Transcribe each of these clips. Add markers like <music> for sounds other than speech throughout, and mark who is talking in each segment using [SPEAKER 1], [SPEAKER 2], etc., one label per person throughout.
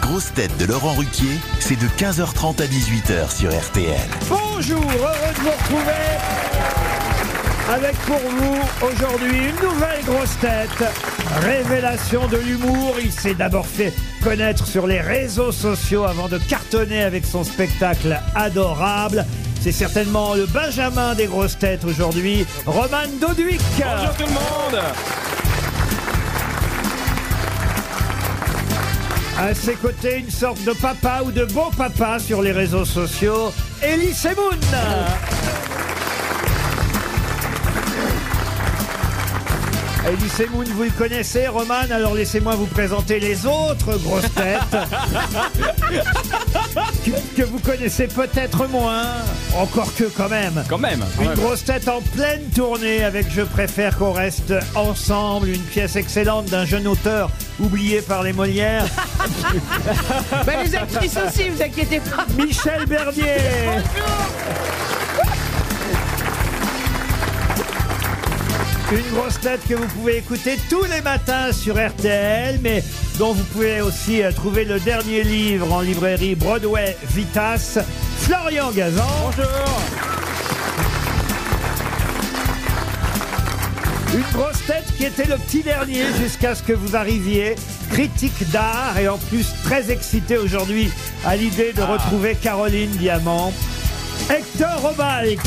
[SPEAKER 1] grosses têtes de Laurent Ruquier, c'est de 15h30 à 18h sur RTL.
[SPEAKER 2] Bonjour, heureux de vous retrouver avec pour vous aujourd'hui une nouvelle grosse tête. Révélation de l'humour, il s'est d'abord fait connaître sur les réseaux sociaux avant de cartonner avec son spectacle adorable. C'est certainement le Benjamin des grosses têtes aujourd'hui, Roman Doduic.
[SPEAKER 3] Bonjour tout le monde
[SPEAKER 2] À ses côtés, une sorte de papa ou de beau papa sur les réseaux sociaux, Elie Semoun. Elie Semoun, vous le connaissez, Roman, alors laissez-moi vous présenter les autres grosses Ah. têtes que, que vous connaissez peut-être moins, encore que quand même.
[SPEAKER 3] Quand même
[SPEAKER 2] Une grosse tête en pleine tournée avec Je préfère qu'on reste ensemble, une pièce excellente d'un jeune auteur oublié par les Molières.
[SPEAKER 4] <laughs> <laughs> Bah, les actrices aussi, vous inquiétez pas.
[SPEAKER 2] Michel Bernier. Une grosse tête que vous pouvez écouter tous les matins sur RTL, mais dont vous pouvez aussi euh, trouver le dernier livre en librairie Broadway Vitas, Florian Gazan.
[SPEAKER 3] Bonjour
[SPEAKER 2] Une grosse tête qui était le petit dernier jusqu'à ce que vous arriviez, critique d'art et en plus très excité aujourd'hui à l'idée de retrouver Caroline Diamant. Hector Robalc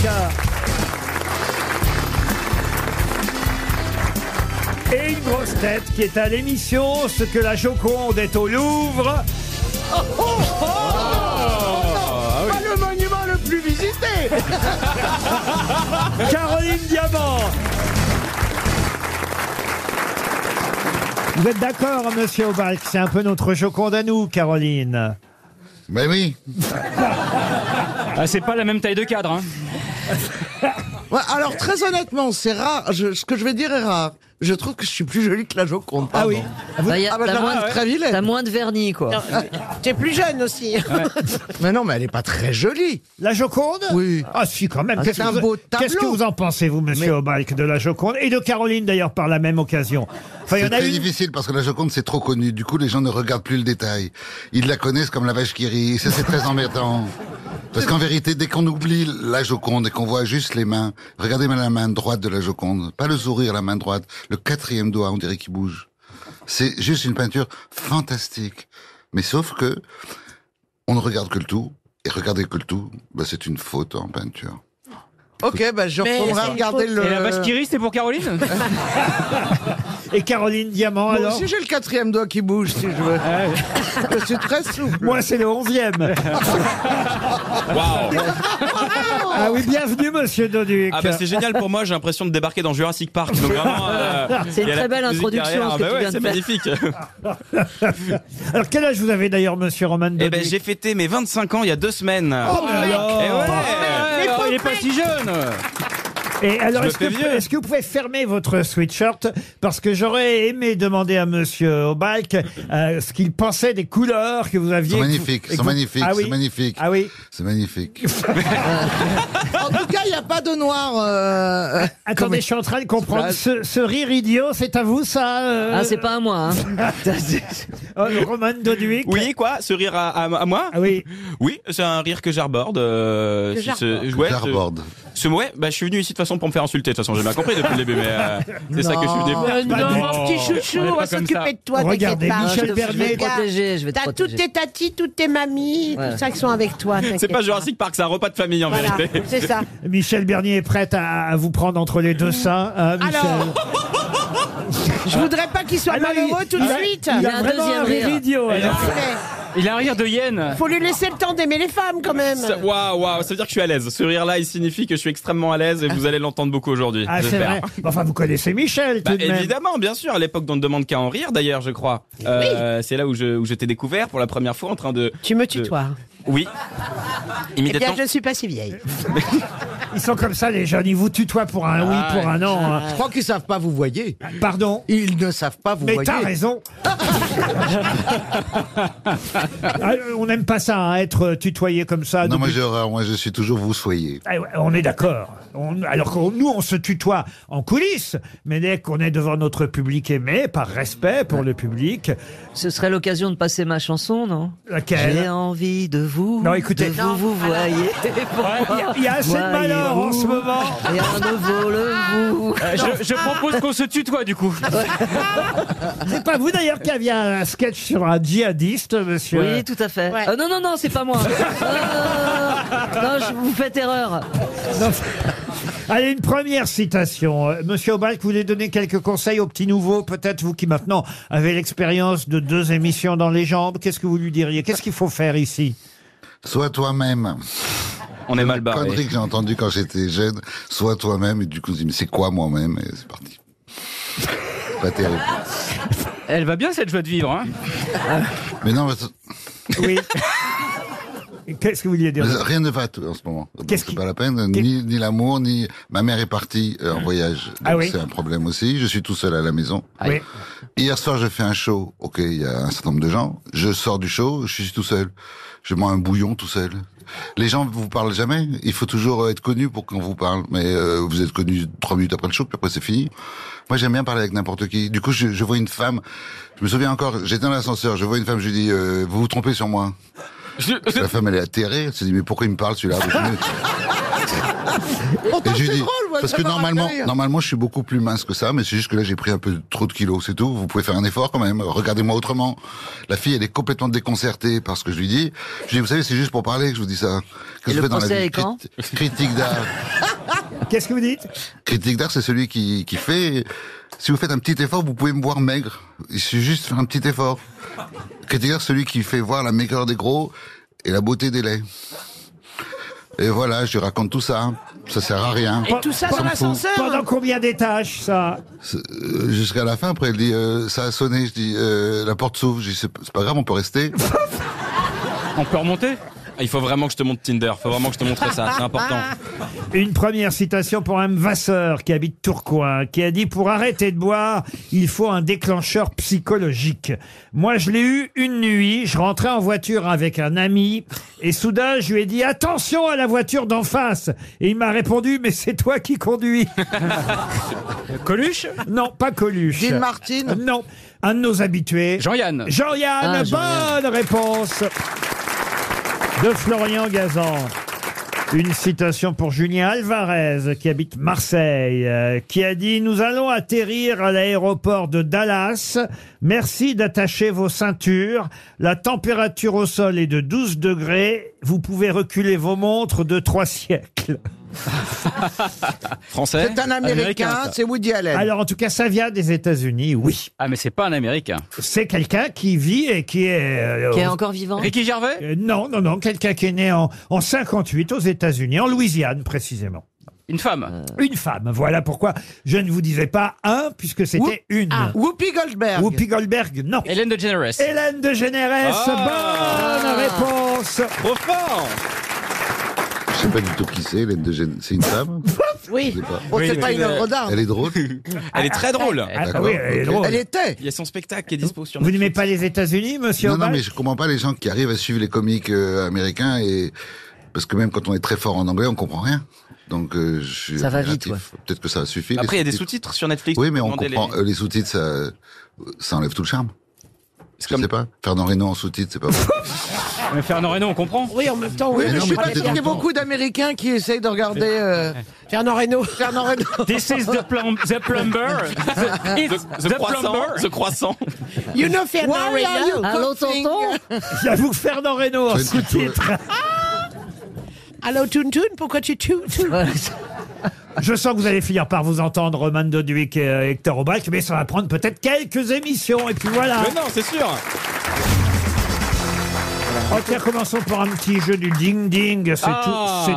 [SPEAKER 2] Et une grosse tête qui est à l'émission Ce que la Joconde est au Louvre.
[SPEAKER 4] Oh,
[SPEAKER 3] Ah
[SPEAKER 4] Pas le monument le plus visité
[SPEAKER 2] <laughs> Caroline Diamant Vous êtes d'accord, monsieur Obalk C'est un peu notre Joconde à nous, Caroline.
[SPEAKER 5] Ben
[SPEAKER 2] <laughs>
[SPEAKER 5] oui.
[SPEAKER 3] ah, C'est pas la même taille de cadre. Hein.
[SPEAKER 4] <laughs> Ouais, alors très honnêtement, c'est rare. Je- ce que je vais dire est rare. Je trouve que je suis plus jolie que la Joconde.
[SPEAKER 2] Ah oui. Vous-
[SPEAKER 6] Bah, y a-
[SPEAKER 4] Ah bah,
[SPEAKER 6] t'as
[SPEAKER 4] la
[SPEAKER 6] moins,
[SPEAKER 4] reine très vilaine.
[SPEAKER 6] t'as moins de vernis, quoi.
[SPEAKER 4] T'es plus jeune aussi. <laughs> mais non, mais elle est pas très jolie.
[SPEAKER 2] La Joconde
[SPEAKER 4] Oui.
[SPEAKER 2] Ah si, quand même.
[SPEAKER 4] Ah,
[SPEAKER 2] Qu'est-ce
[SPEAKER 4] c'est
[SPEAKER 2] que
[SPEAKER 4] un
[SPEAKER 2] vous-
[SPEAKER 4] beau tableau.
[SPEAKER 2] Qu'est-ce que vous en pensez, vous, monsieur Obalk, de la Joconde Et de Caroline, d'ailleurs, par la même occasion. Enfin, il y
[SPEAKER 5] C'est
[SPEAKER 2] en a
[SPEAKER 5] très
[SPEAKER 2] une...
[SPEAKER 5] difficile parce que la Joconde c'est trop connu. Du coup, les gens ne regardent plus le détail. Ils la connaissent comme la vache qui rit. Ça, c'est très embêtant. Parce qu'en vérité, dès qu'on oublie la Joconde et qu'on voit juste les mains, regardez mal la main droite de la Joconde. Pas le sourire, la main droite. Le quatrième doigt, on dirait qu'il bouge. C'est juste une peinture fantastique. Mais sauf que, on ne regarde que le tout. Et regarder que le tout, bah, c'est une faute en peinture.
[SPEAKER 4] Ok, bah je
[SPEAKER 6] Mais
[SPEAKER 4] retournerai
[SPEAKER 6] c'est-
[SPEAKER 4] regarder le.
[SPEAKER 3] Et la vache qui rit, c'est pour Caroline
[SPEAKER 2] Et Caroline Diamant,
[SPEAKER 4] Bon,
[SPEAKER 2] alors Ah,
[SPEAKER 4] si j'ai le quatrième doigt qui bouge, si je veux. je suis très souple.
[SPEAKER 2] Moi, c'est le onzième.
[SPEAKER 7] Waouh
[SPEAKER 2] ah oui, bienvenue, monsieur Doduc.
[SPEAKER 7] Ah bah c'est génial pour moi, j'ai l'impression de débarquer dans Jurassic Park. Donc vraiment, euh,
[SPEAKER 6] <laughs> C'est une
[SPEAKER 7] il y a la
[SPEAKER 6] très belle
[SPEAKER 7] musique derrière.
[SPEAKER 6] introduction, ce
[SPEAKER 7] Ah
[SPEAKER 6] que
[SPEAKER 7] bah
[SPEAKER 6] tu
[SPEAKER 7] ouais,
[SPEAKER 6] viens de
[SPEAKER 7] C'est
[SPEAKER 6] faire.
[SPEAKER 7] magnifique.
[SPEAKER 6] <laughs>
[SPEAKER 2] Alors, quel âge vous avez, d'ailleurs, monsieur Roman Doduc
[SPEAKER 7] Eh ben j'ai fêté mes 25 ans il y a deux semaines.
[SPEAKER 2] Oh là là.
[SPEAKER 7] Eh ouais, il est pas si
[SPEAKER 6] <laughs>
[SPEAKER 7] jeune.
[SPEAKER 2] Et alors,
[SPEAKER 7] me
[SPEAKER 2] est-ce que,
[SPEAKER 7] fais vieux.
[SPEAKER 2] est-ce que vous pouvez fermer votre sweatshirt Parce que j'aurais aimé demander à Monsieur Obalk euh, ce qu'il pensait des couleurs que vous aviez.
[SPEAKER 5] C'est magnifique,
[SPEAKER 2] Et que
[SPEAKER 5] c'est
[SPEAKER 2] vous-
[SPEAKER 5] magnifique,
[SPEAKER 2] Ah oui.
[SPEAKER 5] c'est magnifique.
[SPEAKER 2] Ah oui.
[SPEAKER 5] C'est magnifique.
[SPEAKER 4] <laughs> En tout cas, il n'y a pas de noir. euh, euh,
[SPEAKER 2] Attendez, je suis en train de comprendre. Ce, ce rire idiot, c'est à vous, ça euh,
[SPEAKER 6] Ah, c'est pas à
[SPEAKER 2] <laughs>
[SPEAKER 6] moi. hein.
[SPEAKER 2] oh, le Roman Doduic
[SPEAKER 7] Oui quoi, ce rire à, à- à moi
[SPEAKER 2] Ah oui.
[SPEAKER 7] Oui, c'est un rire que j'arborde. euh,
[SPEAKER 4] Que
[SPEAKER 7] si ce-
[SPEAKER 4] j'arborde.
[SPEAKER 7] ouais,
[SPEAKER 5] J'arborde.
[SPEAKER 7] Ce, ce- ouais, bah je suis venu ici de toute façon pour me faire insulter. De toute façon j'ai bien compris depuis le début, mais euh, c'est ça que je suis venu faire.
[SPEAKER 2] Pas du tout.
[SPEAKER 4] Petit chouchou,
[SPEAKER 3] on est
[SPEAKER 4] on
[SPEAKER 3] pas
[SPEAKER 4] va
[SPEAKER 3] comme ça.
[SPEAKER 4] s'occuper de toi, t'inquiète
[SPEAKER 2] Regardez,
[SPEAKER 4] pas.
[SPEAKER 6] Ah, je
[SPEAKER 2] Michel
[SPEAKER 6] te- je
[SPEAKER 2] Bernier.
[SPEAKER 6] vais te protéger, je vais te
[SPEAKER 4] T'as toutes
[SPEAKER 6] protéger.
[SPEAKER 4] tes tatis, toutes tes mamies,
[SPEAKER 6] Ouais.
[SPEAKER 4] tout ça qui sont avec toi.
[SPEAKER 7] C'est
[SPEAKER 4] t'inquiète
[SPEAKER 7] pas Jurassic Park, c'est un repas de famille en
[SPEAKER 4] Voilà,
[SPEAKER 7] vérité.
[SPEAKER 4] c'est ça.
[SPEAKER 2] Michel Bernier est prête à, à vous prendre entre les deux seins. hein, Michel
[SPEAKER 4] Alors, <laughs> je voudrais pas qu'il soit
[SPEAKER 2] Ah non, il-
[SPEAKER 4] malheureux tout de
[SPEAKER 2] il a-
[SPEAKER 4] suite.
[SPEAKER 2] Il
[SPEAKER 6] Il
[SPEAKER 2] a,
[SPEAKER 6] a un
[SPEAKER 2] vraiment
[SPEAKER 6] deuxième
[SPEAKER 2] un rire,
[SPEAKER 6] rire.
[SPEAKER 2] idiot. alors.
[SPEAKER 4] Mais
[SPEAKER 3] Il a un rire de hyène
[SPEAKER 4] faut lui laisser le temps d'aimer les femmes quand même. Eh
[SPEAKER 7] Ça- Waouh, waouh, ça veut dire que je suis à l'aise. Ce rire-là, il signifie que je suis extrêmement à l'aise et vous allez l'entendre beaucoup aujourd'hui.
[SPEAKER 2] Ah, c'est
[SPEAKER 7] j'espère.
[SPEAKER 2] vrai. Enfin, vous connaissez Michel, tout
[SPEAKER 7] Bah,
[SPEAKER 2] de même.
[SPEAKER 7] évidemment, bien sûr. À l'époque, on ne demande qu'à en rire, d'ailleurs, je crois. Euh, C'est là où je, où je t'ai découvert pour la première fois en train de.
[SPEAKER 4] Tu me
[SPEAKER 7] de-
[SPEAKER 4] tutoies.
[SPEAKER 7] Oui.
[SPEAKER 4] Eh bien,
[SPEAKER 7] Immédiatement.
[SPEAKER 4] je ne suis pas si vieille.
[SPEAKER 2] Ils sont comme ça, les jeunes. Ils vous tutoient pour un
[SPEAKER 3] Ah
[SPEAKER 2] oui, pour un non. hein.
[SPEAKER 8] Je crois qu'ils savent pas vous voyez.
[SPEAKER 2] Pardon
[SPEAKER 8] Ils ne savent pas vous
[SPEAKER 2] Mais
[SPEAKER 8] voyez.
[SPEAKER 2] t'as raison. Ah, on n'aime pas ça, hein, être tutoyé comme ça.
[SPEAKER 5] Non, moi
[SPEAKER 2] depuis-
[SPEAKER 5] j'ai horreur, moi je suis toujours vous soyez.
[SPEAKER 2] Ah ouais, on est d'accord. On- Alors que nous, on se tutoie en coulisses, mais dès qu'on est devant notre public aimé, par respect pour le public,
[SPEAKER 6] Ce serait l'occasion de passer ma chanson, non J'ai
[SPEAKER 2] laquelle
[SPEAKER 6] envie de vous.
[SPEAKER 2] Non, écoutez.
[SPEAKER 6] de vous, vous
[SPEAKER 2] <laughs>
[SPEAKER 6] voyez.
[SPEAKER 2] Il y a- il y a assez de malheur en ce moment.
[SPEAKER 6] Et un
[SPEAKER 2] <laughs>
[SPEAKER 6] nouveau le vous.
[SPEAKER 3] Euh, je, je propose qu'on se tutoie du coup.
[SPEAKER 2] C'est pas vous d'ailleurs qui aviez un sketch sur un djihadiste, monsieur
[SPEAKER 6] Oui, tout à fait.
[SPEAKER 8] Ouais.
[SPEAKER 6] Euh, non, non, non, c'est pas
[SPEAKER 2] <laughs>
[SPEAKER 6] moi. Euh, non, je vous faites erreur. Ah,
[SPEAKER 2] Non. Allez, une première citation. Euh, Monsieur Aubrac, vous voulez donner quelques conseils aux petits nouveaux, peut-être vous qui maintenant avez l'expérience de deux émissions dans les jambes. Qu'est-ce que vous lui diriez Qu'est-ce qu'il faut faire ici
[SPEAKER 5] Sois toi-même.
[SPEAKER 7] On est mal
[SPEAKER 5] Connerie
[SPEAKER 7] barré.
[SPEAKER 5] que j'ai entendue quand j'étais jeune. Sois toi-même. Et du coup, je me dis, mais c'est quoi moi-même Et c'est
[SPEAKER 3] <laughs>
[SPEAKER 5] parti. Pas terrible.
[SPEAKER 3] Elle va bien cette joie de vivre. Hein
[SPEAKER 5] Mais non, mais- <laughs>
[SPEAKER 2] Oui. Qu'est-ce que vous vouliez dire
[SPEAKER 5] mais rien ne va tout en ce moment. Donc,
[SPEAKER 2] Qu'est-ce
[SPEAKER 5] C'est
[SPEAKER 2] qui-
[SPEAKER 5] pas la peine. Ni, ni l'amour, ni. Ma mère est partie euh, en voyage. Donc
[SPEAKER 2] Ah oui. Ah
[SPEAKER 5] C'est un problème aussi. Je suis tout seul à la maison.
[SPEAKER 2] Oui.
[SPEAKER 5] Hier soir, j'ai fait un show. Ok, il y a un certain nombre de gens. Je sors du show, je suis tout seul. Je mange un bouillon tout seul. Les gens vous parlent jamais. Il faut toujours euh, être connu pour qu'on vous parle. Mais euh, vous êtes connu trois minutes après le show, puis après c'est fini. Moi, j'aime bien parler avec n'importe qui. Du coup, je, je vois une femme. Je me souviens encore. J'étais dans l'ascenseur. Je vois une femme. Je lui dis euh, Vous vous trompez sur moi. La femme, elle est atterrée. Elle se dit Mais pourquoi il me parle celui-là
[SPEAKER 7] <laughs>
[SPEAKER 4] Pourtant,
[SPEAKER 5] Et je lui
[SPEAKER 4] c'est
[SPEAKER 5] dis,
[SPEAKER 4] drôle, moi,
[SPEAKER 5] parce
[SPEAKER 4] ça
[SPEAKER 5] que
[SPEAKER 4] m'a
[SPEAKER 5] normalement,
[SPEAKER 4] rappelé.
[SPEAKER 5] normalement, je suis beaucoup plus mince que ça, mais c'est juste que là, j'ai pris un peu trop de kilos, c'est tout. Vous pouvez faire un effort quand même. Regardez-moi autrement. La fille, elle est complètement déconcertée par ce que je lui dis. Je lui dis, vous savez, c'est juste pour parler que je vous dis ça.
[SPEAKER 6] Et
[SPEAKER 5] que
[SPEAKER 6] le
[SPEAKER 5] vous faites
[SPEAKER 6] procès est
[SPEAKER 5] Crit-
[SPEAKER 6] quand
[SPEAKER 5] Critique d'art.
[SPEAKER 2] Qu'est-ce que vous dites
[SPEAKER 5] Critique d'art, c'est celui qui, qui fait. Si vous faites un petit effort, vous pouvez me voir maigre. Il suffit juste de faire un petit effort. Critique d'art, c'est celui qui fait voir la maigreur des gros et la beauté des laits. Et voilà, je lui raconte tout ça. Ça sert à rien.
[SPEAKER 8] Et tout ça dans
[SPEAKER 5] Ça me fout.
[SPEAKER 8] l'ascenseur
[SPEAKER 2] Pendant combien d'étages, ça
[SPEAKER 5] Euh, jusqu'à la fin. Après, elle dit, euh, ça a sonné. Je dis, euh, la porte s'ouvre. Je dis, c'est c'est pas grave, on peut rester.
[SPEAKER 3] On peut remonter
[SPEAKER 7] Ah, Il faut vraiment que je te montre Tinder. Il faut vraiment que je te montre ça. C'est important.
[SPEAKER 2] <laughs> Une première citation pour M. Vasseur, qui habite Tourcoing, qui a dit Pour arrêter de boire, il faut un déclencheur psychologique. Moi, je l'ai eu une nuit, je rentrais en voiture avec un ami, et soudain, je lui ai dit Attention à la voiture d'en face Et il m'a répondu Mais c'est toi qui conduis
[SPEAKER 3] Coluche
[SPEAKER 2] Non, pas Coluche.
[SPEAKER 4] Gilles Martin.
[SPEAKER 2] Non, un de nos habitués.
[SPEAKER 3] Jean-Yann.
[SPEAKER 2] Jean-Yann,
[SPEAKER 6] Ah, Jean-Yann.
[SPEAKER 2] bonne réponse de Florian Gazan. Une citation pour Julien Alvarez, qui habite Marseille, euh, qui a dit « Nous allons atterrir à l'aéroport de Dallas. Merci d'attacher vos ceintures. La température au sol est de 12 degrés. Vous pouvez reculer vos montres de
[SPEAKER 3] <laughs>
[SPEAKER 2] trois siècles.
[SPEAKER 7] Français
[SPEAKER 4] C'est un Américain,
[SPEAKER 3] ça.
[SPEAKER 4] c'est Woody » Allen.
[SPEAKER 2] Alors, en tout cas, ça vient des États-Unis, oui.
[SPEAKER 3] Ah mais c'est pas un américain.
[SPEAKER 2] C'est quelqu'un qui vit et qui est... euh,
[SPEAKER 6] Qui est
[SPEAKER 2] au-
[SPEAKER 6] encore vivant
[SPEAKER 3] Ricky Gervais
[SPEAKER 2] Euh, non, non, non, quelqu'un qui est né en, en 58 aux États-Unis, en Louisiane précisément. Euh,
[SPEAKER 3] Une femme.
[SPEAKER 2] Une femme, voilà pourquoi je ne vous disais pas un, puisque c'était une.
[SPEAKER 8] Ah.
[SPEAKER 4] Whoopi Goldberg.
[SPEAKER 2] Whoopi Goldberg, non.
[SPEAKER 3] Hélène DeGeneres.
[SPEAKER 2] Hélène de Généresse,
[SPEAKER 7] Ah.
[SPEAKER 2] bonne réponse
[SPEAKER 7] Trop fort
[SPEAKER 5] Je sais pas du tout qui c'est. Hélène de Gênes. C'est une femme Je
[SPEAKER 8] Oui.
[SPEAKER 5] sais pas.
[SPEAKER 4] Oh, c'est
[SPEAKER 7] Oui,
[SPEAKER 4] pas
[SPEAKER 7] oui,
[SPEAKER 4] une
[SPEAKER 7] euh,
[SPEAKER 4] œuvre d'art.
[SPEAKER 5] Elle est drôle.
[SPEAKER 7] <laughs> Elle est très drôle.
[SPEAKER 2] Ah
[SPEAKER 5] D'accord,
[SPEAKER 2] oui, elle est
[SPEAKER 5] ok.
[SPEAKER 2] drôle.
[SPEAKER 4] Elle était.
[SPEAKER 7] Il y a son spectacle qui est dispo sur
[SPEAKER 2] Vous n'aimez pas les États-Unis, monsieur
[SPEAKER 5] Non, non,
[SPEAKER 2] Obama
[SPEAKER 5] mais je comprends pas les gens qui arrivent à suivre les comiques euh, américains et parce que même quand on est très fort en anglais, on comprend rien. Donc euh, je suis
[SPEAKER 6] Ça va vite,
[SPEAKER 5] admiratif. Peut-être que ça suffit.
[SPEAKER 7] Après, il y a des
[SPEAKER 5] les sous-titres.
[SPEAKER 7] sous-titres sur Netflix.
[SPEAKER 5] Oui, mais on
[SPEAKER 7] Demandez les-
[SPEAKER 5] comprend. euh, Les, sous-titres, ça, ça enlève tout le charme. Je
[SPEAKER 7] comme-
[SPEAKER 5] sais pas. Fernand Reynaud en sous-titres, c'est
[SPEAKER 7] <laughs>
[SPEAKER 5] pas bon.
[SPEAKER 3] Mais Fernand Reynaud, on comprend.
[SPEAKER 8] Oui, en même temps,
[SPEAKER 4] Oui,
[SPEAKER 8] oui.
[SPEAKER 4] mais
[SPEAKER 5] Mais non,
[SPEAKER 4] je suis
[SPEAKER 5] mais
[SPEAKER 4] pas
[SPEAKER 5] t'étais
[SPEAKER 4] sûr qu'il y ait
[SPEAKER 5] dans le
[SPEAKER 4] beaucoup d'Américains qui essayent de regarder euh,
[SPEAKER 8] Fernand Reynaud.
[SPEAKER 4] Fernand
[SPEAKER 3] <laughs>
[SPEAKER 4] Reynaud.
[SPEAKER 3] This is the, plum-
[SPEAKER 7] <laughs>
[SPEAKER 3] the plumber. The, it's
[SPEAKER 7] The,
[SPEAKER 3] the
[SPEAKER 7] croissant,
[SPEAKER 3] plumber.
[SPEAKER 7] the croissant.
[SPEAKER 8] You know Fernand
[SPEAKER 4] Why are you
[SPEAKER 8] Reynaud.
[SPEAKER 6] Allô,
[SPEAKER 4] coughing?
[SPEAKER 6] tonton
[SPEAKER 2] J'avoue que Fernand Reynaud en
[SPEAKER 5] Twenty two-
[SPEAKER 2] sous-titre.
[SPEAKER 8] Ah. Allô, Tountoun, pourquoi tu tues
[SPEAKER 2] Je sens que vous allez finir par vous entendre, Roman Doduic et euh, Hector Aubrac, mais ça va prendre peut-être quelques émissions, et puis voilà
[SPEAKER 7] Mais non, c'est sûr.
[SPEAKER 2] Oh, tiens, commençons par un petit jeu du ding-ding. C'est
[SPEAKER 7] Ah.
[SPEAKER 2] tout-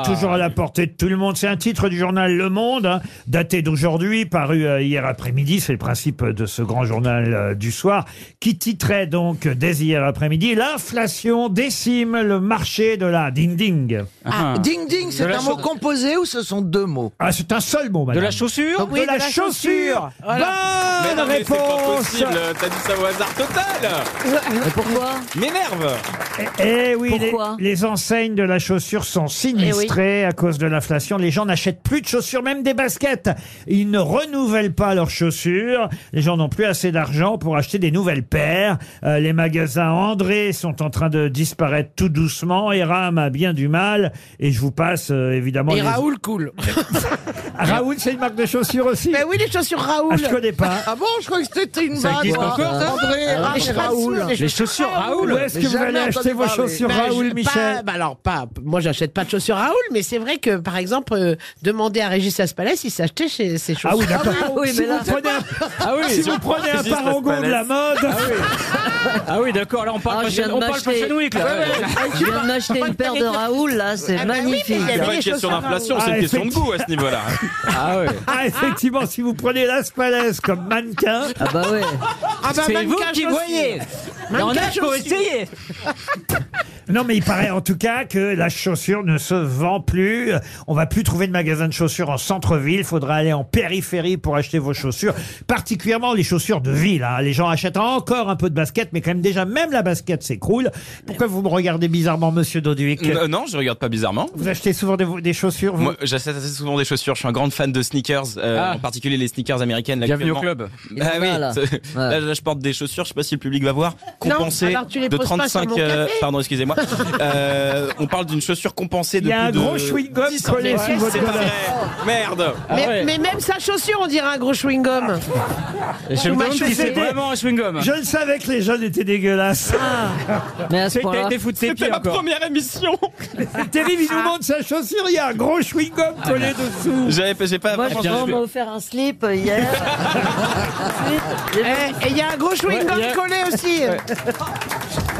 [SPEAKER 2] c'est toujours à la portée de tout le monde. C'est un titre du journal Le Monde, hein, daté d'aujourd'hui, paru euh, hier après-midi. C'est le principe de ce grand journal euh, du soir, qui titrait donc euh, dès hier après-midi L'inflation décime le marché de la ding-ding.
[SPEAKER 4] Ah, ding ding, c'est
[SPEAKER 3] De la
[SPEAKER 4] un mot
[SPEAKER 3] chaussure.
[SPEAKER 4] composé ou ce sont deux mots
[SPEAKER 2] Ah, c'est un seul mot,
[SPEAKER 3] De
[SPEAKER 2] madame.
[SPEAKER 3] la chaussure
[SPEAKER 2] de la chaussure.
[SPEAKER 8] Voilà.
[SPEAKER 7] Mais
[SPEAKER 2] Bonne
[SPEAKER 7] non, mais c'est pas
[SPEAKER 2] réponse
[SPEAKER 7] possible, t'as dit ça au hasard total
[SPEAKER 6] Mais pourquoi
[SPEAKER 7] M'énerve
[SPEAKER 2] Eh oui, les,
[SPEAKER 6] Pourquoi
[SPEAKER 2] les enseignes de la chaussure sont sinistrées à cause de l'inflation. Les gens n'achètent plus de chaussures, même des baskets. Ils ne renouvellent pas leurs chaussures. Les gens n'ont plus assez d'argent pour acheter des nouvelles paires. Euh, les magasins André sont en train de disparaître tout doucement. Eram a bien du mal. Et je vous passe euh,
[SPEAKER 3] Oh,
[SPEAKER 2] évidemment.
[SPEAKER 8] Et
[SPEAKER 2] les-
[SPEAKER 8] Raoul cool.
[SPEAKER 2] Raoul, c'est une marque de chaussures aussi.
[SPEAKER 8] Mais oui, les chaussures
[SPEAKER 2] Ah,
[SPEAKER 8] Raoul.
[SPEAKER 2] je connais pas.
[SPEAKER 4] Ah bon, je crois que c'était une
[SPEAKER 3] Ça
[SPEAKER 4] vanne,
[SPEAKER 3] existe
[SPEAKER 4] moi.
[SPEAKER 3] encore, ça
[SPEAKER 4] André,
[SPEAKER 8] Ah, je suis pas
[SPEAKER 4] Raoul.
[SPEAKER 8] sûre, les
[SPEAKER 3] Les chaussures Raoul
[SPEAKER 2] Où est-ce
[SPEAKER 4] Mais
[SPEAKER 2] que vous
[SPEAKER 4] jamais
[SPEAKER 2] allez
[SPEAKER 4] entendu
[SPEAKER 2] acheter vos
[SPEAKER 4] parler.
[SPEAKER 2] chaussures,
[SPEAKER 8] Ben,
[SPEAKER 2] Raoul
[SPEAKER 8] je-
[SPEAKER 2] Michel
[SPEAKER 8] pas-
[SPEAKER 4] bah
[SPEAKER 8] ben alors pas. Moi, j'achète pas de chaussures Raoul, mais c'est vrai que par exemple, euh, demander à Régis Aspalais s'il s'achetait chez ses chaussures.
[SPEAKER 2] Ah oui, d'accord.
[SPEAKER 6] Ah oui,
[SPEAKER 2] si
[SPEAKER 6] mais
[SPEAKER 2] vous
[SPEAKER 6] là-
[SPEAKER 2] prenez un, Ah
[SPEAKER 3] Ah oui,
[SPEAKER 2] si vous prenez un
[SPEAKER 7] Régis
[SPEAKER 2] parangon de la mode,
[SPEAKER 3] ah oui d'accord, là on parle
[SPEAKER 6] Ah,
[SPEAKER 3] pas
[SPEAKER 6] je
[SPEAKER 3] chez-
[SPEAKER 6] viens de
[SPEAKER 3] on parle pas
[SPEAKER 6] m'acheter.
[SPEAKER 3] chez nous, là. Ah,
[SPEAKER 6] Je viens de m'acheter une paire de Raoul, là, c'est
[SPEAKER 8] Ah bah oui, mais
[SPEAKER 6] magnifique.
[SPEAKER 8] il y
[SPEAKER 7] C'est
[SPEAKER 8] avait
[SPEAKER 7] pas
[SPEAKER 8] les
[SPEAKER 7] une question
[SPEAKER 8] chaussures Raoul.
[SPEAKER 7] d'inflation,
[SPEAKER 2] Ah,
[SPEAKER 7] c'est une question de
[SPEAKER 2] effectivement.
[SPEAKER 7] goût à ce niveau-là.
[SPEAKER 2] <laughs>
[SPEAKER 3] Ah ouais.
[SPEAKER 2] <laughs> ah, effectivement, si vous prenez Las Palais comme mannequin,
[SPEAKER 6] Ah bah ouais.
[SPEAKER 8] Ah ben,
[SPEAKER 3] C'est
[SPEAKER 8] même
[SPEAKER 3] vous
[SPEAKER 8] qu'un
[SPEAKER 3] qui
[SPEAKER 8] chaussure.
[SPEAKER 3] voyez. Mais on a
[SPEAKER 8] cache
[SPEAKER 3] pour
[SPEAKER 8] aussi.
[SPEAKER 3] essayer.
[SPEAKER 2] non mais il paraît en tout cas que la chaussure ne se vend plus. On va plus trouver de magasin de chaussures en centre-ville. Il faudra aller en périphérie pour acheter vos chaussures, particulièrement les chaussures de ville. hein. Les gens achètent encore un peu de basket, mais quand même déjà même la basket s'écroule. Pourquoi vous me regardez bizarrement, Monsieur Doduic
[SPEAKER 7] Euh, non, je regarde pas bizarrement.
[SPEAKER 2] Vous achetez souvent des, des chaussures vous
[SPEAKER 7] Moi, j'achète assez souvent des chaussures. Je suis un grand fan de sneakers, euh,
[SPEAKER 3] Ah.
[SPEAKER 7] en particulier les sneakers américaines. Là,
[SPEAKER 3] Bienvenue au
[SPEAKER 7] actuellement.
[SPEAKER 3] club.
[SPEAKER 6] Il y en
[SPEAKER 7] Bah
[SPEAKER 6] a,
[SPEAKER 7] oui.
[SPEAKER 6] là.
[SPEAKER 7] c'est-
[SPEAKER 6] Ouais.
[SPEAKER 7] Là, là, je porte des chaussures. Je sais pas si le public va voir.
[SPEAKER 8] Non,
[SPEAKER 7] Compensées
[SPEAKER 8] alors tu les
[SPEAKER 7] de
[SPEAKER 8] poses pas sur
[SPEAKER 7] 35.
[SPEAKER 8] mon café.
[SPEAKER 7] pardon, excusez-moi. Euh, on parle d'une chaussure compensée de.
[SPEAKER 2] Il y a un
[SPEAKER 7] plus de
[SPEAKER 2] gros chewing-gum
[SPEAKER 7] 10
[SPEAKER 2] collé
[SPEAKER 7] centimètres.
[SPEAKER 2] sur votre
[SPEAKER 7] C'est pas
[SPEAKER 2] colonne.
[SPEAKER 7] vrai. Merde.
[SPEAKER 3] Ah
[SPEAKER 8] mais,
[SPEAKER 3] ouais.
[SPEAKER 8] mais même sa chaussure, on dirait un gros chewing-gum.
[SPEAKER 3] Je me
[SPEAKER 8] m'a
[SPEAKER 3] demande si
[SPEAKER 8] chaussé.
[SPEAKER 3] c'est vraiment un chewing-gum. hein.
[SPEAKER 2] Je le savais que les jeunes étaient dégueulasses.
[SPEAKER 6] Ah. Mais à ce
[SPEAKER 3] C'est que t'as
[SPEAKER 6] point-là.
[SPEAKER 3] été foutu de ses
[SPEAKER 7] C'était
[SPEAKER 3] pieds
[SPEAKER 7] ma
[SPEAKER 3] encore.
[SPEAKER 7] première émission.
[SPEAKER 2] Terry, il nous montre sa chaussure. Il y a un gros chewing-gum collé dessous.
[SPEAKER 7] Ah, J'avais, pas- j'ai pas.
[SPEAKER 6] Moi,
[SPEAKER 7] vraiment-
[SPEAKER 6] Jean m'a offert un slip euh, hier.
[SPEAKER 8] <laughs> Eh, Et il y a un gros chewing-gum
[SPEAKER 3] il y a-
[SPEAKER 8] collé aussi.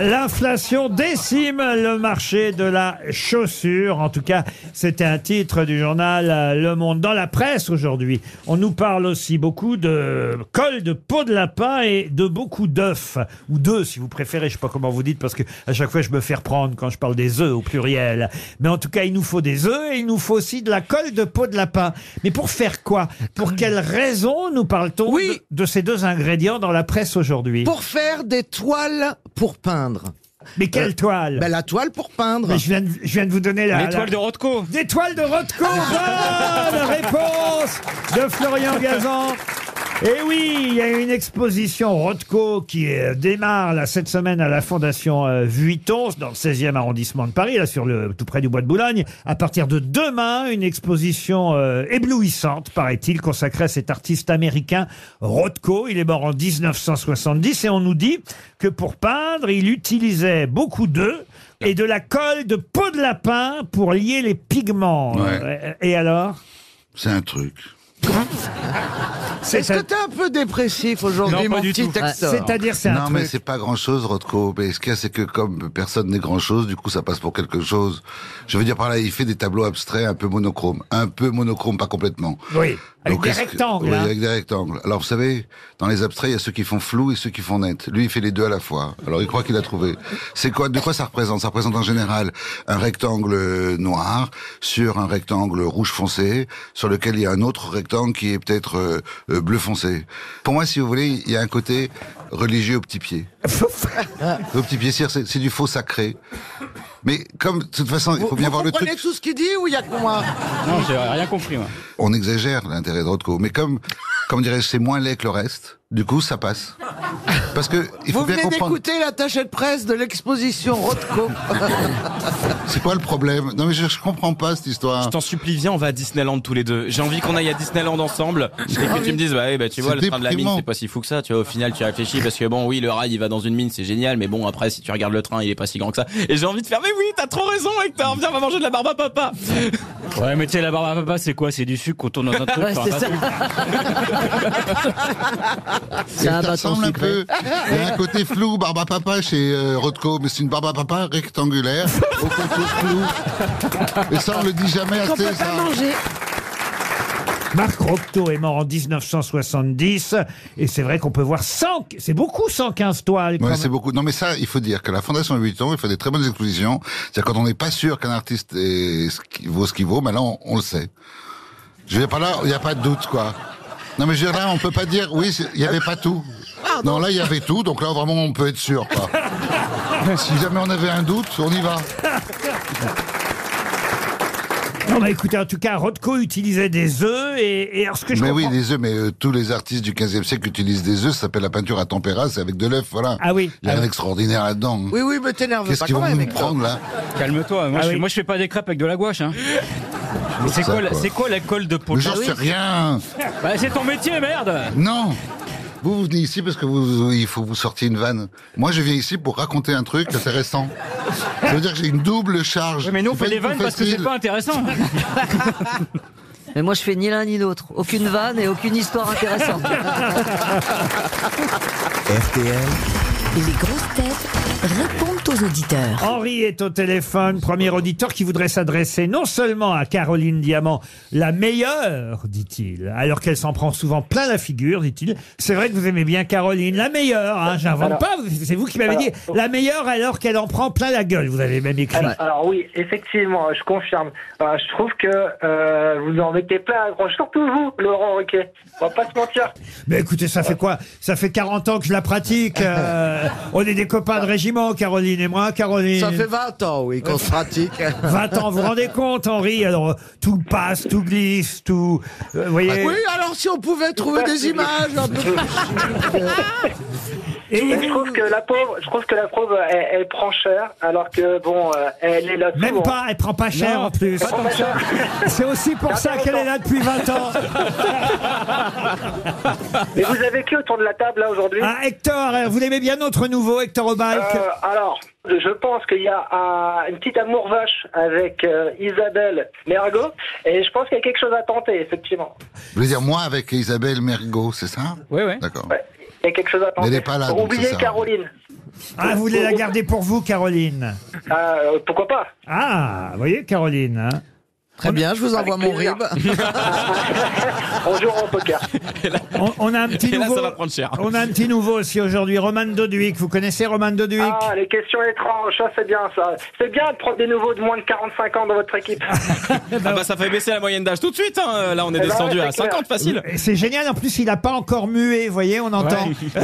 [SPEAKER 2] L'inflation décime le marché de la chaussure. En tout cas, c'était un titre du journal euh, Le Monde. Dans la presse aujourd'hui, on nous parle aussi beaucoup de cols de peau de lapin et de beaucoup d'œufs. Ou d'œufs, si vous préférez. Je sais pas comment vous dites parce que à chaque fois, je me fais reprendre quand je parle des œufs au pluriel. Mais en tout cas, il nous faut des œufs et il nous faut aussi de la colle de peau de lapin. Mais pour faire quoi Pour quelles raisons nous parle-t-on
[SPEAKER 4] Oui.
[SPEAKER 2] de, de ces deux ingrédients dans la presse aujourd'hui
[SPEAKER 4] Pour faire des toiles pour peindre.
[SPEAKER 2] Mais quelle toile
[SPEAKER 4] Ben, la toile pour peindre.
[SPEAKER 2] Mais je viens de, je viens de vous donner la.
[SPEAKER 3] L'étoile de Rothko.
[SPEAKER 2] la... L'étoile de Rothko.
[SPEAKER 7] <laughs> Ah,
[SPEAKER 2] Bonne réponse de Florian Gazan. Et oui, il y a une exposition Rothko qui euh, démarre là, cette semaine à la Fondation euh, Vuitton, dans le 16e arrondissement de Paris, là, sur le, tout près du Bois de Boulogne. À partir de demain, une exposition euh, éblouissante, paraît-il, consacrée à cet artiste américain Rothko. Il est mort en 1970 et on nous dit que pour peindre, il utilisait beaucoup d'œufs et de la colle de peau de lapin pour lier les pigments.
[SPEAKER 5] Ouais.
[SPEAKER 2] Et alors
[SPEAKER 5] C'est un truc.
[SPEAKER 2] C'est Ah,
[SPEAKER 4] Est-ce que t'es un peu dépressif aujourd'hui,
[SPEAKER 3] Non, pas
[SPEAKER 4] mon
[SPEAKER 3] du
[SPEAKER 4] petit
[SPEAKER 3] tout.
[SPEAKER 4] acteur
[SPEAKER 2] c'est-à-dire c'est un
[SPEAKER 5] Non, mais
[SPEAKER 2] truc-
[SPEAKER 5] c'est pas grand chose, Rothko. Mais ce qu'il y a, c'est que comme personne n'est grand chose, du coup, ça passe pour quelque chose. Je veux dire par là, il fait des tableaux abstraits un peu monochromes. Un peu monochrome, pas complètement.
[SPEAKER 2] Oui, avec
[SPEAKER 5] Donc,
[SPEAKER 2] des
[SPEAKER 5] est-ce que-
[SPEAKER 2] rectangles.
[SPEAKER 5] Oui,
[SPEAKER 2] hein.
[SPEAKER 5] avec des rectangles. Alors, vous savez, dans les abstraits, il y a ceux qui font flou et ceux qui font net. Lui, il fait les deux à la fois. Alors, il croit qu'il a trouvé. C'est quoi, de quoi ça représente? Ça représente en général un rectangle noir sur un rectangle rouge foncé, sur lequel il y a un autre rectangle qui est peut-être euh, euh, bleu foncé. Pour moi, si vous voulez, il y a un côté religieux au petit pied. au petit pied, c'est c'est du faux sacré. Mais comme, de toute façon, <laughs> il
[SPEAKER 4] Vous,
[SPEAKER 5] faut bien
[SPEAKER 4] vous
[SPEAKER 5] voir le
[SPEAKER 4] comprenez
[SPEAKER 5] truc.
[SPEAKER 4] tout ce qu'il dit ou il y a que moi
[SPEAKER 3] Non, j'ai rien compris moi.
[SPEAKER 5] On exagère l'intérêt de Rothko, mais comme, comme dirais-je, c'est moins laid que le reste, du coup, ça passe. Parce que, il faut
[SPEAKER 4] Vous
[SPEAKER 5] bien
[SPEAKER 4] venez
[SPEAKER 5] comprendre,
[SPEAKER 4] d'écouter l'attaché de presse de l'exposition Rothko.
[SPEAKER 5] c'est quoi le problème Non mais je, je comprends pas cette histoire.
[SPEAKER 7] Je t'en supplie, viens, on va à Disneyland tous les deux. J'ai envie qu'on aille à Disneyland ensemble. Et que tu me dises, bah, oui, bah tu vois,
[SPEAKER 5] C'est
[SPEAKER 7] le train de la mine,
[SPEAKER 5] déprimant.
[SPEAKER 7] c'est pas si fou que ça. Tu vois, au final, tu réfléchis parce que bon, oui, le rail, il va dans une mine, c'est génial. Mais bon, après, si tu regardes le train, il est pas si grand que ça. Et j'ai envie de faire, mais oui, t'as trop raison, Hector. Viens, on va manger de la barbe à papa.
[SPEAKER 9] Eh
[SPEAKER 3] Ouais, mais tu sais, la barbe à papa, c'est quoi C'est du sucre qu'on tourne dans un truc.
[SPEAKER 6] Ouais,
[SPEAKER 3] enfin,
[SPEAKER 6] c'est
[SPEAKER 3] un
[SPEAKER 6] ça.
[SPEAKER 3] truc.
[SPEAKER 6] C'est un
[SPEAKER 5] Ça
[SPEAKER 6] bâton
[SPEAKER 5] ressemble un
[SPEAKER 6] sucré.
[SPEAKER 5] peu. Il y a un côté flou, barbe à papa chez euh, Rothko, mais c'est une barbe à papa rectangulaire, au contour flou. Et ça, on le dit jamais
[SPEAKER 8] Qu'on
[SPEAKER 5] assez,
[SPEAKER 8] peut
[SPEAKER 5] ça.
[SPEAKER 8] pas manger.
[SPEAKER 2] Marc Rocteau est mort en 1970 et c'est vrai qu'on peut voir 100, c'est beaucoup 115 toiles. quand
[SPEAKER 5] Ouais,
[SPEAKER 2] même.
[SPEAKER 5] c'est beaucoup. Non, mais ça, il faut dire que la Fondation Vuitton, il fait des très bonnes expositions. C'est-à-dire quand on n'est pas sûr qu'un artiste ben est- ce qui- vaut ce qu'il vaut, maintenant on, on le sait. Je veux dire, par là, il n'y a pas de doute, quoi. Non mais je veux dire, là, on peut pas dire, oui, c'est- il y avait pas tout. Non, là, il y avait tout, donc là, vraiment, on peut être sûr.
[SPEAKER 2] <laughs>
[SPEAKER 5] quoi. si jamais on avait un doute, on y va.
[SPEAKER 2] Non, bah écoutez, en tout cas, Rothko utilisait des œufs et, et alors ce que je
[SPEAKER 5] Mais oui,
[SPEAKER 2] comprends-
[SPEAKER 5] les œufs, mais euh, tous les artistes du 15e siècle utilisent des œufs, ça s'appelle la peinture à tempéra, c'est avec de l'œuf, voilà.
[SPEAKER 2] Ah oui.
[SPEAKER 5] Il y a rien d'extraordinaire là-dedans. hein.
[SPEAKER 4] Oui, oui, mais t'énerve
[SPEAKER 5] Qu'est-ce
[SPEAKER 4] pas
[SPEAKER 5] qu'ils
[SPEAKER 4] quand
[SPEAKER 5] vont
[SPEAKER 4] même.
[SPEAKER 5] nous
[SPEAKER 4] Hector.
[SPEAKER 5] prendre, là
[SPEAKER 3] Calme-toi, moi,
[SPEAKER 2] Ah
[SPEAKER 3] je-
[SPEAKER 2] oui.
[SPEAKER 3] moi je fais pas des crêpes avec de la gouache. Hein. Mais C'est
[SPEAKER 5] Ça,
[SPEAKER 3] quoi, la-
[SPEAKER 5] quoi.
[SPEAKER 3] c'est quoi la colle de peau
[SPEAKER 5] Mais j'en sais rien
[SPEAKER 3] Bah, C'est ton métier, merde
[SPEAKER 5] Non vous, vous venez ici parce que vous, il faut que vous sortiez une vanne. Moi, je viens ici pour raconter un truc intéressant. Ça veut dire que j'ai une double charge.
[SPEAKER 3] Ouais, Mais nous on
[SPEAKER 5] C'est
[SPEAKER 3] fait
[SPEAKER 5] pas
[SPEAKER 3] des
[SPEAKER 5] du tout
[SPEAKER 3] vannes parce que c'est
[SPEAKER 5] facile.
[SPEAKER 3] pas intéressant.
[SPEAKER 6] <laughs> Mais moi, je fais ni l'un ni l'autre. Aucune vanne et aucune histoire intéressante.
[SPEAKER 1] RTL,
[SPEAKER 10] Les grosses têtes répondent aux auditeurs.
[SPEAKER 2] Henri est au téléphone, premier auditeur qui voudrait s'adresser non seulement à Caroline Diamant, la meilleure, dit-il, alors qu'elle s'en prend souvent plein la figure, dit-il. C'est vrai que vous aimez bien Caroline, la meilleure, hein, j'invente pas, c'est vous qui m'avez dit, la meilleure alors qu'elle en prend plein la gueule, vous avez même écrit.
[SPEAKER 9] Alors, alors oui, effectivement, je confirme. Euh, je trouve que euh, vous en mettez plein à grand, surtout vous, Laurent Ruquet. On va pas se mentir.
[SPEAKER 2] Mais écoutez, ça fait quoi Ça fait 40 ans que je la
[SPEAKER 4] <laughs>
[SPEAKER 2] pratique, euh, on est des copains de régiment, Caroline et moi, Caroline.
[SPEAKER 4] Ça fait 20 ans, oui, qu'on se pratique.
[SPEAKER 2] 20 ans, vous vous rendez compte, Henri Alors, euh, tout passe, tout glisse, tout... euh, vous voyez
[SPEAKER 4] Ah Oui, hein. alors si on pouvait trouver des images un peu
[SPEAKER 2] Et-
[SPEAKER 9] Et je trouve que la pauvre, je trouve que la pauvre, elle, elle prend cher, alors que bon, euh, elle est là.
[SPEAKER 2] Même
[SPEAKER 9] souvent.
[SPEAKER 2] pas, elle prend pas cher
[SPEAKER 3] Non.
[SPEAKER 2] en plus.
[SPEAKER 9] Elle prend pas cher.
[SPEAKER 2] <laughs> C'est aussi pour ça qu'elle est là depuis 20 ans.
[SPEAKER 9] <laughs> Mais vous avez qui autour de la table là aujourd'hui
[SPEAKER 2] Ah, Hector, euh, vous l'aimez bien notre nouveau Hector Obalk
[SPEAKER 9] Euh, alors, je pense qu'il y a euh, une petite amour vache avec euh, Isabelle Mergo, et je pense qu'il y a quelque chose à tenter, effectivement.
[SPEAKER 5] Vous voulez dire moi avec Isabelle Mergot, c'est ça
[SPEAKER 3] Ouais, ouais.
[SPEAKER 5] D'accord. <laughs>
[SPEAKER 9] Ouais, Il y a quelque chose à tenter.
[SPEAKER 5] elle est pas là, donc c'est
[SPEAKER 9] Oubliez
[SPEAKER 5] ça.
[SPEAKER 9] Caroline.
[SPEAKER 2] Ah, vous voulez la garder pour vous, Caroline
[SPEAKER 9] Euh, pourquoi pas
[SPEAKER 2] Ah, vous voyez, Caroline hein
[SPEAKER 4] Très bien, je vous
[SPEAKER 2] <laughs>
[SPEAKER 4] envoie
[SPEAKER 9] Avec
[SPEAKER 4] mon
[SPEAKER 9] plaisir.
[SPEAKER 4] rib. <laughs>
[SPEAKER 9] On jouera au poker.
[SPEAKER 2] on, on a un petit
[SPEAKER 7] Et là,
[SPEAKER 2] nouveau.
[SPEAKER 7] ça va prendre cher.
[SPEAKER 2] On a un petit nouveau aussi aujourd'hui, Roman Doduic. Vous connaissez Roman Doduic
[SPEAKER 9] Ah, les questions étranges, ça c'est bien ça. C'est bien de prendre des nouveaux de moins de 45 ans dans votre
[SPEAKER 2] <laughs>
[SPEAKER 9] équipe.
[SPEAKER 7] Ah bah ça fait baisser la moyenne d'âge tout de suite. hein. Là on est
[SPEAKER 9] ben, Eh ben
[SPEAKER 7] descendu
[SPEAKER 9] ouais,
[SPEAKER 7] à
[SPEAKER 9] c'est clair.
[SPEAKER 7] 50 facile.
[SPEAKER 2] Et C'est génial, en plus, il n'a pas encore mué, vous voyez, on entend.
[SPEAKER 6] Bah,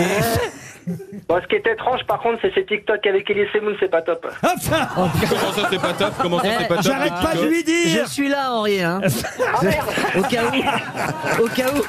[SPEAKER 9] Bon, ce qui est étrange par contre, c'est ces TikTok avec Elie Semoun, c'est pas top.
[SPEAKER 2] Hop, ça
[SPEAKER 7] Oh, Comment ça c'est pas top Comment ça
[SPEAKER 6] Eh,
[SPEAKER 7] c'est pas top
[SPEAKER 2] J'arrête pas de lui
[SPEAKER 6] Je
[SPEAKER 2] dire
[SPEAKER 6] suis là, Henri. Hein.
[SPEAKER 9] Ah merde
[SPEAKER 6] Au cas où. Au cas où.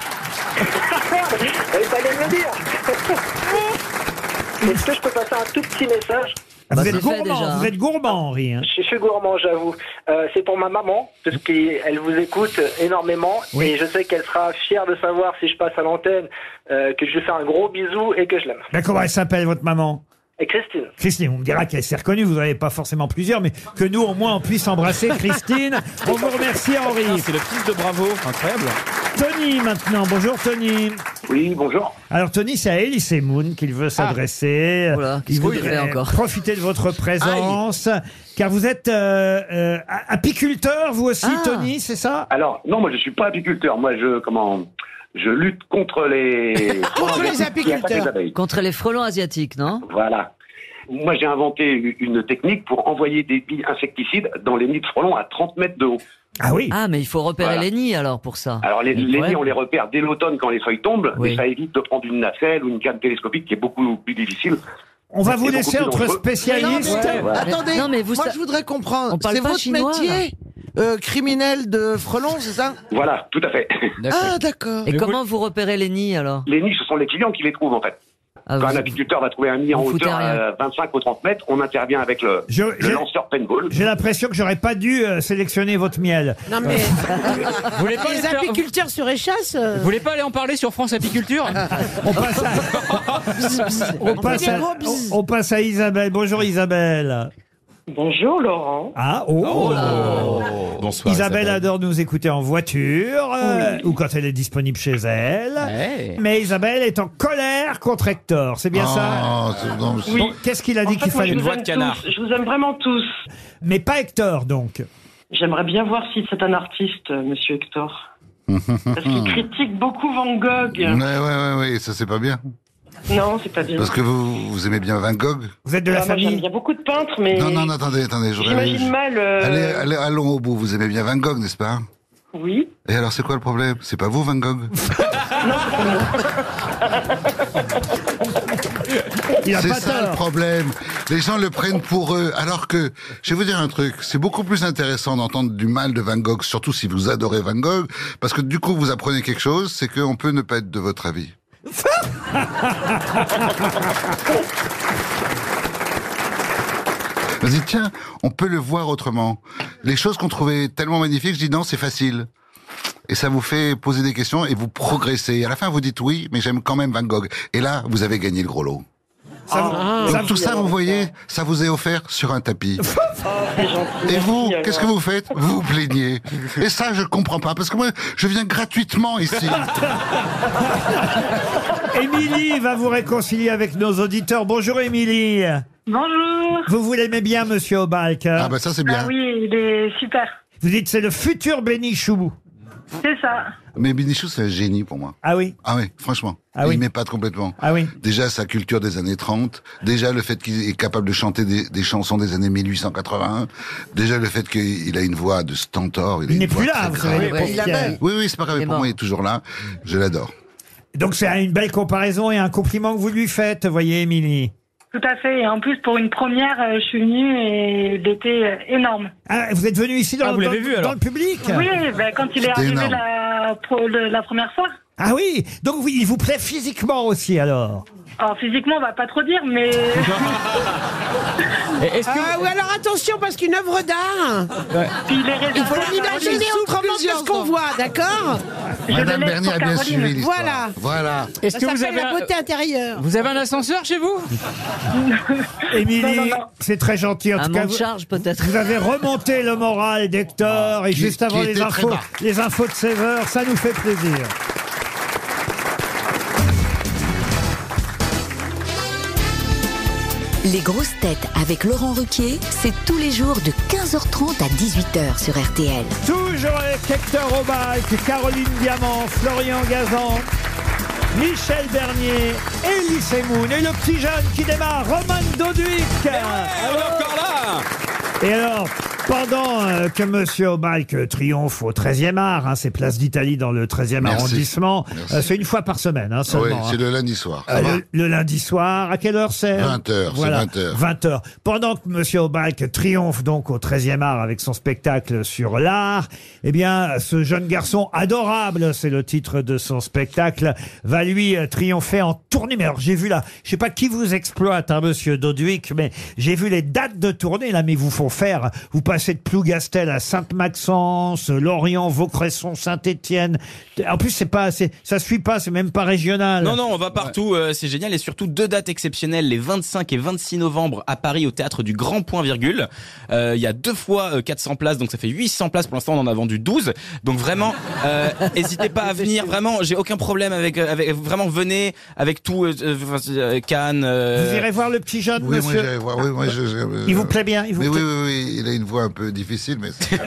[SPEAKER 9] Merde <laughs> Il fallait me le
[SPEAKER 2] <laughs>
[SPEAKER 9] dire Est-ce que je peux passer un tout petit message
[SPEAKER 2] Ah, Vous
[SPEAKER 6] c'est
[SPEAKER 2] êtes
[SPEAKER 6] fait déjà,
[SPEAKER 2] gourmand,
[SPEAKER 6] hein.
[SPEAKER 2] vous êtes gourmand, Henri. hein.
[SPEAKER 9] je suis gourmand, j'avoue. Euh, c'est pour ma maman, parce qu'elle vous écoute énormément.
[SPEAKER 2] Oui.
[SPEAKER 9] Et je sais qu'elle sera fière de savoir si je passe à l'antenne, euh, que je lui fais un gros bisou et que je l'aime.
[SPEAKER 2] Mais Ben, comment elle s'appelle, votre maman
[SPEAKER 9] Et Christine
[SPEAKER 2] Christine, on me dira qu'elle s'est reconnue, vous n'avez pas forcément plusieurs, mais que nous au moins on
[SPEAKER 7] <laughs>
[SPEAKER 2] puisse embrasser Christine. On vous remercie Henri.
[SPEAKER 7] Ah, C'est le fils de Bravo, incroyable.
[SPEAKER 2] Tony maintenant, bonjour Tony.
[SPEAKER 9] Oui, bonjour.
[SPEAKER 2] Alors Tony, c'est à Elise Moon qu'il veut s'adresser.
[SPEAKER 6] Ah. Oula, qu'est-ce
[SPEAKER 2] Il
[SPEAKER 6] qu'on fait
[SPEAKER 2] voudrait
[SPEAKER 6] encore
[SPEAKER 2] profiter de votre présence, car vous êtes euh, euh, a- apiculteur, vous aussi
[SPEAKER 6] Ah.
[SPEAKER 2] Tony, c'est ça
[SPEAKER 9] Alors, non, moi je suis pas apiculteur. Moi je, comment, je lutte contre les.
[SPEAKER 6] <laughs>
[SPEAKER 8] Contre les
[SPEAKER 9] qui attaquent les
[SPEAKER 8] apiculteurs.
[SPEAKER 9] abeilles.
[SPEAKER 6] Contre les frelons asiatiques, non
[SPEAKER 9] Voilà. Moi j'ai inventé u- une technique pour envoyer des billes insecticides dans les nids de frelons à 30 mètres de haut.
[SPEAKER 2] Ah oui.
[SPEAKER 6] Ah, mais il faut repérer
[SPEAKER 9] Voilà.
[SPEAKER 6] les nids alors pour ça.
[SPEAKER 9] Alors les,
[SPEAKER 6] Mais
[SPEAKER 9] les
[SPEAKER 6] ouais.
[SPEAKER 9] nids, on les repère dès l'automne quand les feuilles tombent,
[SPEAKER 6] Oui.
[SPEAKER 9] et ça évite de prendre une nacelle ou une canne télescopique qui est beaucoup plus difficile.
[SPEAKER 2] On va vous
[SPEAKER 9] beaucoup
[SPEAKER 2] laisser
[SPEAKER 9] plus
[SPEAKER 2] entre
[SPEAKER 9] dangereux.
[SPEAKER 4] Non, mais
[SPEAKER 2] spécialistes.
[SPEAKER 6] Ouais.
[SPEAKER 4] Attendez,
[SPEAKER 6] Non, mais vous
[SPEAKER 4] moi
[SPEAKER 6] sa-
[SPEAKER 4] je voudrais
[SPEAKER 6] On
[SPEAKER 4] comprendre.
[SPEAKER 6] parle
[SPEAKER 4] C'est
[SPEAKER 6] pas
[SPEAKER 4] votre
[SPEAKER 6] chinois,
[SPEAKER 4] métier euh, criminel de frelon, c'est ça
[SPEAKER 9] Voilà, tout à fait.
[SPEAKER 4] Ah d'accord.
[SPEAKER 6] Et
[SPEAKER 3] Mais
[SPEAKER 6] comment vous repérez les nids alors
[SPEAKER 9] Les nids, ce sont les clients qui les trouvent en fait.
[SPEAKER 6] Ah,
[SPEAKER 9] Quand
[SPEAKER 6] vous-
[SPEAKER 9] un apiculteur va trouver un nid en
[SPEAKER 6] vous foutez
[SPEAKER 9] hauteur
[SPEAKER 6] rien.
[SPEAKER 9] à 25 ou 30 mètres, on intervient avec le,
[SPEAKER 2] Je-
[SPEAKER 9] le
[SPEAKER 2] j'ai-
[SPEAKER 9] lanceur paintball.
[SPEAKER 2] J'ai l'impression que j'aurais pas dû euh, sélectionner votre miel.
[SPEAKER 8] Non, mais
[SPEAKER 3] Vous voulez pas, aller
[SPEAKER 8] les
[SPEAKER 3] faire-
[SPEAKER 8] apiculteurs sur échasse. euh.
[SPEAKER 3] vous voulez pas aller en parler sur France Apiculture
[SPEAKER 2] On passe à,
[SPEAKER 3] <laughs>
[SPEAKER 2] on passe à- on passe à Isabelle. Bonjour Isabelle.
[SPEAKER 9] Bonjour Laurent.
[SPEAKER 2] Ah, oh, <laughs>
[SPEAKER 7] Bonsoir.
[SPEAKER 2] Isabelle, adore nous écouter en voiture euh, ou quand elle est disponible chez elle.
[SPEAKER 7] Ouais.
[SPEAKER 2] Mais Isabelle est en colère contre Hector, c'est bien ça
[SPEAKER 5] Oh, c'est- non, c'est-
[SPEAKER 2] Bon, Qu'est-ce qu'il a dit qu'il fallait
[SPEAKER 7] Une voix de canard.
[SPEAKER 9] Je vous aime vraiment tous.
[SPEAKER 2] Mais pas Hector, donc.
[SPEAKER 9] J'aimerais bien voir si c'est un artiste, euh, monsieur Hector. Parce qu'il
[SPEAKER 2] Hmm.
[SPEAKER 9] critique beaucoup Van
[SPEAKER 5] Ouais,
[SPEAKER 9] Gogh.
[SPEAKER 5] ouais, ouais, ouais, ça c'est pas bien.
[SPEAKER 9] Non, c'est pas bien.
[SPEAKER 5] Parce que vous, vous aimez bien Van Gogh
[SPEAKER 2] Vous êtes de la
[SPEAKER 9] Ah, moi, j'aime
[SPEAKER 2] famille
[SPEAKER 9] bien beaucoup de peintres, mais
[SPEAKER 5] Non, non, non, attendez, attendez, je
[SPEAKER 9] j'imagine mal. euh,
[SPEAKER 5] Allez, allez, allons au bout, vous aimez bien Van Gogh, n'est-ce pas
[SPEAKER 9] Oui.
[SPEAKER 5] Et alors, c'est quoi le problème C'est pas vous, Van Gogh
[SPEAKER 2] <laughs> Il a
[SPEAKER 5] C'est
[SPEAKER 2] pas
[SPEAKER 5] ça
[SPEAKER 2] tort.
[SPEAKER 5] le problème. Les gens le prennent pour eux. Alors que, je vais vous dire un truc, c'est beaucoup plus intéressant d'entendre du mal de Van Gogh, surtout si vous adorez Van Gogh, parce que du coup, vous apprenez quelque chose, c'est qu'on peut ne pas être de votre avis. Je me dis, tiens, on peut le voir autrement. Les choses qu'on trouvait tellement magnifiques, je dis non, c'est facile. Et ça vous fait poser des questions et vous progressez. Et à la fin, vous dites oui, mais j'aime quand même Van Gogh. Et là, vous avez gagné le gros lot.
[SPEAKER 2] Ça vous-
[SPEAKER 6] Ah.
[SPEAKER 5] Donc,
[SPEAKER 2] ça vous-
[SPEAKER 5] tout ça, vous voyez, ça vous est
[SPEAKER 2] <laughs>
[SPEAKER 5] offert sur un tapis. Et vous, qu'est-ce que vous faites Vous vous plaignez. Et ça, je comprends pas, parce que moi, je viens gratuitement ici.
[SPEAKER 2] Émilie va vous réconcilier avec nos auditeurs. Bonjour Émilie.
[SPEAKER 11] Bonjour.
[SPEAKER 2] Vous vous l'aimez bien, monsieur Obalk Ah
[SPEAKER 5] bah ça c'est
[SPEAKER 11] Ah oui, il est super.
[SPEAKER 2] Vous dites c'est le futur Béni Choubou.
[SPEAKER 11] C'est ça.
[SPEAKER 5] Mais Benichou, c'est un génie pour moi.
[SPEAKER 2] Ah oui
[SPEAKER 5] Ah oui, franchement.
[SPEAKER 2] Ah oui.
[SPEAKER 5] Il m'épate complètement.
[SPEAKER 2] Ah oui
[SPEAKER 5] Déjà sa culture des années 30, déjà le fait qu'il est capable de chanter des, des chansons des années 1881, déjà le fait qu'il a une voix de stentor. Il, a
[SPEAKER 2] Il n'est
[SPEAKER 5] une voix
[SPEAKER 2] plus là,
[SPEAKER 5] très
[SPEAKER 2] vous
[SPEAKER 5] grave.
[SPEAKER 2] savez, pour- Il a mal.
[SPEAKER 5] Oui, oui, c'est pas grave.
[SPEAKER 2] Il est
[SPEAKER 5] Pour moi,
[SPEAKER 2] mort.
[SPEAKER 5] il est toujours là. Je l'adore.
[SPEAKER 2] Donc c'est une belle comparaison et un compliment que vous lui faites, voyez Émilie.
[SPEAKER 11] Tout à fait. Et en plus, pour une première, euh, je suis venue et il était euh, énorme.
[SPEAKER 2] Ah, vous êtes venu ici dans,
[SPEAKER 11] Ah, vous
[SPEAKER 2] dans-
[SPEAKER 11] l'avez vu,
[SPEAKER 2] dans
[SPEAKER 11] alors
[SPEAKER 2] le public
[SPEAKER 11] Oui, ben, quand il est arrivé
[SPEAKER 2] énorme.
[SPEAKER 11] la, pro- le- la première fois.
[SPEAKER 2] Ah oui Donc oui, il vous plaît physiquement
[SPEAKER 12] <laughs>
[SPEAKER 2] aussi hein. alors
[SPEAKER 11] Alors, physiquement, on va pas trop dire, mais.
[SPEAKER 8] Ah, ou alors attention, parce qu'une œuvre d'art,
[SPEAKER 11] Puis il est resté-
[SPEAKER 8] il faut l'imaginer
[SPEAKER 11] Sous
[SPEAKER 8] autrement que ce qu'on voit, d'accord
[SPEAKER 5] Madame Bernier a bien suivi l'histoire.
[SPEAKER 8] Voilà.
[SPEAKER 5] Voilà.
[SPEAKER 3] Est-ce que
[SPEAKER 8] Ça
[SPEAKER 3] vous
[SPEAKER 8] s'appelle
[SPEAKER 3] avez
[SPEAKER 8] la
[SPEAKER 3] un-
[SPEAKER 8] beauté intérieure
[SPEAKER 3] Vous avez un ascenseur chez vous
[SPEAKER 2] Émilie,
[SPEAKER 3] Non, non,
[SPEAKER 2] c'est très gentil. En
[SPEAKER 6] Un
[SPEAKER 2] tout cas,
[SPEAKER 6] manque de
[SPEAKER 2] vous-
[SPEAKER 6] charge, peut-être.
[SPEAKER 2] Vous avez remonté le moral d'Hector et
[SPEAKER 6] Qui-
[SPEAKER 2] juste
[SPEAKER 6] qui
[SPEAKER 2] avant les
[SPEAKER 6] était très
[SPEAKER 2] infos,
[SPEAKER 6] bas.
[SPEAKER 2] les infos de 16 heures, ça nous fait plaisir.
[SPEAKER 10] Les grosses têtes avec Laurent Ruquier, c'est tous les jours de 15h30 à 18h sur RTL.
[SPEAKER 2] Toujours avec Hector Robalk, Caroline Diamant, Florian Gazan, Michel Bernier, Elie Semoun et le petit jeune qui démarre, Roman Doduic.
[SPEAKER 7] Encore là
[SPEAKER 2] Et alors, pendant euh, que Monsieur Obalk triomphe au 13e art, hein, c'est Place d'Italie dans le 13e
[SPEAKER 5] Merci.
[SPEAKER 2] arrondissement,
[SPEAKER 5] Merci.
[SPEAKER 2] euh, c'est une fois par semaine hein,
[SPEAKER 5] Oui,
[SPEAKER 2] seulement,
[SPEAKER 5] c'est
[SPEAKER 2] hein.
[SPEAKER 5] le lundi soir. Ça
[SPEAKER 2] Euh,
[SPEAKER 5] va
[SPEAKER 2] le, le lundi soir, à quelle heure c'est
[SPEAKER 5] 20 heures, c'est
[SPEAKER 2] Voilà,
[SPEAKER 5] 20 heures.
[SPEAKER 2] 20 heures. Pendant que Monsieur Obalk triomphe donc au 13e art avec son spectacle sur l'art, eh bien, ce jeune garçon adorable, c'est le titre de son spectacle, va lui euh, triompher en tournée. Mais alors, j'ai vu là, je sais pas qui vous exploite, hein, Monsieur Doduic, mais j'ai vu les dates de tournée là, mais ils vous font faire. Vous passez de Plougastel à Sainte-Maxence, Lorient, Vaucresson, Saint-Étienne. En plus, c'est pas, c'est- ça suit pas, c'est même pas régional.
[SPEAKER 7] Non, non, on va partout, euh, c'est génial. Et surtout, deux dates exceptionnelles, les 25 et 26 novembre à Paris, au théâtre du Grand Point Virgule. Euh, Il y a deux fois euh, 400 places, donc ça fait 800 places. Pour l'instant, on en a vendu 12. Donc vraiment, euh, n'hésitez pas à venir. Vraiment, j'ai aucun problème avec, euh, avec vraiment, venez avec tout, euh, euh, euh, Cannes. euh,
[SPEAKER 2] Vous irez voir le petit jeune,
[SPEAKER 5] Oui, moi,
[SPEAKER 2] monsieur
[SPEAKER 5] j'irai voir. Oui, moi, je- je-
[SPEAKER 2] Il vous plaît bien, il vous
[SPEAKER 5] mais
[SPEAKER 2] plaît-
[SPEAKER 5] Oui, oui, oui, il a une voix un peu difficile, mais
[SPEAKER 2] <laughs>
[SPEAKER 5] c'est-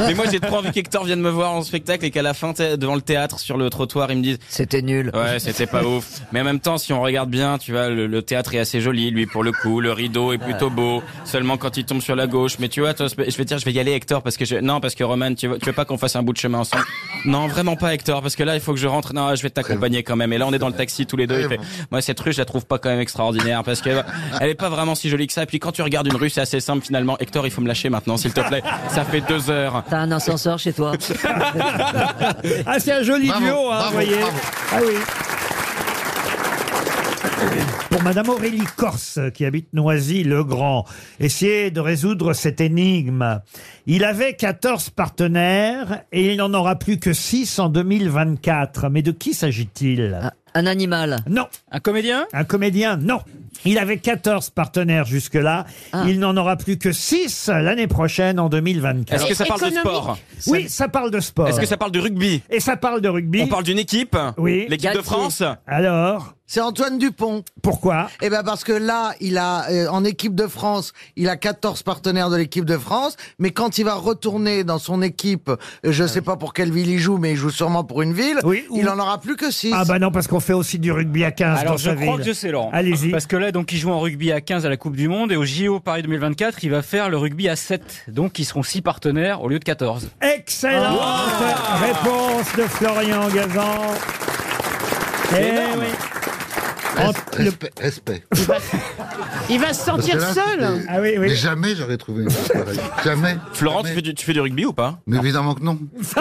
[SPEAKER 7] Mais moi, j'ai trop envie qu'Hector vienne me voir en spectacle et qu'à la fin, t'es devant le théâtre, sur le trottoir, ils me disent
[SPEAKER 6] C'était nul.
[SPEAKER 7] Ouais, c'était pas ouf. Mais en même temps, si on regarde bien, tu vois, le, le théâtre est assez joli, lui, pour le coup. Le rideau est plutôt beau. Seulement quand il tombe sur la gauche. Mais tu vois, toi, je vais dire, je vais y aller, Hector, parce que je... non, parce que Roman, tu veux, tu veux pas qu'on fasse un bout de chemin ensemble Non, vraiment pas, Hector, parce que là, il faut que je rentre. Non, je vais t'accompagner quand même. Et là, on est dans le taxi tous les deux. Il fait, moi, cette rue, je la trouve pas quand même extraordinaire parce que elle est pas vraiment si jolie que ça. Et puis quand tu regardes une rue, c'est assez simple finalement. Hector, il faut me lâcher maintenant, s'il te plaît. Ça fait deux heures.
[SPEAKER 6] T'as un ascenseur chez
[SPEAKER 2] <laughs>
[SPEAKER 6] toi.
[SPEAKER 2] Ah, c'est un joli
[SPEAKER 6] Bravo,
[SPEAKER 2] duo, hein,
[SPEAKER 6] bravo,
[SPEAKER 2] vous voyez.
[SPEAKER 6] bravo.
[SPEAKER 2] Ah oui. Pour Madame Aurélie Corse, qui habite Noisy-le-Grand, essayez de résoudre cette énigme. Il avait 14 partenaires et il n'en aura plus que 6 en 2024. Mais de qui s'agit-il
[SPEAKER 6] Un animal.
[SPEAKER 2] Non.
[SPEAKER 3] Un comédien
[SPEAKER 2] Un comédien, non. Il avait 14 partenaires jusque-là.
[SPEAKER 6] Ah.
[SPEAKER 2] Il n'en aura plus que 6 l'année prochaine, en 2024.
[SPEAKER 7] Est-ce que ça parle de Économique. sport
[SPEAKER 2] Oui, ça parle de sport.
[SPEAKER 7] Est-ce que ça parle de rugby
[SPEAKER 2] Et ça parle de rugby.
[SPEAKER 7] On parle d'une équipe
[SPEAKER 2] Oui.
[SPEAKER 7] L'équipe de France
[SPEAKER 2] Alors
[SPEAKER 4] C'est Antoine Dupont.
[SPEAKER 2] Pourquoi
[SPEAKER 4] Eh ben parce que là, il a euh, en équipe de France, il a 14 partenaires de l'équipe de France, mais quand il va retourner dans son équipe, euh, je sais pas pour quelle ville il joue, mais il joue sûrement pour une ville, il en aura plus que 6.
[SPEAKER 2] Ah bah non, parce qu'on fait aussi du rugby à 15
[SPEAKER 4] Alors,
[SPEAKER 2] dans
[SPEAKER 4] je
[SPEAKER 2] sa
[SPEAKER 4] crois
[SPEAKER 2] ville.
[SPEAKER 4] que je
[SPEAKER 7] sais, Laurent.
[SPEAKER 2] Allez-y.
[SPEAKER 7] Parce que là, donc, ils jouent en rugby à 15 à la Coupe du Monde et au JO Paris 2024, il va faire le rugby à 7. Donc, ils seront 6 partenaires au lieu de 14.
[SPEAKER 2] Excellente
[SPEAKER 7] Ah.
[SPEAKER 2] réponse de Florian Gazan. Eh
[SPEAKER 7] Énorme.
[SPEAKER 2] oui.
[SPEAKER 5] Respect.
[SPEAKER 2] <laughs>
[SPEAKER 5] respect.
[SPEAKER 8] Il va se sentir
[SPEAKER 5] Parce Ah que là,
[SPEAKER 8] seul.
[SPEAKER 5] c'était- Mais jamais j'aurais trouvé une chose pareille. Jamais.
[SPEAKER 7] Florent, tu fais, du, tu fais du rugby ou pas
[SPEAKER 5] Mais évidemment que non. <laughs>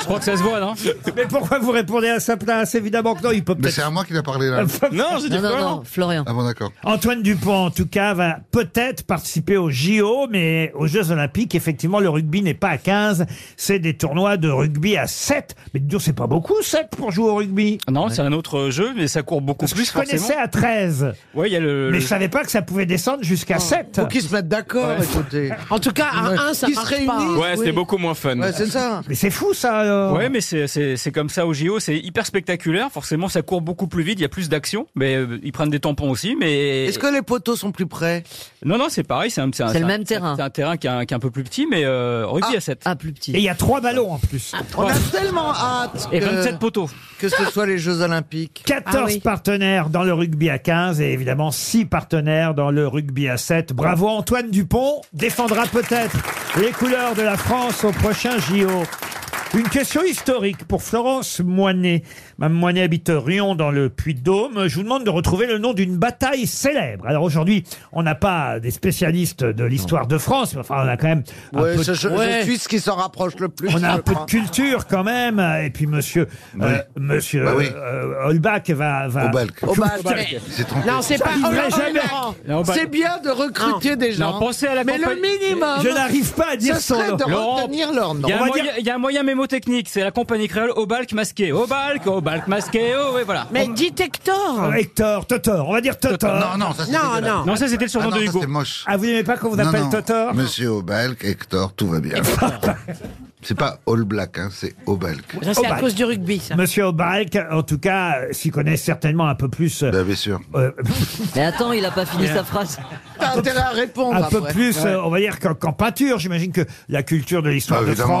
[SPEAKER 7] Je crois que ça se voit, non
[SPEAKER 2] Mais pourquoi vous répondez à sa place Évidemment que non, il peut peut-être.
[SPEAKER 5] C'est à moi qu'il a parlé là.
[SPEAKER 7] Non, j'ai dit Non, non, Florent. non,
[SPEAKER 6] Florian.
[SPEAKER 5] Ah bon, d'accord.
[SPEAKER 2] Antoine Dupont, en tout cas, va peut-être participer aux JO, mais aux Jeux Olympiques, effectivement, le rugby n'est pas à 15, c'est des tournois de rugby à 7. Mais dis donc, c'est pas beaucoup, 7 pour jouer au rugby.
[SPEAKER 7] Non, c'est un autre jeu, mais ça court beaucoup plus. Euh,
[SPEAKER 2] Je connaissais à 13,
[SPEAKER 7] Oui, il y a le.
[SPEAKER 2] mais
[SPEAKER 7] le-
[SPEAKER 2] je savais pas que ça pouvait descendre jusqu'à 7.
[SPEAKER 4] Oh. Faut qu'ils se mettent d'accord,
[SPEAKER 7] Ouais.
[SPEAKER 4] écoutez.
[SPEAKER 8] En tout cas, à
[SPEAKER 4] Ouais.
[SPEAKER 8] un, ça
[SPEAKER 4] Qui se
[SPEAKER 8] marche
[SPEAKER 4] réunissent,
[SPEAKER 8] pas. hein.
[SPEAKER 7] Ouais, c'était
[SPEAKER 4] oui.
[SPEAKER 7] beaucoup moins fun.
[SPEAKER 4] Ouais, c'est ça.
[SPEAKER 2] Mais c'est fou ça euh, alors.
[SPEAKER 6] Oh.
[SPEAKER 7] Ouais, mais c'est- c'est c'est comme ça au JO, c'est hyper spectaculaire. Forcément, ça court beaucoup plus vite, il y a plus d'action, mais euh, ils prennent des tampons aussi. Mais
[SPEAKER 4] Est-ce que les poteaux sont plus près
[SPEAKER 7] non, non, c'est pareil, c'est un, un-
[SPEAKER 6] C'est le
[SPEAKER 7] un-
[SPEAKER 6] même terrain.
[SPEAKER 7] C'est un terrain qui est un, qui est un peu plus petit, mais euh, rugby
[SPEAKER 4] Ah,
[SPEAKER 7] à 7.
[SPEAKER 6] Ah, plus petit.
[SPEAKER 2] Et il y a trois ballons en plus.
[SPEAKER 4] On a tellement hâte
[SPEAKER 7] Et
[SPEAKER 4] que-
[SPEAKER 7] 27 poteaux.
[SPEAKER 4] que ce soit les Jeux Olympiques.
[SPEAKER 2] 14 partenaires dans le rugby à 15 et évidemment 6 partenaires dans le rugby à 7. Bravo Antoine Dupont, défendra peut-être les couleurs de la France au prochain JO. Une question historique pour Florence Moinet. Mme Moinet habite Rion dans le Puy-de-Dôme. Je vous demande de retrouver le nom d'une bataille célèbre. Alors aujourd'hui, on n'a pas des spécialistes de l'histoire de France, mais enfin on a quand même un
[SPEAKER 4] Ouais,
[SPEAKER 2] peu
[SPEAKER 4] c'est
[SPEAKER 2] de-
[SPEAKER 4] je,
[SPEAKER 2] Ouais.
[SPEAKER 4] je suis ce qui s'en rapproche le plus.
[SPEAKER 2] On a
[SPEAKER 4] je
[SPEAKER 2] un peu de
[SPEAKER 4] crois.
[SPEAKER 2] culture quand même. Et puis monsieur, euh, monsieur
[SPEAKER 5] Bah oui.
[SPEAKER 2] euh, Holbach va. va...
[SPEAKER 5] Holbach.
[SPEAKER 4] Au bal.
[SPEAKER 5] C'est trompé.
[SPEAKER 8] Non, c'est pas.
[SPEAKER 2] Il
[SPEAKER 8] Oh,
[SPEAKER 2] devrait
[SPEAKER 8] Laurent,
[SPEAKER 2] jamais-
[SPEAKER 8] Laurent.
[SPEAKER 7] Non, bah-
[SPEAKER 4] C'est bien de recruter des gens.
[SPEAKER 7] Non, pensez à la
[SPEAKER 4] mais le
[SPEAKER 7] campagne-
[SPEAKER 4] minimum,
[SPEAKER 2] Je n'arrive pas à dire
[SPEAKER 4] ce
[SPEAKER 2] son
[SPEAKER 4] serait
[SPEAKER 2] nom.
[SPEAKER 4] de
[SPEAKER 7] Laurent,
[SPEAKER 4] retenir leur nom.
[SPEAKER 7] Il y, a
[SPEAKER 2] On
[SPEAKER 7] un
[SPEAKER 2] va
[SPEAKER 7] moyen-
[SPEAKER 2] dire-
[SPEAKER 7] il y a un moyen mémotechnique, c'est la compagnie créole au balc masqué. Au balc, au balc masqué, oh, ouais, voilà.
[SPEAKER 8] Mais dites Hector.
[SPEAKER 2] Hector, Totor, on va dire Totor.
[SPEAKER 5] Non, non, ça c'est
[SPEAKER 8] Non,
[SPEAKER 5] dégueulasse.
[SPEAKER 8] non.
[SPEAKER 7] Non, ça c'était le surnom
[SPEAKER 5] Ah non,
[SPEAKER 7] de
[SPEAKER 5] ça,
[SPEAKER 7] Hugo.
[SPEAKER 5] c'est moche.
[SPEAKER 2] Ah, vous n'aimez pas qu'on vous
[SPEAKER 5] Non,
[SPEAKER 2] appelle
[SPEAKER 5] non.
[SPEAKER 2] Totor
[SPEAKER 5] Monsieur Obalk, Hector, tout va bien. c'est pas All Black, hein, c'est Obalk.
[SPEAKER 8] Ça, C'est
[SPEAKER 2] Oh, bah.
[SPEAKER 8] à cause du rugby, ça.
[SPEAKER 2] Monsieur Obalk, en tout cas, euh, s'y connaît certainement un peu plus. euh,
[SPEAKER 5] Bah, bien sûr.
[SPEAKER 2] euh,
[SPEAKER 6] Mais attends, il a pas fini sa phrase.
[SPEAKER 4] T'as intérêt à répondre
[SPEAKER 2] un peu
[SPEAKER 4] après.
[SPEAKER 2] plus, euh, on va dire, qu'en qu'en peinture. J'imagine que la culture de l'histoire
[SPEAKER 5] Bah,
[SPEAKER 2] de
[SPEAKER 5] évidemment,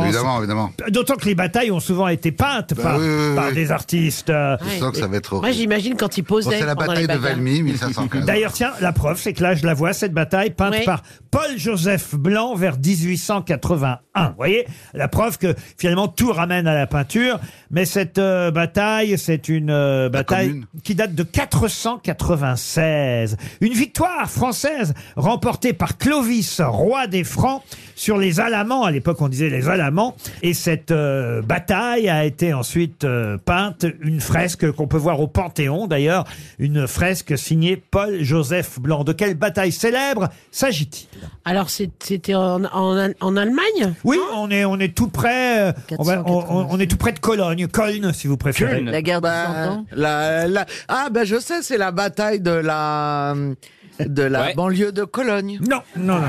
[SPEAKER 2] France.
[SPEAKER 5] évidemment, évidemment.
[SPEAKER 2] D'autant que les batailles ont souvent été peintes
[SPEAKER 5] Bah
[SPEAKER 2] par,
[SPEAKER 5] oui, oui, oui,
[SPEAKER 2] par
[SPEAKER 5] oui.
[SPEAKER 2] des artistes. euh,
[SPEAKER 5] Je sens que ça va être
[SPEAKER 8] Moi,
[SPEAKER 5] horrible.
[SPEAKER 8] j'imagine quand il posait.
[SPEAKER 5] Pensez à la
[SPEAKER 8] pendant les
[SPEAKER 5] bataille de
[SPEAKER 8] batailles.
[SPEAKER 5] Valmy,
[SPEAKER 2] <laughs>
[SPEAKER 5] 1515.
[SPEAKER 2] D'ailleurs, tiens, la preuve, c'est que là, je la vois, cette bataille, peinte
[SPEAKER 8] Oui.
[SPEAKER 2] par Paul-Joseph Blanc vers 1881. Vous voyez, la preuve que finalement tout ramène à la peinture. Mais cette euh, bataille, c'est une euh, bataille
[SPEAKER 5] commune.
[SPEAKER 2] qui date de 496. Une victoire française remportée par Clovis, roi des Francs, sur les Alamans. À l'époque, on disait les Alamans. Et cette euh, bataille a été ensuite euh, peinte, une fresque qu'on peut voir au Panthéon d'ailleurs, une fresque signée Paul-Joseph Blanc. De quelle bataille célèbre s'agit-il
[SPEAKER 8] Alors, c'est- c'était en, en, en Allemagne
[SPEAKER 2] Oui, on est, on est tout près, euh, on, va- on- on- on est tout près de Cologne, Cologne si vous préférez.
[SPEAKER 7] Cologne.
[SPEAKER 6] La guerre de
[SPEAKER 4] Bah,
[SPEAKER 6] 100 ans.
[SPEAKER 4] la- la- Ah, ben je sais, c'est la bataille de la, de la
[SPEAKER 7] Ouais.
[SPEAKER 4] banlieue de Cologne. Ah,
[SPEAKER 2] Non, non, non.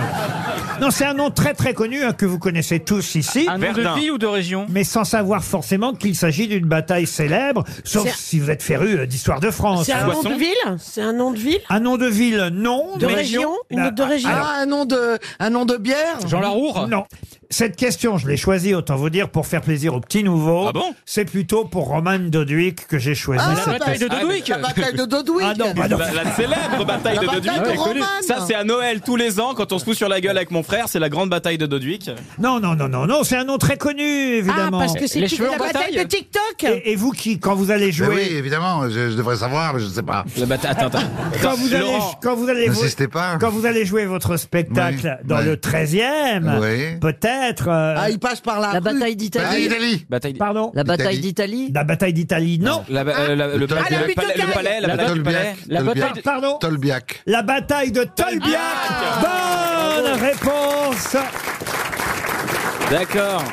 [SPEAKER 2] Non, c'est un nom très très connu hein, que vous connaissez tous ici.
[SPEAKER 7] Un nom Verdun. de ville ou de région
[SPEAKER 2] mais sans savoir forcément qu'il s'agit d'une bataille célèbre, sauf
[SPEAKER 8] C'est-
[SPEAKER 2] si vous êtes féru euh, d'histoire de France.
[SPEAKER 8] C'est un nom
[SPEAKER 7] Soissons.
[SPEAKER 8] de ville C'est un nom de ville
[SPEAKER 2] Un nom de ville, non.
[SPEAKER 8] De
[SPEAKER 2] mais-
[SPEAKER 8] région Une
[SPEAKER 2] Ah,
[SPEAKER 8] autre de région
[SPEAKER 4] Ah, un nom de, un nom de bière
[SPEAKER 7] Jean Larour
[SPEAKER 2] Non. Cette question, je l'ai choisie, autant vous dire, pour faire plaisir aux petits nouveaux.
[SPEAKER 7] Ah bon
[SPEAKER 2] C'est plutôt pour Roman Doduic que j'ai choisi.
[SPEAKER 4] Ah,
[SPEAKER 7] La
[SPEAKER 4] bah,
[SPEAKER 7] bataille de
[SPEAKER 4] ah,
[SPEAKER 7] Dodwick.
[SPEAKER 4] La bataille de Dodwick
[SPEAKER 2] Ah non, bah non.
[SPEAKER 7] La, la célèbre bataille
[SPEAKER 4] La
[SPEAKER 7] de
[SPEAKER 4] bataille
[SPEAKER 7] Dodwick.
[SPEAKER 4] de
[SPEAKER 7] elle est connue.
[SPEAKER 4] Roman.
[SPEAKER 7] Ça, c'est à Noël tous les ans quand on se fout sur la gueule avec mon frère. C'est la grande bataille de Dodwick.
[SPEAKER 2] Non, non, non, non, non, c'est un nom très connu,
[SPEAKER 8] Ah,
[SPEAKER 2] évidemment.
[SPEAKER 8] parce que c'est
[SPEAKER 7] Les
[SPEAKER 8] qui-
[SPEAKER 7] cheveux
[SPEAKER 8] la
[SPEAKER 7] en
[SPEAKER 8] bataille de
[SPEAKER 7] bataille
[SPEAKER 8] TikTok
[SPEAKER 2] et, et vous qui, quand vous allez
[SPEAKER 5] Mais
[SPEAKER 2] jouer,
[SPEAKER 5] Ben oui, évidemment, je, je devrais savoir, mais je ne sais pas.
[SPEAKER 7] La bataille. Attends, attends.
[SPEAKER 2] quand
[SPEAKER 7] Attends,
[SPEAKER 2] vous allez,
[SPEAKER 7] Laurent,
[SPEAKER 2] quand vous allez,
[SPEAKER 5] N'insistez pas.
[SPEAKER 2] quand vous allez jouer votre spectacle
[SPEAKER 5] Oui,
[SPEAKER 2] dans
[SPEAKER 5] oui.
[SPEAKER 2] le 13e,
[SPEAKER 5] Oui.
[SPEAKER 2] peut-être, euh,
[SPEAKER 4] Ah, il passe par la,
[SPEAKER 6] La
[SPEAKER 4] rue.
[SPEAKER 6] bataille
[SPEAKER 5] Bataille
[SPEAKER 6] d'Italie.
[SPEAKER 5] d'Italie.
[SPEAKER 7] bataille.
[SPEAKER 2] pardon,
[SPEAKER 6] La bataille
[SPEAKER 5] d'Italie.
[SPEAKER 6] d'Italie.
[SPEAKER 2] la bataille d'Italie, non,
[SPEAKER 7] La, ba- euh, la- le,
[SPEAKER 5] Ah,
[SPEAKER 7] palais-
[SPEAKER 8] la bataille.
[SPEAKER 7] le palais, le palais, la
[SPEAKER 5] La
[SPEAKER 7] bataille du palais,
[SPEAKER 5] Tolbiac.
[SPEAKER 7] la bataille.
[SPEAKER 5] Tolbiac.
[SPEAKER 7] de-
[SPEAKER 2] pardon,
[SPEAKER 5] Tolbiac.
[SPEAKER 2] La bataille de Tolbiac.
[SPEAKER 7] Ah,
[SPEAKER 2] Bonne réponse.
[SPEAKER 7] D'accord.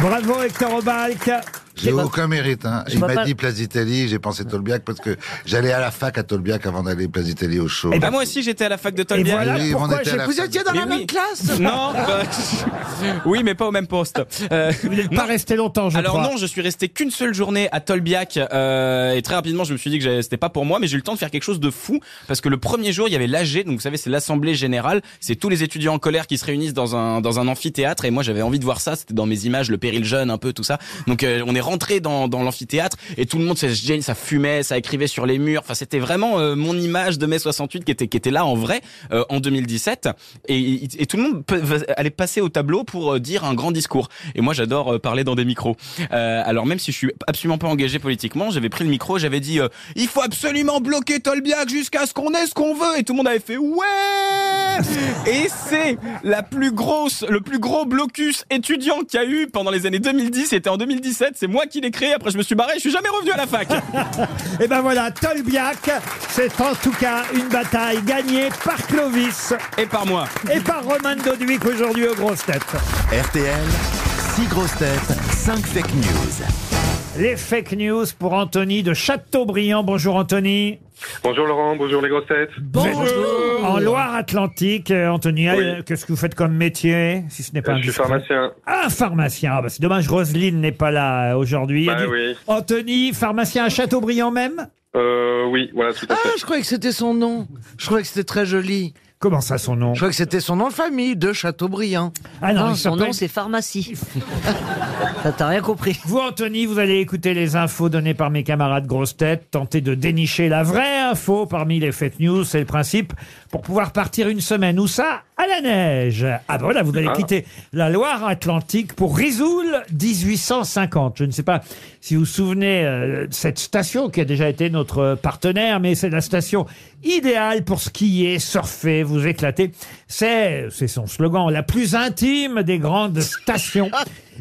[SPEAKER 2] Bravo Hector Obalk.
[SPEAKER 5] Je J'ai
[SPEAKER 4] vois-
[SPEAKER 5] aucun mérite. hein.
[SPEAKER 4] je
[SPEAKER 5] Il
[SPEAKER 4] vois
[SPEAKER 5] m'a
[SPEAKER 4] pas-
[SPEAKER 5] dit Place d'Italie, j'ai pensé Tolbiac parce que j'allais à la fac à Tolbiac avant d'aller Place d'Italie au show.
[SPEAKER 7] Eh ben, moi aussi, j'étais à la fac de Tolbiac.
[SPEAKER 5] voilà Oui, on pourquoi était à j'ai- la vous fac. étiez dans la
[SPEAKER 7] Mais
[SPEAKER 5] même
[SPEAKER 7] oui.
[SPEAKER 5] classe
[SPEAKER 12] <laughs>
[SPEAKER 7] Non, bah, <laughs> oui, mais pas au même poste. Euh,
[SPEAKER 2] pas resté longtemps, je
[SPEAKER 7] Alors
[SPEAKER 2] crois.
[SPEAKER 7] non, je suis resté qu'une seule journée à Tolbiac euh, et très rapidement, je me suis dit que j'avais- c'était pas pour moi, mais j'ai eu le temps de faire quelque chose de fou parce que le premier jour, il y avait l'AG, donc vous savez, c'est l'assemblée générale, c'est tous les étudiants en colère qui se réunissent dans un dans un amphithéâtre et moi j'avais envie de voir ça, c'était dans mes images le péril jeune un peu tout ça. Donc euh, on est rentré dans dans l'amphithéâtre et tout le monde ça se gêne, ça fumait, ça écrivait sur les murs. Enfin, c'était vraiment euh, mon image de mai 68 qui était qui était là en vrai euh, en 2017 et, et tout le monde peut- va- allait passer au tableau pour euh, dire un grand discours. Et moi, j'adore euh, parler dans des micros. Euh, alors même si je suis absolument pas engagé politiquement, j'avais pris le micro, j'avais dit euh, il faut absolument bloquer Tolbiac jusqu'à ce qu'on ait ce qu'on veut et tout le monde avait fait ouais. Et c'est la plus grosse, le plus gros blocus étudiant qu'il y a eu pendant les années 2010. C'était en 2017, c'est moi qui l'ai créé. Après, je me suis barré, je suis jamais revenu à la fac.
[SPEAKER 2] <laughs> Et ben voilà, Tolbiac, c'est en tout cas une bataille gagnée par Clovis.
[SPEAKER 7] Et par moi.
[SPEAKER 2] Et par Roman Doduic aujourd'hui aux grosses têtes.
[SPEAKER 1] RTL, 6 grosses têtes, 5 fake news.
[SPEAKER 2] Les fake news pour Anthony de Châteaubriand. Bonjour Anthony.
[SPEAKER 13] Bonjour Laurent, bonjour les grossettes.
[SPEAKER 2] En Loire-Atlantique, euh, Anthony,
[SPEAKER 13] Oui. Euh,
[SPEAKER 2] euh, qu'est-ce que vous faites comme métier, si ce n'est pas
[SPEAKER 13] Je suis
[SPEAKER 2] indiscret
[SPEAKER 13] pharmacien.
[SPEAKER 2] Ah, pharmacien. Ah, bah, c'est dommage, Roselyne n'est pas là euh, aujourd'hui.
[SPEAKER 13] Bah
[SPEAKER 2] Elle dit-
[SPEAKER 13] oui.
[SPEAKER 2] Anthony, pharmacien à Châteaubriand même
[SPEAKER 13] Euh, oui, voilà, tout à
[SPEAKER 4] Ah,
[SPEAKER 13] fait.
[SPEAKER 4] je croyais que c'était son nom. Je croyais que c'était très joli.
[SPEAKER 2] Comment ça, son nom
[SPEAKER 4] Je croyais que c'était son nom de famille, de Chateaubriand. Ah,
[SPEAKER 2] Ah non, il
[SPEAKER 4] son
[SPEAKER 2] s'appelle-
[SPEAKER 4] nom, c'est
[SPEAKER 6] pharmacie.
[SPEAKER 2] Ça Ah, t'as rien compris. Vous, Anthony, vous allez écouter les infos données par mes camarades grosses têtes, tenter de dénicher la vraie info parmi les fake news, c'est le principe, pour pouvoir partir une semaine ou ça à la neige. Ah ben voilà, vous allez
[SPEAKER 13] Ah.
[SPEAKER 2] quitter la Loire-Atlantique pour Risoul 1850. Je ne sais pas si vous vous souvenez euh, de cette station qui a déjà été notre partenaire, mais c'est la station idéale pour skier, surfer, vous éclater. C'est, c'est son slogan, la plus intime des
[SPEAKER 4] <laughs>
[SPEAKER 2] grandes stations.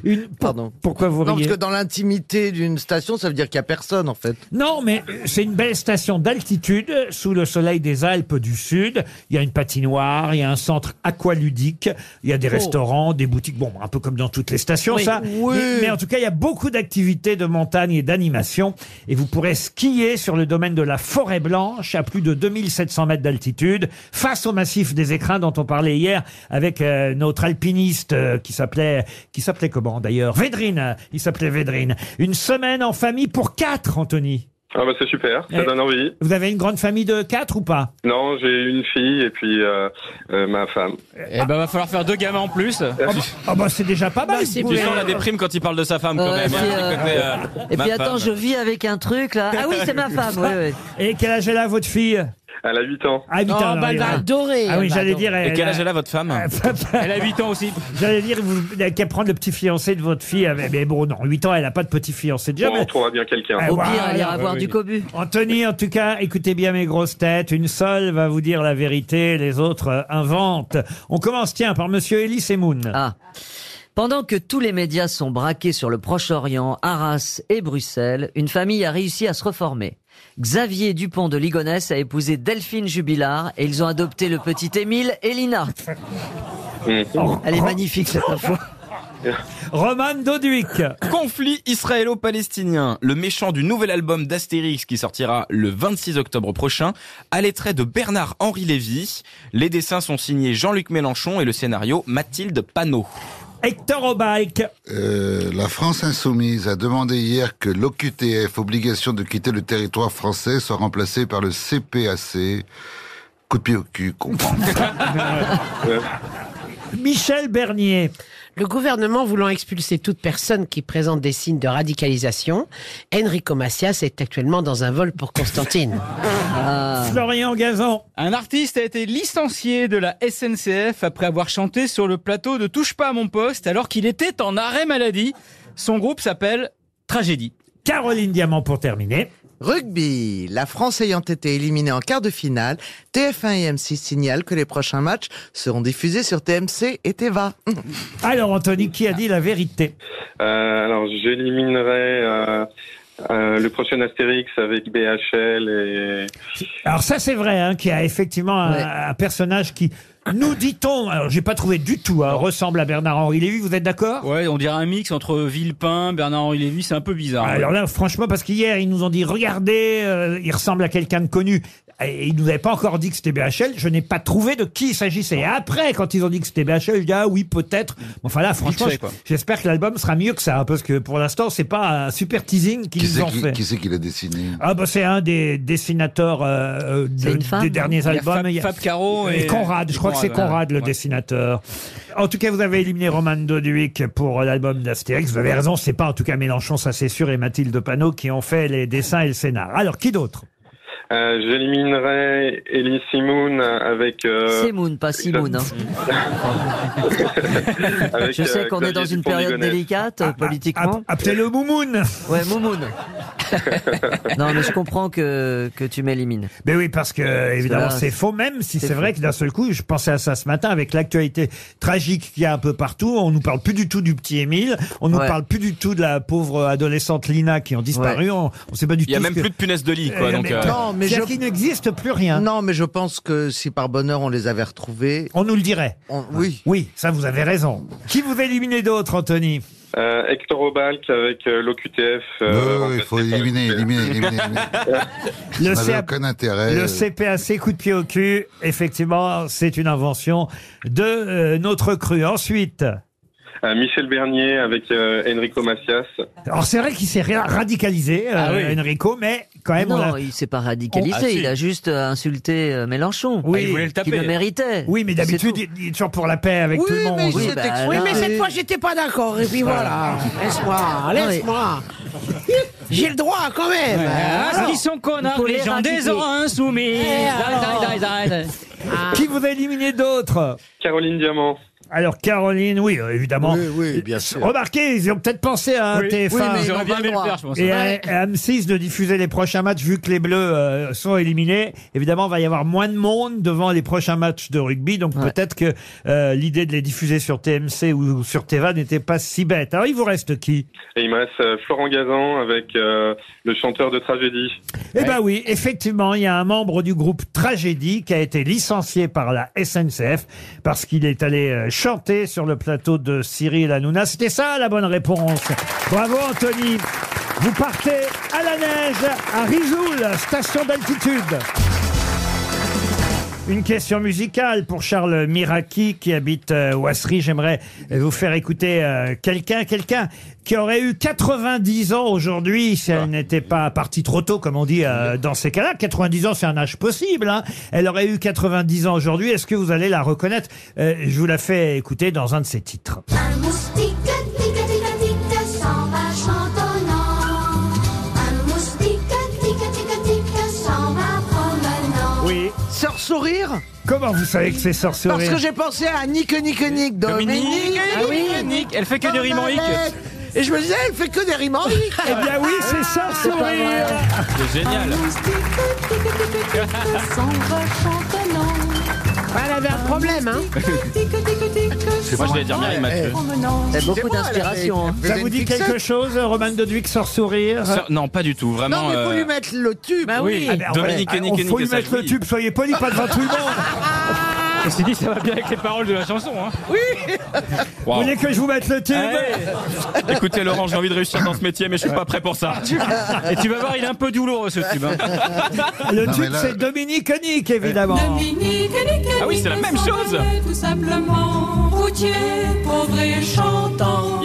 [SPEAKER 2] Une, Pardon. Pourquoi vous
[SPEAKER 4] Non, parce
[SPEAKER 2] riez
[SPEAKER 4] que dans l'intimité d'une station, ça veut dire qu'il n'y a personne, en fait.
[SPEAKER 2] non, mais c'est une belle station d'altitude sous le soleil des Alpes du Sud. Il y a une patinoire, il y a un centre aqualudique, il y a des
[SPEAKER 4] Oh.
[SPEAKER 2] restaurants, des boutiques, bon, un peu comme dans toutes les stations,
[SPEAKER 4] Oui.
[SPEAKER 2] ça.
[SPEAKER 4] Oui.
[SPEAKER 2] Mais, mais en tout cas, il y a beaucoup d'activités de montagne et d'animation. Et vous pourrez skier sur le domaine de la Forêt Blanche à plus de 2700 mètres d'altitude, face au massif des écrins dont on parlait hier avec euh, notre alpiniste euh, qui s'appelait, qui s'appelait comment d'ailleurs? Védrine. Il s'appelait Védrine. Une semaine en famille pour quatre, Anthony.
[SPEAKER 13] Ah bah c'est super, ça
[SPEAKER 2] Eh.
[SPEAKER 13] donne envie.
[SPEAKER 2] Vous avez une grande famille de quatre ou pas
[SPEAKER 13] Non, j'ai une fille et puis euh, euh, ma femme.
[SPEAKER 7] Eh ben, va falloir faire deux gamins en plus.
[SPEAKER 2] Ah bah c'est déjà pas mal.
[SPEAKER 7] Tu sens la déprime quand il parle de sa femme quand
[SPEAKER 6] Ouais,
[SPEAKER 7] même.
[SPEAKER 6] puis,
[SPEAKER 7] hein,
[SPEAKER 6] euh,
[SPEAKER 7] du côté, euh,
[SPEAKER 6] Et
[SPEAKER 7] ma
[SPEAKER 6] puis
[SPEAKER 7] femme.
[SPEAKER 6] attends, je vis avec un truc là. Ah oui, c'est ma femme. ouais, ouais.
[SPEAKER 2] <laughs> Et quel âge elle a votre fille
[SPEAKER 13] Elle a 8 ans.
[SPEAKER 2] Ah, 8 ans. alors, il y a- Ah oui, j'allais dire.
[SPEAKER 7] Et quel
[SPEAKER 2] a-
[SPEAKER 7] âge elle a votre
[SPEAKER 2] <laughs>
[SPEAKER 7] femme Elle a 8 ans aussi.
[SPEAKER 2] J'allais dire, vous n'avez qu'à prendre le petit fiancé de votre fille. avec- Mais bon, non, 8 ans, elle n'a pas de petit fiancé déjà.
[SPEAKER 13] Bon,
[SPEAKER 2] mais-
[SPEAKER 13] on trouvera bien quelqu'un.
[SPEAKER 2] Ah, voilà. Anthony, en tout cas, écoutez bien mes grosses têtes. Une seule va vous dire la vérité, les autres euh, inventent. On commence, tiens, par monsieur Elie Moon.
[SPEAKER 6] Ah. Pendant que tous les médias sont braqués sur le Proche-Orient, Arras et Bruxelles, une famille a réussi à se reformer. Xavier Dupont de Ligonnès a épousé Delphine Jubilard et ils ont adopté le petit Émile et Lina. euh, Elle est magnifique cette info.
[SPEAKER 2] Roman Doduic.
[SPEAKER 7] Conflit israélo-palestinien. Le méchant du nouvel album d'Astérix qui sortira le 26 octobre prochain a les traits de Bernard-Henri Lévy. Les dessins sont signés Jean-Luc Mélenchon et le scénario Mathilde Panot.
[SPEAKER 2] Hector Obike.
[SPEAKER 5] Euh, la France insoumise a demandé hier que l'OQTF, obligation de quitter le territoire français, soit remplacée par le CPAC. Coup de pied au cul,
[SPEAKER 2] <laughs>
[SPEAKER 5] comprends.
[SPEAKER 2] Michel Bernier.
[SPEAKER 8] Le gouvernement voulant expulser toute personne qui présente des signes de radicalisation, Enrico Macias est actuellement dans un vol pour Constantine.
[SPEAKER 2] Florian Gazan.
[SPEAKER 3] Ah. Un artiste a été licencié de la SNCF après avoir chanté sur le plateau de Touche pas à mon poste alors qu'il était en arrêt maladie. Son groupe s'appelle Tragédie.
[SPEAKER 2] Caroline Diamant pour terminer.
[SPEAKER 4] Rugby. La France ayant été éliminée en quart de finale, TF1 et M6 signalent que les prochains matchs seront diffusés sur TMC et
[SPEAKER 2] <laughs>
[SPEAKER 4] Teva.
[SPEAKER 2] Alors, Anthony, qui a dit la vérité
[SPEAKER 13] Euh, alors j'éliminerai euh, Euh, le prochain Astérix avec BHL et...
[SPEAKER 2] Alors ça c'est vrai, hein, qu'il y a effectivement un, un personnage qui, nous dit-on, alors j'ai pas trouvé du tout, hein, ressemble à Bernard-Henri Lévy, vous êtes d'accord
[SPEAKER 3] Ouais, on dirait un mix entre Villepin, Bernard-Henri Lévy, c'est un peu bizarre.
[SPEAKER 2] Ah, Bah, Alors là franchement, parce qu'hier ils nous ont dit, regardez, euh, il ressemble à quelqu'un de connu. Et ils nous avaient pas encore dit que c'était BHL, je n'ai pas trouvé de qui il s'agissait. Et après, quand ils ont dit que c'était BHL, je dis ah oui peut-être. Mais Enfin là, franchement,
[SPEAKER 5] fait, quoi.
[SPEAKER 2] j'espère que l'album sera mieux que ça, hein, parce que pour l'instant c'est pas un super teasing
[SPEAKER 5] Qui
[SPEAKER 2] qu'ils nous
[SPEAKER 5] c'est
[SPEAKER 2] ont
[SPEAKER 5] qui,
[SPEAKER 2] fait.
[SPEAKER 5] qui c'est qui l'a dessiné
[SPEAKER 2] Ah bah c'est un des dessinateurs euh, euh, de- des derniers
[SPEAKER 3] Il y a
[SPEAKER 2] albums.
[SPEAKER 3] Fab-
[SPEAKER 2] Il y a-
[SPEAKER 3] Fab Caro et-
[SPEAKER 2] Conrad. Je
[SPEAKER 3] et
[SPEAKER 2] crois que c'est
[SPEAKER 3] Conrad, ouais.
[SPEAKER 2] Conrad le
[SPEAKER 3] Ouais.
[SPEAKER 2] dessinateur. En tout cas, vous avez éliminé Roman Doduic pour euh, l'album d'Astérix. Vous avez raison, c'est pas en tout cas Mélenchon, ça c'est sûr, et Mathilde Panot qui ont fait les dessins et le scénar. Alors qui d'autre
[SPEAKER 13] Euh, J'éliminerai Ellie Simoun avec... Euh...
[SPEAKER 6] Simoun, pas Simoun. hein.
[SPEAKER 13] <laughs> avec,
[SPEAKER 6] Je sais
[SPEAKER 13] euh,
[SPEAKER 6] qu'on est dans
[SPEAKER 13] Xavier
[SPEAKER 6] une
[SPEAKER 13] Dupont
[SPEAKER 6] période
[SPEAKER 13] d'Ligonnès.
[SPEAKER 6] délicate euh, politiquement.
[SPEAKER 2] Ah, Appelez-le Moumoun
[SPEAKER 6] Ouais, Moumoun. <laughs> non, mais je comprends que, que tu m'élimines.
[SPEAKER 2] Mais oui, parce que euh, évidemment
[SPEAKER 6] Parce que là,
[SPEAKER 2] c'est faux, même si
[SPEAKER 6] c'est
[SPEAKER 2] c'est vrai
[SPEAKER 6] faux.
[SPEAKER 2] que d'un seul coup, je pensais à ça ce matin avec l'actualité tragique qu'il y a un peu partout. On nous parle plus du tout du petit Émile, on nous
[SPEAKER 7] Ouais.
[SPEAKER 2] parle plus du tout de la pauvre adolescente Lina qui ont disparu. On, on sait pas du
[SPEAKER 7] Il
[SPEAKER 2] Eh,
[SPEAKER 7] y a
[SPEAKER 2] tout. ce
[SPEAKER 7] même
[SPEAKER 2] que-
[SPEAKER 7] plus de punaises de lit, quoi. donc, euh, <laughs>
[SPEAKER 4] Non, mais je...
[SPEAKER 2] C'est-à-dire qu'il n'existe plus rien.
[SPEAKER 4] Non, mais je pense que si par bonheur on les avait retrouvés,
[SPEAKER 2] on nous le dirait.
[SPEAKER 4] Oui.
[SPEAKER 2] Oui, ça vous avez raison. Qui vous éliminez d'autres, Anthony
[SPEAKER 13] Euh, Hector Obalk avec euh, l'OQTF.
[SPEAKER 5] il faut éliminer,
[SPEAKER 13] <laughs>
[SPEAKER 5] éliminer, éliminer.
[SPEAKER 2] Le
[SPEAKER 5] Ça n'avait
[SPEAKER 2] CAP
[SPEAKER 5] aucun intérêt.
[SPEAKER 2] Le CPAC, coup de pied au cul, effectivement, c'est une invention de euh, notre cru. Ensuite,
[SPEAKER 13] Euh, Michel Bernier avec euh, Enrico Macias.
[SPEAKER 2] alors c'est vrai qu'il s'est ra- radicalisé, euh,
[SPEAKER 6] Ah oui.
[SPEAKER 2] Enrico, mais quand même... on
[SPEAKER 6] non,
[SPEAKER 2] l'a-
[SPEAKER 6] il s'est pas radicalisé,
[SPEAKER 2] Ah, si.
[SPEAKER 6] il a juste euh, insulté euh, Mélenchon.
[SPEAKER 2] Oui. Ah, il voulait le
[SPEAKER 6] Qui
[SPEAKER 2] taper.
[SPEAKER 6] le méritait.
[SPEAKER 2] Oui, mais
[SPEAKER 6] C'est
[SPEAKER 2] d'habitude,
[SPEAKER 6] tout.
[SPEAKER 2] il- il est toujours pour la paix avec tout le monde.
[SPEAKER 8] mais il s'est exprimé. Oui, mais cette fois, j'étais pas d'accord. Et puis voilà. Laisse-moi,
[SPEAKER 3] Non, mais-
[SPEAKER 8] laisse-moi. J'ai le droit quand même.
[SPEAKER 3] Ouais,
[SPEAKER 8] hein,
[SPEAKER 3] ah,
[SPEAKER 8] alors.
[SPEAKER 3] Qui sont connards,
[SPEAKER 8] Faut
[SPEAKER 3] les gens
[SPEAKER 8] éradiquer.
[SPEAKER 3] des orins soumis.
[SPEAKER 8] Eh, alors.
[SPEAKER 3] Zai, zai, zai, zai.
[SPEAKER 12] Ah.
[SPEAKER 2] Qui vous a éliminé d'autres
[SPEAKER 13] Caroline Diamant.
[SPEAKER 2] Alors Caroline, oui, euh, évidemment.
[SPEAKER 13] Oui, oui,
[SPEAKER 2] bien Oh, bah,
[SPEAKER 13] sûr.
[SPEAKER 2] Remarquez, ils ont peut-être pensé à un
[SPEAKER 13] Oui.
[SPEAKER 2] TF1.
[SPEAKER 13] Oui, mais ils Ils auraient ont bien pas aimé le le droit. faire, je pense.
[SPEAKER 2] Et à,
[SPEAKER 13] Ouais.
[SPEAKER 2] à M6 de diffuser les prochains matchs, vu que les Bleus euh, sont éliminés. Évidemment, il va y avoir moins de monde devant les prochains matchs de rugby. Donc peut-être que euh, l'idée de les diffuser sur TMC ou, ou sur Teva n'était pas si bête. Alors il vous reste qui
[SPEAKER 13] Et il me reste euh, Florent Gazan avec euh, le chanteur de tragédie.
[SPEAKER 2] Eh ben oui, effectivement, il y a un membre du groupe Tragédie qui a été licencié par la SNCF parce qu'il est allé euh, chanter sur le plateau de Cyril Hanouna. C'était ça la bonne réponse. Bravo Anthony. Vous partez à la neige à Rizoul, station d'altitude. Une question musicale pour Charles Miraki qui habite euh, Ouasserie. J'aimerais euh, vous faire écouter euh, quelqu'un, quelqu'un qui aurait eu 90 ans aujourd'hui si
[SPEAKER 7] Ah.
[SPEAKER 2] elle n'était pas partie trop tôt, comme on dit euh, dans ces cas-là. 90 ans, c'est un âge possible. hein. Elle aurait eu 90 ans aujourd'hui. Est-ce que vous allez la reconnaître Euh, Je vous la fais écouter dans un de ses titres.
[SPEAKER 14] Un moustique tic tic tic s'en va chantonnant. Un moustique tic tic tic s'en va promenant.
[SPEAKER 2] Oui.
[SPEAKER 4] Sœur Sourire
[SPEAKER 2] Comment vous savez que c'est Sœur
[SPEAKER 4] Parce
[SPEAKER 2] Sourire
[SPEAKER 4] que j'ai pensé à Nick Nick Nick Dominique.
[SPEAKER 3] Dominique,
[SPEAKER 4] Ah oui.
[SPEAKER 3] Dominique, elle fait que des rimes en hic.
[SPEAKER 4] Et je me disais, elle fait que des rimes en hic.
[SPEAKER 2] <laughs>
[SPEAKER 4] Ah,
[SPEAKER 2] Eh bien oui, c'est Sœur
[SPEAKER 4] C'est pas vrai.
[SPEAKER 2] Sourire
[SPEAKER 7] C'est génial.
[SPEAKER 2] Ah,
[SPEAKER 14] S'en va chantonnant.
[SPEAKER 8] Elle avait un problème, hein.
[SPEAKER 7] C'est moi, je vais dire Mireille Mathieu.
[SPEAKER 6] C'est beaucoup
[SPEAKER 2] Ah,
[SPEAKER 6] d'inspiration. hein.
[SPEAKER 2] Ça vous dit quelque chose, Roman Doduic, Sœur Sourire
[SPEAKER 7] Ça- non, pas du tout, vraiment.
[SPEAKER 2] Non, mais faut
[SPEAKER 7] euh,
[SPEAKER 2] lui
[SPEAKER 4] mettre le tube.
[SPEAKER 2] Bah
[SPEAKER 7] oui.
[SPEAKER 2] Ah ben, on va-
[SPEAKER 7] Dominique
[SPEAKER 2] ah,
[SPEAKER 7] Nick
[SPEAKER 2] on faut
[SPEAKER 7] Nick,
[SPEAKER 2] lui
[SPEAKER 7] ça,
[SPEAKER 2] mettre le
[SPEAKER 7] oui.
[SPEAKER 2] tube, soyez poli, pas devant tout le monde.
[SPEAKER 3] <laughs> Je me suis dit, ça va bien avec les paroles de la chanson. Hein.
[SPEAKER 4] Oui
[SPEAKER 7] Wow.
[SPEAKER 2] Vous voulez que je vous mette le tube <laughs>
[SPEAKER 7] Écoutez, Laurent, j'ai envie de réussir dans ce métier, mais je suis pas prêt pour ça. Et tu vas voir, il est un peu douloureux ce tube. hein.
[SPEAKER 2] <laughs> Le
[SPEAKER 7] Non, mais
[SPEAKER 2] tube,
[SPEAKER 7] là-
[SPEAKER 2] c'est Dominique Nick, évidemment.
[SPEAKER 14] Dominique, Nick,
[SPEAKER 7] Eh. Ah oui,
[SPEAKER 14] Nick
[SPEAKER 7] c'est la même
[SPEAKER 14] s'en
[SPEAKER 7] chose.
[SPEAKER 14] allait Tout simplement, routier, pauvre et chantant.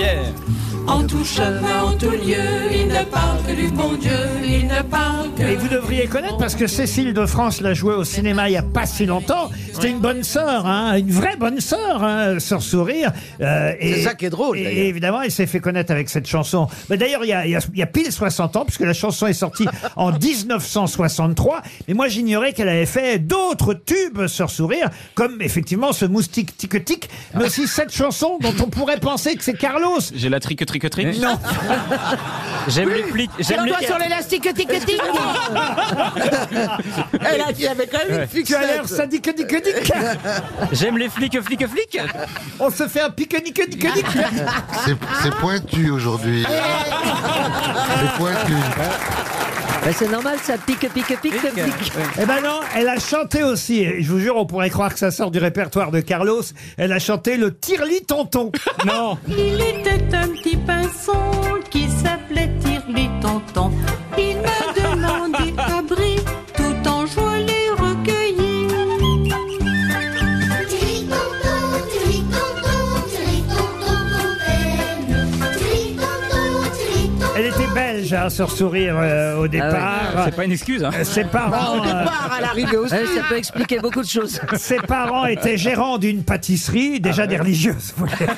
[SPEAKER 14] En tout chemin, en tout lieu, il ne parle que du bon Dieu, il ne parle que
[SPEAKER 2] Et vous devriez connaître parce que Cécile de France l'a joué au cinéma il n'y a pas si longtemps. C'était une bonne sœur, hein, une vraie bonne sœur, hein, sœur sourire. Euh, et-
[SPEAKER 4] C'est ça qui est drôle,
[SPEAKER 2] Et,
[SPEAKER 4] d'ailleurs.
[SPEAKER 2] évidemment, elle s'est fait connaître avec cette chanson. Mais d'ailleurs, il y a, il y a- il y a pile 60 ans, puisque la chanson est sortie
[SPEAKER 4] <laughs>
[SPEAKER 2] en 1963. Mais moi, j'ignorais qu'elle avait fait d'autres tubes, sœur sourire, comme effectivement ce moustique tic-tic, mais aussi cette chanson dont on pourrait penser que c'est Carlos.
[SPEAKER 7] J'ai la trique trique trique.
[SPEAKER 2] Non.
[SPEAKER 7] <laughs> J'aime les flics.
[SPEAKER 8] Tiens,
[SPEAKER 7] J'aime les...
[SPEAKER 8] toi sur l'élastique tic
[SPEAKER 7] <laughs>
[SPEAKER 8] tic
[SPEAKER 4] <laughs> Eh,
[SPEAKER 7] là, tu avais quand même une
[SPEAKER 2] fixette. Tu as l'air sadique, dique, dique.
[SPEAKER 7] <laughs> J'aime les flics, flics, flics.
[SPEAKER 2] On se fait un pique-nique, nique, nique.
[SPEAKER 5] C'est c'est pointu aujourd'hui. C'est pointu.
[SPEAKER 6] c'est normal, Ah, ça pique, pique, pique, pique.
[SPEAKER 2] Eh ben non, elle a chanté aussi. Et je vous jure, on pourrait croire que ça sort du répertoire de Carlos. Elle a chanté le Tirli Tonton. Non.
[SPEAKER 14] Il était un petit pinson qui s'appelait Tirli Tonton. Il m'a
[SPEAKER 7] <laughs>
[SPEAKER 14] demandé abri tout en jouant les recueillis.
[SPEAKER 2] Elle était belge hein, sur sourire euh, au départ.
[SPEAKER 3] Ah C'est pas une excuse. Hein.
[SPEAKER 2] Euh, Ses parents. euh,
[SPEAKER 6] Ouais, ça peut expliquer beaucoup de
[SPEAKER 3] <laughs>
[SPEAKER 6] choses.
[SPEAKER 2] Ses parents étaient gérants d'une pâtisserie,
[SPEAKER 3] Ah
[SPEAKER 2] déjà des religieuses.
[SPEAKER 3] <laughs>
[SPEAKER 2] vous voyez.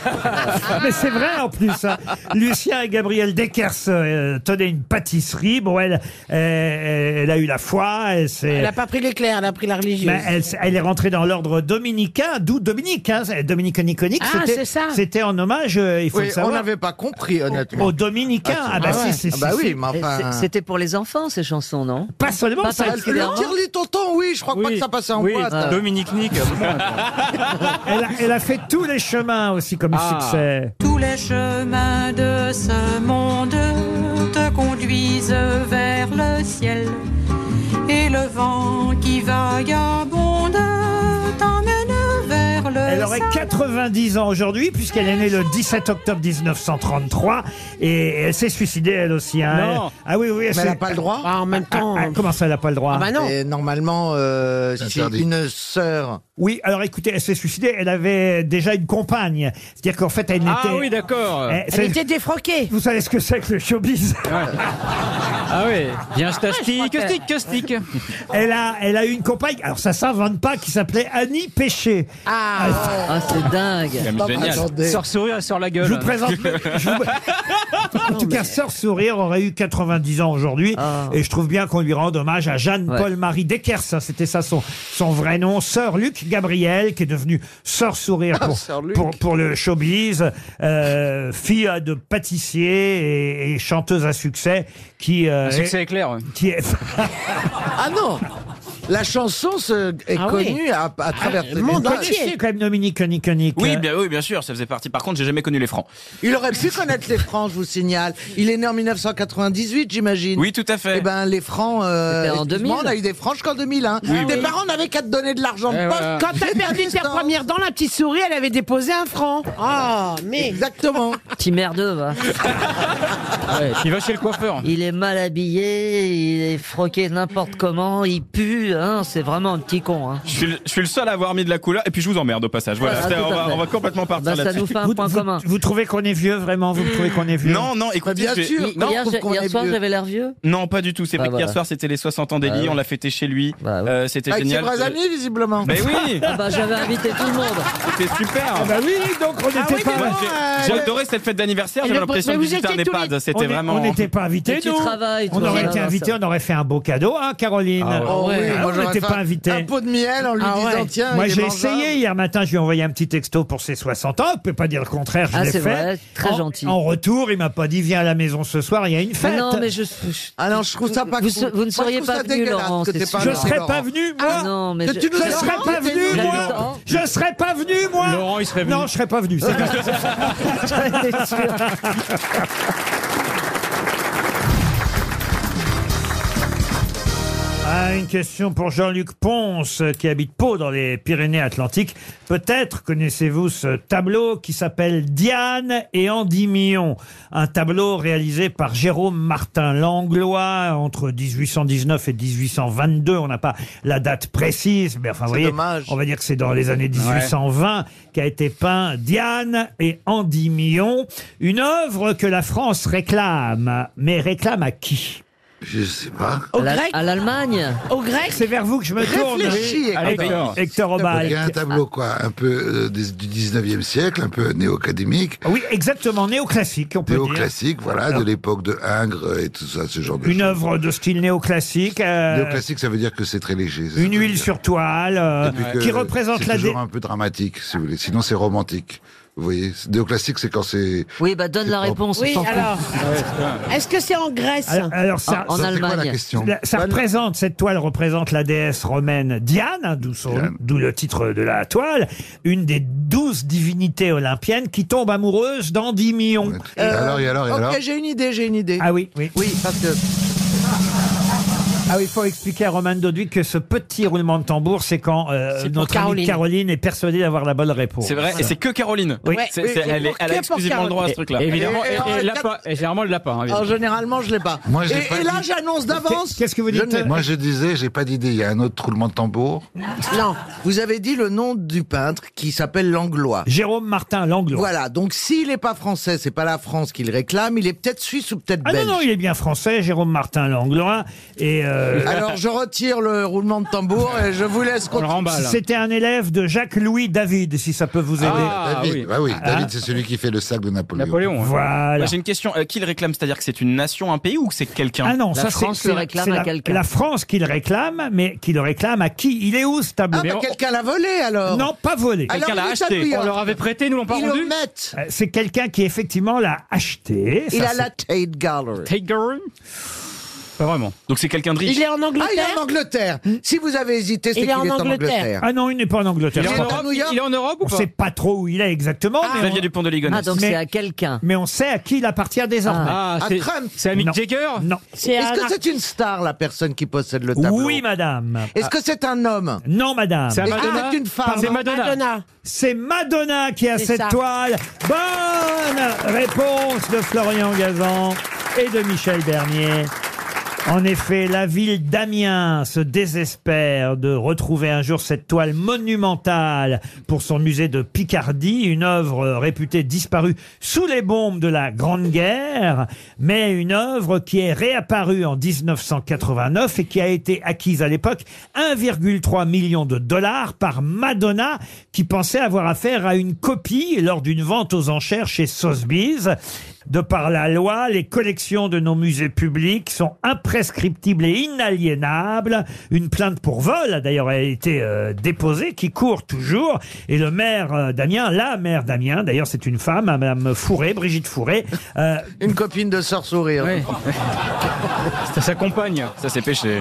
[SPEAKER 2] Mais c'est vrai en plus. hein. Lucien et Gabriel Deckers euh, tenaient une pâtisserie. Bon, elle, euh, elle a eu la foi. Elle, s'est-
[SPEAKER 8] Elle n'a pas pris l'éclair, elle a pris la religieuse.
[SPEAKER 7] Bah,
[SPEAKER 2] mais Ben, elle, s- elle est rentrée dans l'ordre dominicain, d'où Dominique, hein, c'est- Dominique Niconique.
[SPEAKER 8] Ah,
[SPEAKER 2] c'était-
[SPEAKER 8] c'est ça.
[SPEAKER 2] C'était en hommage, euh, il faut
[SPEAKER 4] Oui,
[SPEAKER 2] le
[SPEAKER 4] on
[SPEAKER 2] savoir.
[SPEAKER 4] n'avait pas compris, honnêtement.
[SPEAKER 2] Aux Dominicains, ah, bah si, si,
[SPEAKER 4] Ah
[SPEAKER 2] si,
[SPEAKER 4] bah
[SPEAKER 2] si.
[SPEAKER 4] oui, mais enfin...
[SPEAKER 6] C'est- C'était pour les enfants, ces chansons, non
[SPEAKER 2] Pas seulement,
[SPEAKER 6] Pas
[SPEAKER 2] ça-
[SPEAKER 6] particulièrement.
[SPEAKER 4] Le tirli tonton, oui, je crois pas que ça passait en
[SPEAKER 6] oui,
[SPEAKER 4] boîte.
[SPEAKER 6] euh,
[SPEAKER 7] Dominique
[SPEAKER 2] <laughs>
[SPEAKER 7] Nick.
[SPEAKER 2] elle, a, elle a fait tous les chemins aussi comme
[SPEAKER 7] Ah.
[SPEAKER 2] succès.
[SPEAKER 14] Tous les chemins de ce monde te conduisent vers le ciel. Et le vent qui vagabonde t'emmène vers le
[SPEAKER 2] Elle aurait 90 ans aujourd'hui, puisqu'elle est née le 17 octobre 1933 et elle s'est suicidée elle aussi. hein.
[SPEAKER 4] Non.
[SPEAKER 2] Ah oui, oui.
[SPEAKER 4] Mais elle n'a pas le droit.
[SPEAKER 8] en même
[SPEAKER 2] temps. ah, comment ça, elle n'a pas le droit
[SPEAKER 4] Et normalement, euh, si
[SPEAKER 2] interdit.
[SPEAKER 4] une sœur...
[SPEAKER 2] Oui, alors écoutez, elle s'est suicidée, elle avait déjà une compagne. C'est-à-dire qu'en fait, elle n'était.
[SPEAKER 7] Ah oui, d'accord.
[SPEAKER 2] Eh,
[SPEAKER 8] Elle
[SPEAKER 2] c'est-
[SPEAKER 8] était défroquée.
[SPEAKER 2] Vous savez ce que c'est que le showbiz <laughs>
[SPEAKER 7] Ah oui. Viens, je t'astique.
[SPEAKER 2] que-
[SPEAKER 7] Stick, stick.
[SPEAKER 2] elle, a, elle a eu une compagne, alors ça s'invente pas, qui s'appelait Annie Péché.
[SPEAKER 8] Ah,
[SPEAKER 6] Ah, c'est
[SPEAKER 7] C'est
[SPEAKER 6] dingue.
[SPEAKER 7] quand même génial. Sors sourire, elle sort la gueule.
[SPEAKER 2] Je vous présente. je vous- En tout cas, Sœur Sourire aurait eu 90 ans aujourd'hui.
[SPEAKER 4] Ah.
[SPEAKER 2] Et je trouve bien qu'on lui rende hommage à Jeanne-Paul-Marie Deckers. hein, C'était ça son, son vrai nom. Sœur Luc Gabriel, qui est devenue Sœur Sourire
[SPEAKER 4] Ah,
[SPEAKER 2] pour,
[SPEAKER 4] Sœur Luc.
[SPEAKER 2] pour, pour le showbiz. euh, fille de pâtissier et, et chanteuse à succès. Qui, euh,
[SPEAKER 7] Un succès éclair. ouais.
[SPEAKER 2] est- qui est- <laughs>
[SPEAKER 4] Ah non La chanson se- est
[SPEAKER 2] Ah oui. Ah,
[SPEAKER 4] connue à, à travers...
[SPEAKER 2] Vous connaissiez quand même Dominique Niconique.
[SPEAKER 7] Oui, bien, oui, bien sûr, ça faisait partie. Par contre, j'ai jamais connu les francs.
[SPEAKER 4] Il aurait pu connaître les francs, je vous signale. Il est né en 1998, j'imagine.
[SPEAKER 7] Oui, tout à fait.
[SPEAKER 4] Eh ben, les francs, euh,
[SPEAKER 6] C'était en
[SPEAKER 4] excuse-moi, on
[SPEAKER 6] 2000.
[SPEAKER 4] a eu des francs jusqu'en 2001.
[SPEAKER 7] Oui,
[SPEAKER 4] Tes
[SPEAKER 7] oui.
[SPEAKER 4] parents n'avaient qu'à te donner de l'argent de
[SPEAKER 7] Eh
[SPEAKER 4] poche.
[SPEAKER 7] voilà.
[SPEAKER 8] Quand t'as perdu ta première dent, la petite souris, elle avait déposé un franc. Ah, mais. <laughs>
[SPEAKER 4] Exactement.
[SPEAKER 6] Petit merdeux, va.
[SPEAKER 2] Ah
[SPEAKER 7] Il va chez le coiffeur.
[SPEAKER 6] Il est mal habillé, il est froqué n'importe comment, il pue, hein, c'est vraiment un petit con. Hein.
[SPEAKER 7] Je suis, le, je suis le seul à avoir mis de la couleur et puis je vous emmerde au passage. Voilà,
[SPEAKER 6] Ah,
[SPEAKER 7] c'est-
[SPEAKER 6] tout à
[SPEAKER 7] on, va,
[SPEAKER 6] fait.
[SPEAKER 7] on va complètement partir
[SPEAKER 6] Bah, ça nous
[SPEAKER 7] là-dessus.
[SPEAKER 6] fait un
[SPEAKER 2] Vous,
[SPEAKER 6] point
[SPEAKER 2] vous-
[SPEAKER 6] commun. Bah,
[SPEAKER 2] vous trouvez qu'on est vieux, vraiment Vous trouvez qu'on est vieux
[SPEAKER 7] Non, non, écoutez,
[SPEAKER 4] bien
[SPEAKER 7] je vais-
[SPEAKER 4] sûr.
[SPEAKER 7] non,
[SPEAKER 6] Hier,
[SPEAKER 4] trouve
[SPEAKER 6] j'ai-
[SPEAKER 4] qu'on
[SPEAKER 6] hier
[SPEAKER 4] est
[SPEAKER 6] soir,
[SPEAKER 4] vieux.
[SPEAKER 6] j'avais l'air vieux.
[SPEAKER 7] non, pas du tout. C'est
[SPEAKER 6] Bah,
[SPEAKER 7] vrai qu'hier
[SPEAKER 6] voilà.
[SPEAKER 7] soir, c'était les 60 ans
[SPEAKER 6] Bah,
[SPEAKER 7] d'Elie,
[SPEAKER 6] ouais.
[SPEAKER 7] on l'a fêté chez lui.
[SPEAKER 6] Bah, ouais.
[SPEAKER 7] Euh, c'était
[SPEAKER 4] Avec ses
[SPEAKER 7] génial.
[SPEAKER 4] vrais
[SPEAKER 7] Euh,
[SPEAKER 4] amis, visiblement.
[SPEAKER 7] Mais oui,
[SPEAKER 6] Ah bah, j'avais invité tout le monde.
[SPEAKER 7] c'était super.
[SPEAKER 2] Ah bah oui, donc on n'était
[SPEAKER 8] oui,
[SPEAKER 2] pas.
[SPEAKER 8] mais
[SPEAKER 7] Moi,
[SPEAKER 8] bon,
[SPEAKER 7] j'ai-
[SPEAKER 8] euh,
[SPEAKER 7] J'ai
[SPEAKER 8] le-
[SPEAKER 7] adoré cette fête d'anniversaire,
[SPEAKER 8] Mais
[SPEAKER 7] j'avais
[SPEAKER 8] le-
[SPEAKER 7] l'impression
[SPEAKER 8] mais
[SPEAKER 7] de
[SPEAKER 8] vous
[SPEAKER 7] visiter un
[SPEAKER 8] étiez tous les-
[SPEAKER 7] EHPAD.
[SPEAKER 2] On
[SPEAKER 7] C'était
[SPEAKER 2] est-
[SPEAKER 7] vraiment.
[SPEAKER 2] On n'était pas invités,
[SPEAKER 6] Mais tu
[SPEAKER 2] nous.
[SPEAKER 6] travailles,
[SPEAKER 2] on
[SPEAKER 6] toi.
[SPEAKER 2] aurait
[SPEAKER 6] Ah,
[SPEAKER 2] été
[SPEAKER 6] non,
[SPEAKER 2] invités,
[SPEAKER 6] ça-
[SPEAKER 2] on aurait fait un beau cadeau, hein, Caroline.
[SPEAKER 4] Oh oui,
[SPEAKER 2] Ah,
[SPEAKER 4] moi,
[SPEAKER 2] on
[SPEAKER 4] j'aurais
[SPEAKER 2] n'était
[SPEAKER 4] fait
[SPEAKER 2] pas
[SPEAKER 4] un-
[SPEAKER 2] invités.
[SPEAKER 4] Un pot de miel en lui
[SPEAKER 8] Ah ouais.
[SPEAKER 4] disant tiens.
[SPEAKER 2] Moi,
[SPEAKER 4] il est
[SPEAKER 2] j'ai
[SPEAKER 4] mangeable.
[SPEAKER 2] essayé hier matin, je lui ai envoyé un petit texto pour ses 60 ans. Je ne peux pas dire le contraire, je
[SPEAKER 6] Ah,
[SPEAKER 2] l'ai
[SPEAKER 6] c'est
[SPEAKER 2] fait.
[SPEAKER 6] vrai, très
[SPEAKER 2] en,
[SPEAKER 6] gentil.
[SPEAKER 2] En retour, il m'a pas dit viens à la maison ce soir, il y a une fête.
[SPEAKER 6] Mais non, mais je, je-
[SPEAKER 4] Ah non, je trouve ça pas
[SPEAKER 6] Vous
[SPEAKER 4] cool.
[SPEAKER 6] se- vous ne
[SPEAKER 4] Moi, je
[SPEAKER 6] seriez
[SPEAKER 4] trouve
[SPEAKER 6] pas
[SPEAKER 4] ça
[SPEAKER 6] venu,
[SPEAKER 4] dégueulasse
[SPEAKER 6] Laurent,
[SPEAKER 4] que
[SPEAKER 6] c'est
[SPEAKER 4] t'es pas
[SPEAKER 6] sûr.
[SPEAKER 2] Je
[SPEAKER 4] là,
[SPEAKER 2] serais
[SPEAKER 4] Laurent.
[SPEAKER 2] pas venu, moi.
[SPEAKER 6] Ah non, mais
[SPEAKER 4] Que
[SPEAKER 6] je-
[SPEAKER 4] tu nous
[SPEAKER 2] Je
[SPEAKER 4] as
[SPEAKER 2] serais
[SPEAKER 4] menti,
[SPEAKER 2] pas
[SPEAKER 4] t'es
[SPEAKER 2] venu,
[SPEAKER 4] nul.
[SPEAKER 2] moi. Je serais pas venu, moi.
[SPEAKER 3] Laurent, il serait venu.
[SPEAKER 2] Non, je serais pas venu. c'est tout. Ah, une question pour Jean-Luc Ponce, euh, qui habite Pau dans les Pyrénées-Atlantiques. Peut-être connaissez-vous ce tableau qui s'appelle Diane et Endymion. Un tableau réalisé par Jérôme Martin Langlois entre 1819 et 1822. On n'a pas la date précise, mais enfin, vous
[SPEAKER 4] C'est
[SPEAKER 2] voyez,
[SPEAKER 4] dommage.
[SPEAKER 2] on va dire que c'est dans les années 1820 qu'a été peint Diane et Endymion. Une œuvre que la France réclame. Mais réclame à qui
[SPEAKER 5] Je sais pas.
[SPEAKER 8] Au
[SPEAKER 6] à la-
[SPEAKER 8] grec
[SPEAKER 6] à l'Allemagne.
[SPEAKER 8] Au grec
[SPEAKER 2] C'est vers vous que je me tourne.
[SPEAKER 4] Réfléchis,
[SPEAKER 2] Oui,
[SPEAKER 4] Hector.
[SPEAKER 2] allez, Hector. Hector Obal.
[SPEAKER 5] Il y a un tableau, quoi, un peu euh, des- du 19e siècle, un peu néo-académique,
[SPEAKER 2] Oui, exactement, néoclassique, on peut dire.
[SPEAKER 5] néo-classique, voilà, de l'époque de Ingres et tout ça, ce genre de
[SPEAKER 2] Une
[SPEAKER 5] choses.
[SPEAKER 2] œuvre de style néoclassique, euh,
[SPEAKER 5] Néo-classique, ça veut dire que c'est très léger. ça
[SPEAKER 2] une
[SPEAKER 5] veut
[SPEAKER 2] huile
[SPEAKER 5] dire.
[SPEAKER 2] sur toile, euh,
[SPEAKER 5] Et puis que
[SPEAKER 2] qui représente
[SPEAKER 5] c'est
[SPEAKER 2] la... dé-
[SPEAKER 5] toujours un peu dramatique, si vous voulez. Sinon, c'est romantique. Vous voyez, c'est- néoclassique, c'est quand c'est.
[SPEAKER 6] Oui, bah donne la réponse.
[SPEAKER 8] Oui,
[SPEAKER 6] on s'en fout.
[SPEAKER 8] alors. Est-ce que c'est en Grèce
[SPEAKER 2] Alors, alors ça,
[SPEAKER 5] Ah,
[SPEAKER 6] en, en Allemagne.
[SPEAKER 2] La- Ça représente, cette toile représente la déesse romaine Diane, hein, d'où son- d'où le titre de la toile, une des douze divinités olympiennes qui tombe amoureuse d'Endymion.
[SPEAKER 4] Euh, Ok, j'ai une idée, j'ai une idée.
[SPEAKER 2] Ah oui, oui.
[SPEAKER 4] Oui, parce que.
[SPEAKER 2] Ah oui, il faut expliquer à Roman Doduy que ce petit roulement de tambour, c'est quand euh,
[SPEAKER 7] C'est pour
[SPEAKER 2] notre amie
[SPEAKER 7] Caroline.
[SPEAKER 2] Caroline est persuadée d'avoir la bonne réponse.
[SPEAKER 7] C'est vrai, et c'est que Caroline.
[SPEAKER 2] Oui.
[SPEAKER 7] C'est-
[SPEAKER 2] Oui,
[SPEAKER 7] c'est-
[SPEAKER 2] c'est
[SPEAKER 7] elle, est-
[SPEAKER 2] pour-
[SPEAKER 7] elle
[SPEAKER 2] que
[SPEAKER 7] a
[SPEAKER 2] pour
[SPEAKER 7] exclusivement le droit à ce
[SPEAKER 2] Caroline.
[SPEAKER 7] truc-là.
[SPEAKER 2] Et- évidemment,
[SPEAKER 4] et- et lapin-
[SPEAKER 7] généralement le
[SPEAKER 2] hein,
[SPEAKER 3] Ah,
[SPEAKER 7] lapin.
[SPEAKER 4] Alors, généralement, je l'ai pas.
[SPEAKER 5] Moi, j'ai
[SPEAKER 4] et,
[SPEAKER 5] pas
[SPEAKER 4] et là,
[SPEAKER 5] dit-
[SPEAKER 4] j'annonce d'avance. Je n'ai-
[SPEAKER 5] Moi, je disais, j'ai pas d'idée. Il y a un autre roulement de tambour.
[SPEAKER 4] <laughs> Non, vous avez dit le nom du peintre qui s'appelle Langlois.
[SPEAKER 2] Jérôme Martin Langlois.
[SPEAKER 4] Voilà, donc s'il n'est pas français, c'est pas la France qu'il réclame, il est peut-être suisse ou peut-être
[SPEAKER 2] Ah
[SPEAKER 4] belge.
[SPEAKER 2] non, non, il est bien français, Jérôme Martin Langlois. Et euh,
[SPEAKER 4] <laughs> Alors je retire le roulement de tambour et je vous laisse continuer.
[SPEAKER 2] C'était un élève de Jacques-Louis David, si ça peut vous aider.
[SPEAKER 5] David, bah oui,
[SPEAKER 2] Ah.
[SPEAKER 5] David, c'est celui qui fait le sac de Napoléon.
[SPEAKER 2] hein. Voilà.
[SPEAKER 7] Moi, J'ai une question. Euh, qui le réclame C'est-à-dire que c'est une nation, un pays ou que c'est quelqu'un
[SPEAKER 2] Ah non, ça c'est c'est- c'est la, la France qui le réclame, mais qui le réclame à qui Il est où ce tableau
[SPEAKER 4] Ah, bah, quelqu'un l'a volé alors
[SPEAKER 2] Non, pas volé.
[SPEAKER 4] Alors, Quelqu'un l'a il est acheté. à New York. On leur avait
[SPEAKER 2] prêté, nous l'ont
[SPEAKER 4] pas Ils rendu. le mettent.
[SPEAKER 2] Euh, C'est quelqu'un qui effectivement l'a acheté.
[SPEAKER 4] Il
[SPEAKER 2] Ça,
[SPEAKER 4] a la Tate Gallery.
[SPEAKER 2] c'est-
[SPEAKER 7] Pas vraiment. Donc c'est quelqu'un de riche.
[SPEAKER 8] Il est en Angleterre Hmm.
[SPEAKER 4] Ah, il est en Angleterre. Si vous avez hésité, c'est qu'il est en Angleterre.
[SPEAKER 2] Ah non, il n'est pas en Angleterre.
[SPEAKER 7] Il est en
[SPEAKER 2] Je crois
[SPEAKER 7] Europe
[SPEAKER 2] pas.
[SPEAKER 7] Il- il est en Europe ou
[SPEAKER 2] On
[SPEAKER 7] pas
[SPEAKER 2] sait pas trop où il est exactement. mais
[SPEAKER 7] Xavier
[SPEAKER 2] on-
[SPEAKER 7] Dupont de Ligonnès.
[SPEAKER 6] Ah, donc c'est à quelqu'un.
[SPEAKER 2] Mais on sait à qui il appartient désormais.
[SPEAKER 7] Ah, Ah, à c'est- Trump. c'est à Mick
[SPEAKER 2] Non.
[SPEAKER 7] Jagger
[SPEAKER 2] Non.
[SPEAKER 4] Est-ce que c'est une star la personne qui possède le tableau
[SPEAKER 2] Oui, madame.
[SPEAKER 4] Est-ce que c'est un homme
[SPEAKER 2] Non, madame.
[SPEAKER 4] Est-ce que c'est une femme
[SPEAKER 2] Pardon. C'est Madonna qui a
[SPEAKER 4] C'est
[SPEAKER 2] cette
[SPEAKER 4] ça.
[SPEAKER 2] toile. Bonne réponse de Florian Gazan et de Michel Bernier. En effet, la ville d'Amiens se désespère de retrouver un jour cette toile monumentale pour son musée de Picardie, une œuvre réputée disparue sous les bombes de la Grande Guerre, mais une œuvre qui est réapparue en 1989 et qui a été acquise à l'époque 1,3 million de dollars par Madonna qui pensait avoir affaire à une copie lors d'une vente aux enchères chez Sotheby's. De par la loi, les collections de nos musées publics sont imprescriptibles et inaliénables. Une plainte pour vol a d'ailleurs été euh, déposée, qui court toujours. Et le maire euh, d'Amiens, la maire d'Amiens, d'ailleurs c'est une femme, hein, Madame Fourré, Brigitte Fourré. euh,
[SPEAKER 4] une copine de hein. Sœur Sourire.
[SPEAKER 7] Ça s'accompagne. Ça c'est péché.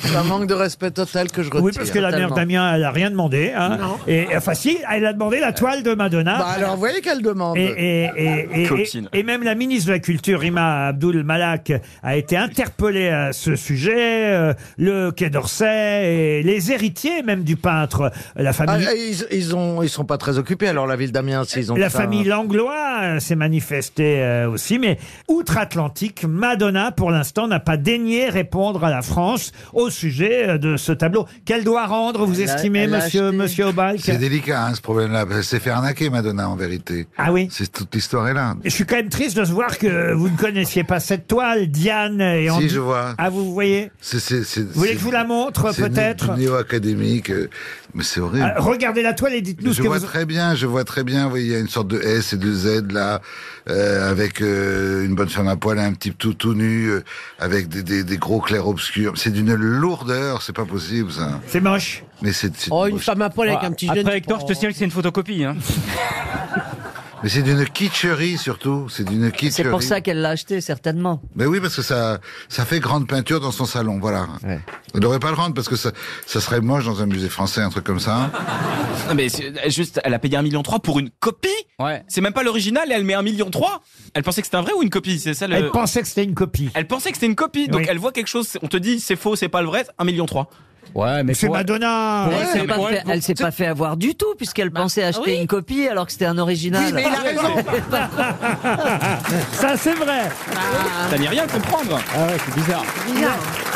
[SPEAKER 4] C'est un manque de respect total que je retire.
[SPEAKER 2] Oui, parce que la mère d'Amiens, elle n'a rien demandé. hein.
[SPEAKER 4] Non.
[SPEAKER 2] Et enfin, si, elle a demandé la toile de Madonna.
[SPEAKER 4] Bah alors, vous voyez qu'elle demande.
[SPEAKER 2] Et, et- et- et-
[SPEAKER 4] Coquine.
[SPEAKER 2] et- et même la ministre de la Culture, Rima Abdul Malak, a été interpellée à ce sujet. euh, le Quai d'Orsay et les héritiers même du peintre, la famille.
[SPEAKER 4] Ah, et ils, ils ont, ils sont pas très occupés alors la ville d'Amiens s'ils ont.
[SPEAKER 2] La
[SPEAKER 4] fait
[SPEAKER 2] famille
[SPEAKER 4] un-
[SPEAKER 2] Langlois euh, s'est manifestée euh, aussi, mais outre-Atlantique, Madonna, pour l'instant, n'a pas daigné répondre à la France au sujet euh, de ce tableau qu'elle doit rendre, vous
[SPEAKER 5] Elle a-
[SPEAKER 2] estimez,
[SPEAKER 5] elle a
[SPEAKER 2] monsieur, monsieur Obal
[SPEAKER 5] C'est délicat, hein, ce problème-là. Elle s'est fait arnaquer, Madonna, en vérité.
[SPEAKER 2] Ah oui
[SPEAKER 5] C'est toute l'histoire hein. est là.
[SPEAKER 2] Je suis quand même triste de se voir que vous ne connaissiez pas cette toile, Diane. Et
[SPEAKER 5] Si,
[SPEAKER 2] Andy-
[SPEAKER 5] je vois.
[SPEAKER 2] Ah, vous voyez
[SPEAKER 5] C'est- c'est- c'est-
[SPEAKER 2] Vous voulez
[SPEAKER 5] c'est-
[SPEAKER 2] que je vous la montre,
[SPEAKER 5] c'est né-
[SPEAKER 2] peut-être
[SPEAKER 5] du néo-académique. euh, Mais c'est horrible.
[SPEAKER 2] Ah, Regardez la toile et dites-nous ce
[SPEAKER 5] je
[SPEAKER 2] que
[SPEAKER 5] vois
[SPEAKER 2] vous...
[SPEAKER 5] très bien, je vois très bien. Vous voyez, il y a une sorte de S et de Z là, euh, avec euh, une bonne femme à poil, un petit tout tout nu, euh, avec des, des- des gros clairs obscurs. C'est d'une lourdeur, c'est pas possible ça.
[SPEAKER 2] C'est moche.
[SPEAKER 5] Mais c'est c'est
[SPEAKER 7] Ah,
[SPEAKER 8] Oh, une
[SPEAKER 5] moche.
[SPEAKER 8] femme à poil avec un
[SPEAKER 2] Ah,
[SPEAKER 8] petit jeune.
[SPEAKER 7] Après Hector, je te signale que c'est une photocopie. Hein.
[SPEAKER 5] Mais c'est d'une kitscherie surtout. C'est d'une kitscherie.
[SPEAKER 6] C'est pour ça qu'elle l'a acheté, certainement.
[SPEAKER 5] Mais oui, parce que ça, ça fait grande peinture dans son salon, voilà. On devrait pas le rendre parce que ça, ça serait moche dans un musée français, un truc comme
[SPEAKER 6] <laughs>
[SPEAKER 5] ça.
[SPEAKER 7] Non, mais c'est- euh, juste, elle a payé un million trois pour une copie. Ouais. C'est même pas l'original et elle met un million trois. Elle pensait que c'était un vrai ou une copie, c'est ça le...
[SPEAKER 2] Elle pensait que c'était une copie.
[SPEAKER 7] Elle pensait que c'était une copie, donc
[SPEAKER 2] Oui.
[SPEAKER 7] elle voit quelque chose. On te dit c'est faux, c'est pas le vrai. Un million trois. Ouais, mais
[SPEAKER 2] C'est Madonna
[SPEAKER 6] elle s'est pas, fait- elle s'est pas fait avoir du tout, puisqu'elle
[SPEAKER 2] Bah,
[SPEAKER 6] pensait acheter une copie alors que c'était un original.
[SPEAKER 4] Oui, mais il a raison.
[SPEAKER 2] Ça, c'est vrai
[SPEAKER 7] T'as mis rien à comprendre.
[SPEAKER 3] Ah ouais, c'est bizarre.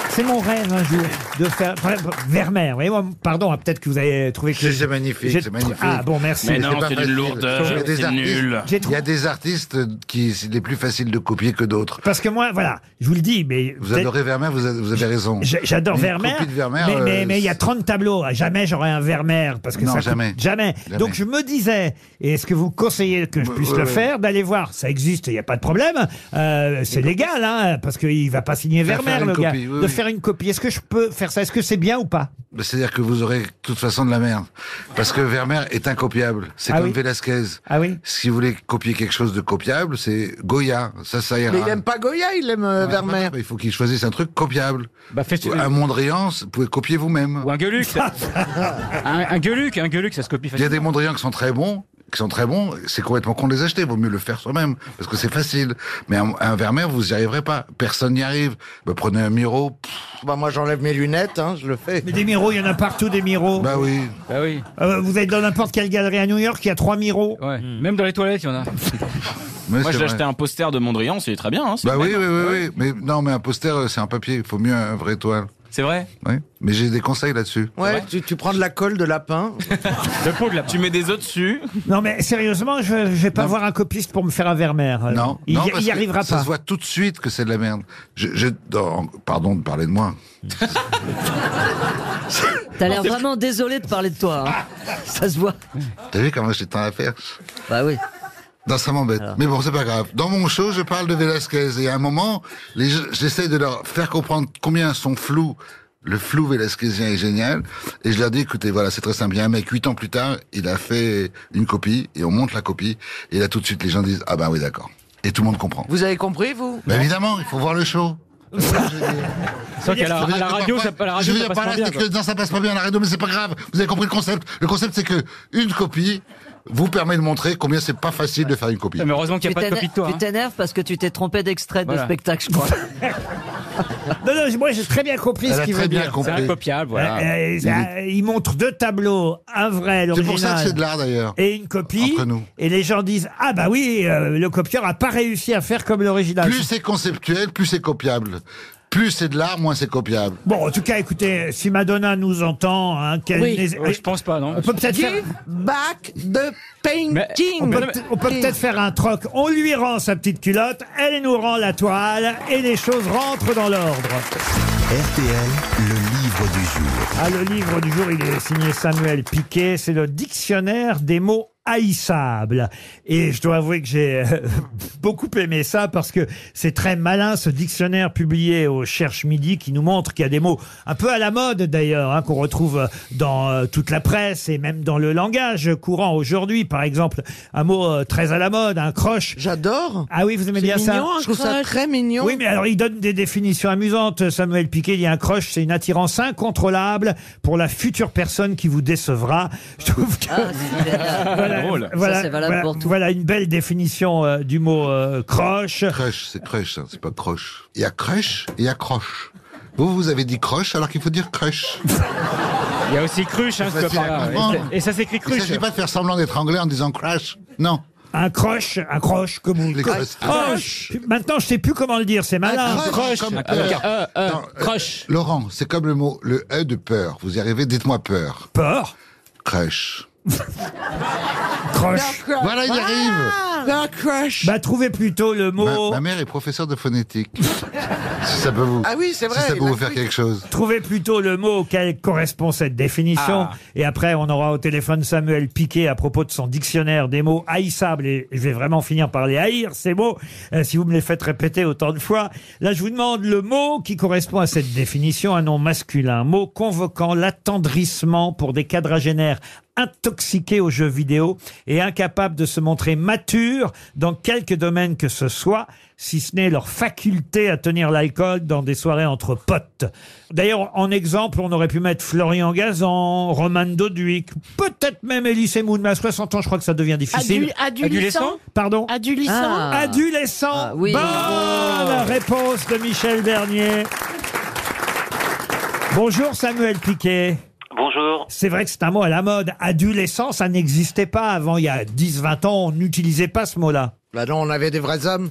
[SPEAKER 2] C'est mon rêve un jour de faire Enfin, Vermeer. Vous voyez, moi, pardon, hein, peut-être que vous avez trouvé que
[SPEAKER 5] C'est c'est magnifique,
[SPEAKER 2] j'ai-
[SPEAKER 5] c'est magnifique.
[SPEAKER 2] Ah bon, merci.
[SPEAKER 7] Mais non, c'est
[SPEAKER 5] pas
[SPEAKER 7] d'une
[SPEAKER 5] facile.
[SPEAKER 7] lourdeur,
[SPEAKER 5] Il y a des
[SPEAKER 7] c'est
[SPEAKER 5] artistes-
[SPEAKER 7] nul.
[SPEAKER 5] Il y a des artistes qui, c'est les plus faciles de copier que d'autres.
[SPEAKER 2] Parce que moi, voilà, je vous le dis, mais
[SPEAKER 5] Vous
[SPEAKER 2] peut-être-
[SPEAKER 5] adorez Vermeer, vous avez, vous avez raison.
[SPEAKER 2] J'ai- J'adore
[SPEAKER 5] Une
[SPEAKER 2] Vermeer.
[SPEAKER 5] copie de Vermeer,
[SPEAKER 2] mais, mais-
[SPEAKER 5] euh,
[SPEAKER 2] mais il y a 30 tableaux. Ah, Jamais j'aurais un Vermeer. Parce que
[SPEAKER 5] Non,
[SPEAKER 2] ça coûte-
[SPEAKER 5] jamais.
[SPEAKER 2] jamais.
[SPEAKER 5] Jamais.
[SPEAKER 2] Donc je me disais, et est-ce que vous conseillez que je puisse
[SPEAKER 5] ouais,
[SPEAKER 2] le
[SPEAKER 5] ouais.
[SPEAKER 2] faire, d'aller voir Ça existe, il n'y a pas de problème. Euh, c'est légal, hein, parce qu'il ne va pas signer
[SPEAKER 5] Faire
[SPEAKER 2] Vermeer,
[SPEAKER 5] une
[SPEAKER 2] le gars.
[SPEAKER 5] copie, oui,
[SPEAKER 2] de
[SPEAKER 5] oui.
[SPEAKER 2] faire une copie. Est-ce que je peux faire ça. Est-ce que c'est bien ou pas
[SPEAKER 5] Bah, C'est-à-dire que vous aurez de toute façon de la merde. Parce que Vermeer est incopiable. C'est
[SPEAKER 2] Ah
[SPEAKER 5] comme
[SPEAKER 2] oui
[SPEAKER 5] Velasquez.
[SPEAKER 2] Ah oui
[SPEAKER 5] Si vous voulez copier quelque chose de copiable, c'est Goya. Ça, ça ira.
[SPEAKER 4] Mais il aime pas Goya, il aime euh,
[SPEAKER 5] Ouais,
[SPEAKER 4] Vermeer.
[SPEAKER 5] non, mais Il faut qu'il choisisse un truc copiable.
[SPEAKER 7] Bah,
[SPEAKER 5] un Mondrian, vous pouvez copier vous-même. Ou
[SPEAKER 7] un
[SPEAKER 5] <laughs>
[SPEAKER 7] Gueuluc. un, un Gueuluc, un Gueuluc, ça se copie
[SPEAKER 5] Il y a des Mondrian qui sont très bons, qui sont très bons, c'est complètement con de les acheter, vaut mieux le faire soi-même, parce que c'est facile. Mais un, un Vermeer, vous n'y arriverez pas. Personne n'y arrive. Bah, prenez un Miro.
[SPEAKER 4] Bah, moi, j'enlève mes lunettes, hein, je le fais.
[SPEAKER 2] Mais des miroirs, il y en a partout des miroirs.
[SPEAKER 5] Bah oui.
[SPEAKER 7] Bah oui.
[SPEAKER 2] Euh, vous êtes dans n'importe quelle galerie à New York, il y a trois miroirs.
[SPEAKER 7] Ouais. Même dans les toilettes, il y en a.
[SPEAKER 5] Mais
[SPEAKER 7] Moi,
[SPEAKER 5] c'est
[SPEAKER 7] j'ai
[SPEAKER 5] vrai.
[SPEAKER 7] acheté un poster de Mondrian, c'est très bien. hein, c'est
[SPEAKER 5] Bah oui,
[SPEAKER 7] une
[SPEAKER 5] oui,
[SPEAKER 7] belle-
[SPEAKER 5] oui, oui. Mais non, mais un poster, euh, c'est un papier. Il faut mieux un vrai toile.
[SPEAKER 7] C'est vrai
[SPEAKER 5] Oui. Mais j'ai des conseils là-dessus.
[SPEAKER 4] Ouais, tu, tu prends de la colle de
[SPEAKER 7] <laughs>
[SPEAKER 4] lapin.
[SPEAKER 7] Tu mets des œufs dessus.
[SPEAKER 2] Non, mais sérieusement, je, je vais pas voir un copiste pour me faire un Vermeer.
[SPEAKER 5] Non,
[SPEAKER 2] il
[SPEAKER 5] non,
[SPEAKER 2] n'y
[SPEAKER 5] parce que
[SPEAKER 2] arrivera pas.
[SPEAKER 5] Ça se voit tout de suite que c'est de la merde. Je, je- non, pardon de parler de moi.
[SPEAKER 6] T'as l'air vraiment désolé de parler de toi.
[SPEAKER 2] Ah.
[SPEAKER 6] hein. Ça se voit.
[SPEAKER 5] T'as vu comment j'ai tant à faire
[SPEAKER 6] Bah oui.
[SPEAKER 5] Non, ça m'embête. Mais bon, c'est pas grave. Dans mon show, je parle de Velasquez. Et à un moment, les gens- j'essaie de leur faire comprendre combien ils sont flous. Le flou vélasquezien est génial. Et je leur dis, écoutez, voilà, c'est très simple. Il y a un mec, huit ans plus tard, il a fait une copie, et on monte la copie. Et là, tout de suite, les gens disent, ah ben oui, d'accord. Et tout le monde comprend.
[SPEAKER 4] Vous avez compris, vous
[SPEAKER 5] Bah, évidemment, il faut voir le
[SPEAKER 3] <laughs>
[SPEAKER 5] show.
[SPEAKER 7] Sauf qu'à la, à la radio, ça, à la radio,
[SPEAKER 5] je veux
[SPEAKER 7] ça
[SPEAKER 5] dire
[SPEAKER 7] passe
[SPEAKER 5] par
[SPEAKER 7] pas
[SPEAKER 5] là,
[SPEAKER 7] bien.
[SPEAKER 5] c'est
[SPEAKER 7] quoi.
[SPEAKER 5] que non, ça passe pas bien à la radio, mais c'est pas grave. Vous avez compris le concept. Le concept, c'est que une copie vous permet de montrer combien c'est pas facile de faire une copie.
[SPEAKER 7] Mais heureusement qu'il n'y a pas
[SPEAKER 6] Tu
[SPEAKER 7] de copie
[SPEAKER 6] t'éner-
[SPEAKER 7] de toi.
[SPEAKER 6] tu
[SPEAKER 7] hein.
[SPEAKER 6] t'énerves parce que tu t'es trompé d'extrait
[SPEAKER 7] Voilà.
[SPEAKER 6] de spectacle, je crois.
[SPEAKER 2] <laughs> Non, non, moi j'ai très bien compris
[SPEAKER 5] Elle
[SPEAKER 2] ce
[SPEAKER 5] a
[SPEAKER 2] qu'il
[SPEAKER 5] très
[SPEAKER 2] veut
[SPEAKER 5] bien
[SPEAKER 2] dire.
[SPEAKER 5] compris. C'est
[SPEAKER 7] incopiable, voilà.
[SPEAKER 2] Euh, euh,
[SPEAKER 5] Il
[SPEAKER 2] euh, il montre deux tableaux, un vrai,
[SPEAKER 5] C'est
[SPEAKER 2] l'original.
[SPEAKER 5] pour ça que c'est de l'art d'ailleurs.
[SPEAKER 2] Et une copie.
[SPEAKER 5] Entre nous.
[SPEAKER 2] Et les gens disent ah bah oui, euh, le copieur a pas réussi à faire comme l'original.
[SPEAKER 5] Plus c'est conceptuel, plus c'est copiable. Plus c'est de l'art, moins c'est copiable.
[SPEAKER 2] Bon, en tout cas, écoutez, si Madonna nous entend, hein, qu'elle
[SPEAKER 7] Oui.
[SPEAKER 2] n'hés-
[SPEAKER 7] Ouais, je pense pas, non.
[SPEAKER 2] on peut peut-être faire.
[SPEAKER 4] Give back the painting.
[SPEAKER 2] On peut, on peut peut-être faire un troc. On lui rend sa petite culotte, elle nous rend la toile, et les choses rentrent dans l'ordre.
[SPEAKER 1] RTL, le livre du jour.
[SPEAKER 2] Ah, le livre du jour, il est signé Samuel Piquet. C'est le dictionnaire des mots haïssables. Et je dois avouer que j'ai euh, <laughs> beaucoup aimé ça parce que c'est très malin ce dictionnaire publié au Cherche Midi qui nous montre qu'il y a des mots un peu à la mode d'ailleurs, hein, qu'on retrouve euh, dans euh, toute la presse et même dans le langage courant aujourd'hui. Par exemple, un mot euh, très à la mode, un croche.
[SPEAKER 4] J'adore.
[SPEAKER 2] Ah oui, vous aimez bien ça
[SPEAKER 4] Je trouve ça très mignon.
[SPEAKER 2] oui, mais alors il donne des définitions amusantes. Samuel Piquet, il y a un croche, c'est une attirance incontrôlable pour la future personne qui vous décevra. Je trouve que
[SPEAKER 6] Ah,
[SPEAKER 2] <laughs>
[SPEAKER 6] c'est génial.
[SPEAKER 7] drôle.
[SPEAKER 6] Ça, c'est valable
[SPEAKER 2] voilà,
[SPEAKER 6] pour tout.
[SPEAKER 2] voilà une belle définition euh, du mot euh, croche.
[SPEAKER 5] Crush, c'est crush, hein, c'est pas croche. Il y a crush et il y a croche. Vous, vous avez dit croche alors qu'il faut dire crush.
[SPEAKER 7] Il y a aussi cruche, hein,
[SPEAKER 5] C'est
[SPEAKER 7] ce que
[SPEAKER 5] facile
[SPEAKER 7] par
[SPEAKER 5] à
[SPEAKER 7] là.
[SPEAKER 5] comprendre.
[SPEAKER 7] Et c'est- Et ça s'écrit
[SPEAKER 5] Il ne
[SPEAKER 7] cruche.
[SPEAKER 5] s'agit pas de faire semblant d'être anglais en disant crash. Non.
[SPEAKER 2] Un croche, un croche, comme vous
[SPEAKER 5] Les crosses.
[SPEAKER 2] Croche. Maintenant, je sais plus comment le dire, c'est malin.
[SPEAKER 5] Ah,
[SPEAKER 7] Crush.
[SPEAKER 5] Comme
[SPEAKER 7] Avec
[SPEAKER 5] peur.
[SPEAKER 7] un E, E,
[SPEAKER 5] Non, euh,
[SPEAKER 7] crush.
[SPEAKER 5] Laurent, c'est comme le mot, le E de peur. Vous y arrivez, dites-moi peur.
[SPEAKER 2] Peur, <laughs>
[SPEAKER 5] Crush.
[SPEAKER 2] croche.
[SPEAKER 5] Voilà, il y arrive.
[SPEAKER 4] Ah, La crush.
[SPEAKER 2] Bah, trouvez plutôt le mot.
[SPEAKER 5] Ma, ma mère est professeure de
[SPEAKER 4] <laughs>
[SPEAKER 5] phonétique. si ça peut vous.
[SPEAKER 4] Ah oui, c'est vrai,
[SPEAKER 5] Si ça peut
[SPEAKER 4] la
[SPEAKER 5] vous faire
[SPEAKER 4] flûte.
[SPEAKER 5] quelque chose.
[SPEAKER 2] Trouvez plutôt le mot auquel correspond cette définition. Et après, on aura au téléphone Samuel Piquet à propos de son dictionnaire des mots haïssables. Et je vais vraiment finir par les haïr, ces mots, euh, si vous me les faites répéter autant de fois. Là, je vous demande le mot qui correspond à cette définition, un nom masculin, un mot convoquant l'attendrissement pour des quadragénaires intoxiqués aux jeux vidéo et incapables de se montrer matures dans quelque domaine que ce soit, si ce n'est leur faculté à tenir l'alcool dans des soirées entre potes. D'ailleurs, en exemple, on aurait pu mettre Florian Gazan, Roman Doduic, peut-être même Elise Moon, mais à 60 ans, je crois que ça devient difficile.
[SPEAKER 8] Adu- adolescent
[SPEAKER 2] Pardon
[SPEAKER 8] Adolescent
[SPEAKER 6] Ah.
[SPEAKER 2] Adolescent
[SPEAKER 6] Ah, oui. Oh.
[SPEAKER 2] Bonne
[SPEAKER 6] Bravo.
[SPEAKER 2] réponse de Michel Bernier. Bonjour Samuel Piquet.
[SPEAKER 15] Bonjour.
[SPEAKER 2] C'est vrai que c'est un mot à la mode. Adolescent, ça n'existait pas avant. Il y a 10-20 ans, on n'utilisait pas ce mot-là.
[SPEAKER 4] Bah non, on avait des vrais hommes.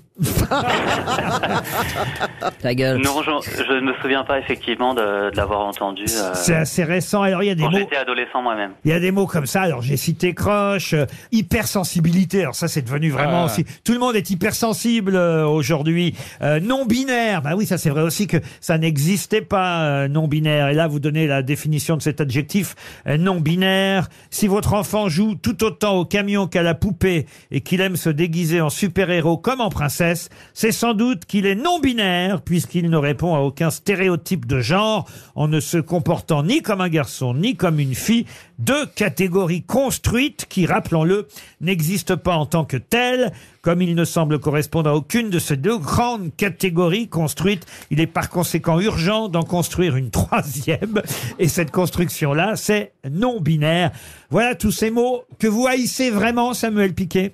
[SPEAKER 6] Ta gueule.
[SPEAKER 15] Non, je, je ne me souviens pas effectivement de, de l'avoir entendu. euh,
[SPEAKER 2] C'est assez récent. Alors, il y a des
[SPEAKER 15] quand
[SPEAKER 2] mots...
[SPEAKER 15] j'étais adolescent moi-même.
[SPEAKER 2] Il y a des mots comme ça. Alors j'ai cité croche, euh, hypersensibilité. Alors ça c'est devenu vraiment
[SPEAKER 7] Ah.
[SPEAKER 2] aussi. Tout le monde est hypersensible euh, aujourd'hui. Euh, non binaire. Bah oui, ça c'est vrai aussi que ça n'existait pas euh, non binaire. Et là vous donnez la définition de cet adjectif euh, non binaire. Si votre enfant joue tout autant au camion qu'à la poupée et qu'il aime se déguiser en super-héros comme en princesse, c'est sans doute qu'il est non-binaire puisqu'il ne répond à aucun stéréotype de genre en ne se comportant ni comme un garçon ni comme une fille. Deux catégories construites qui, rappelons-le, n'existent pas en tant que telles. Comme il ne semble correspondre à aucune de ces deux grandes catégories construites, il est par conséquent urgent d'en construire une troisième. Et cette construction-là, c'est non-binaire. Voilà tous ces mots que vous haïssez vraiment, Samuel Piquet.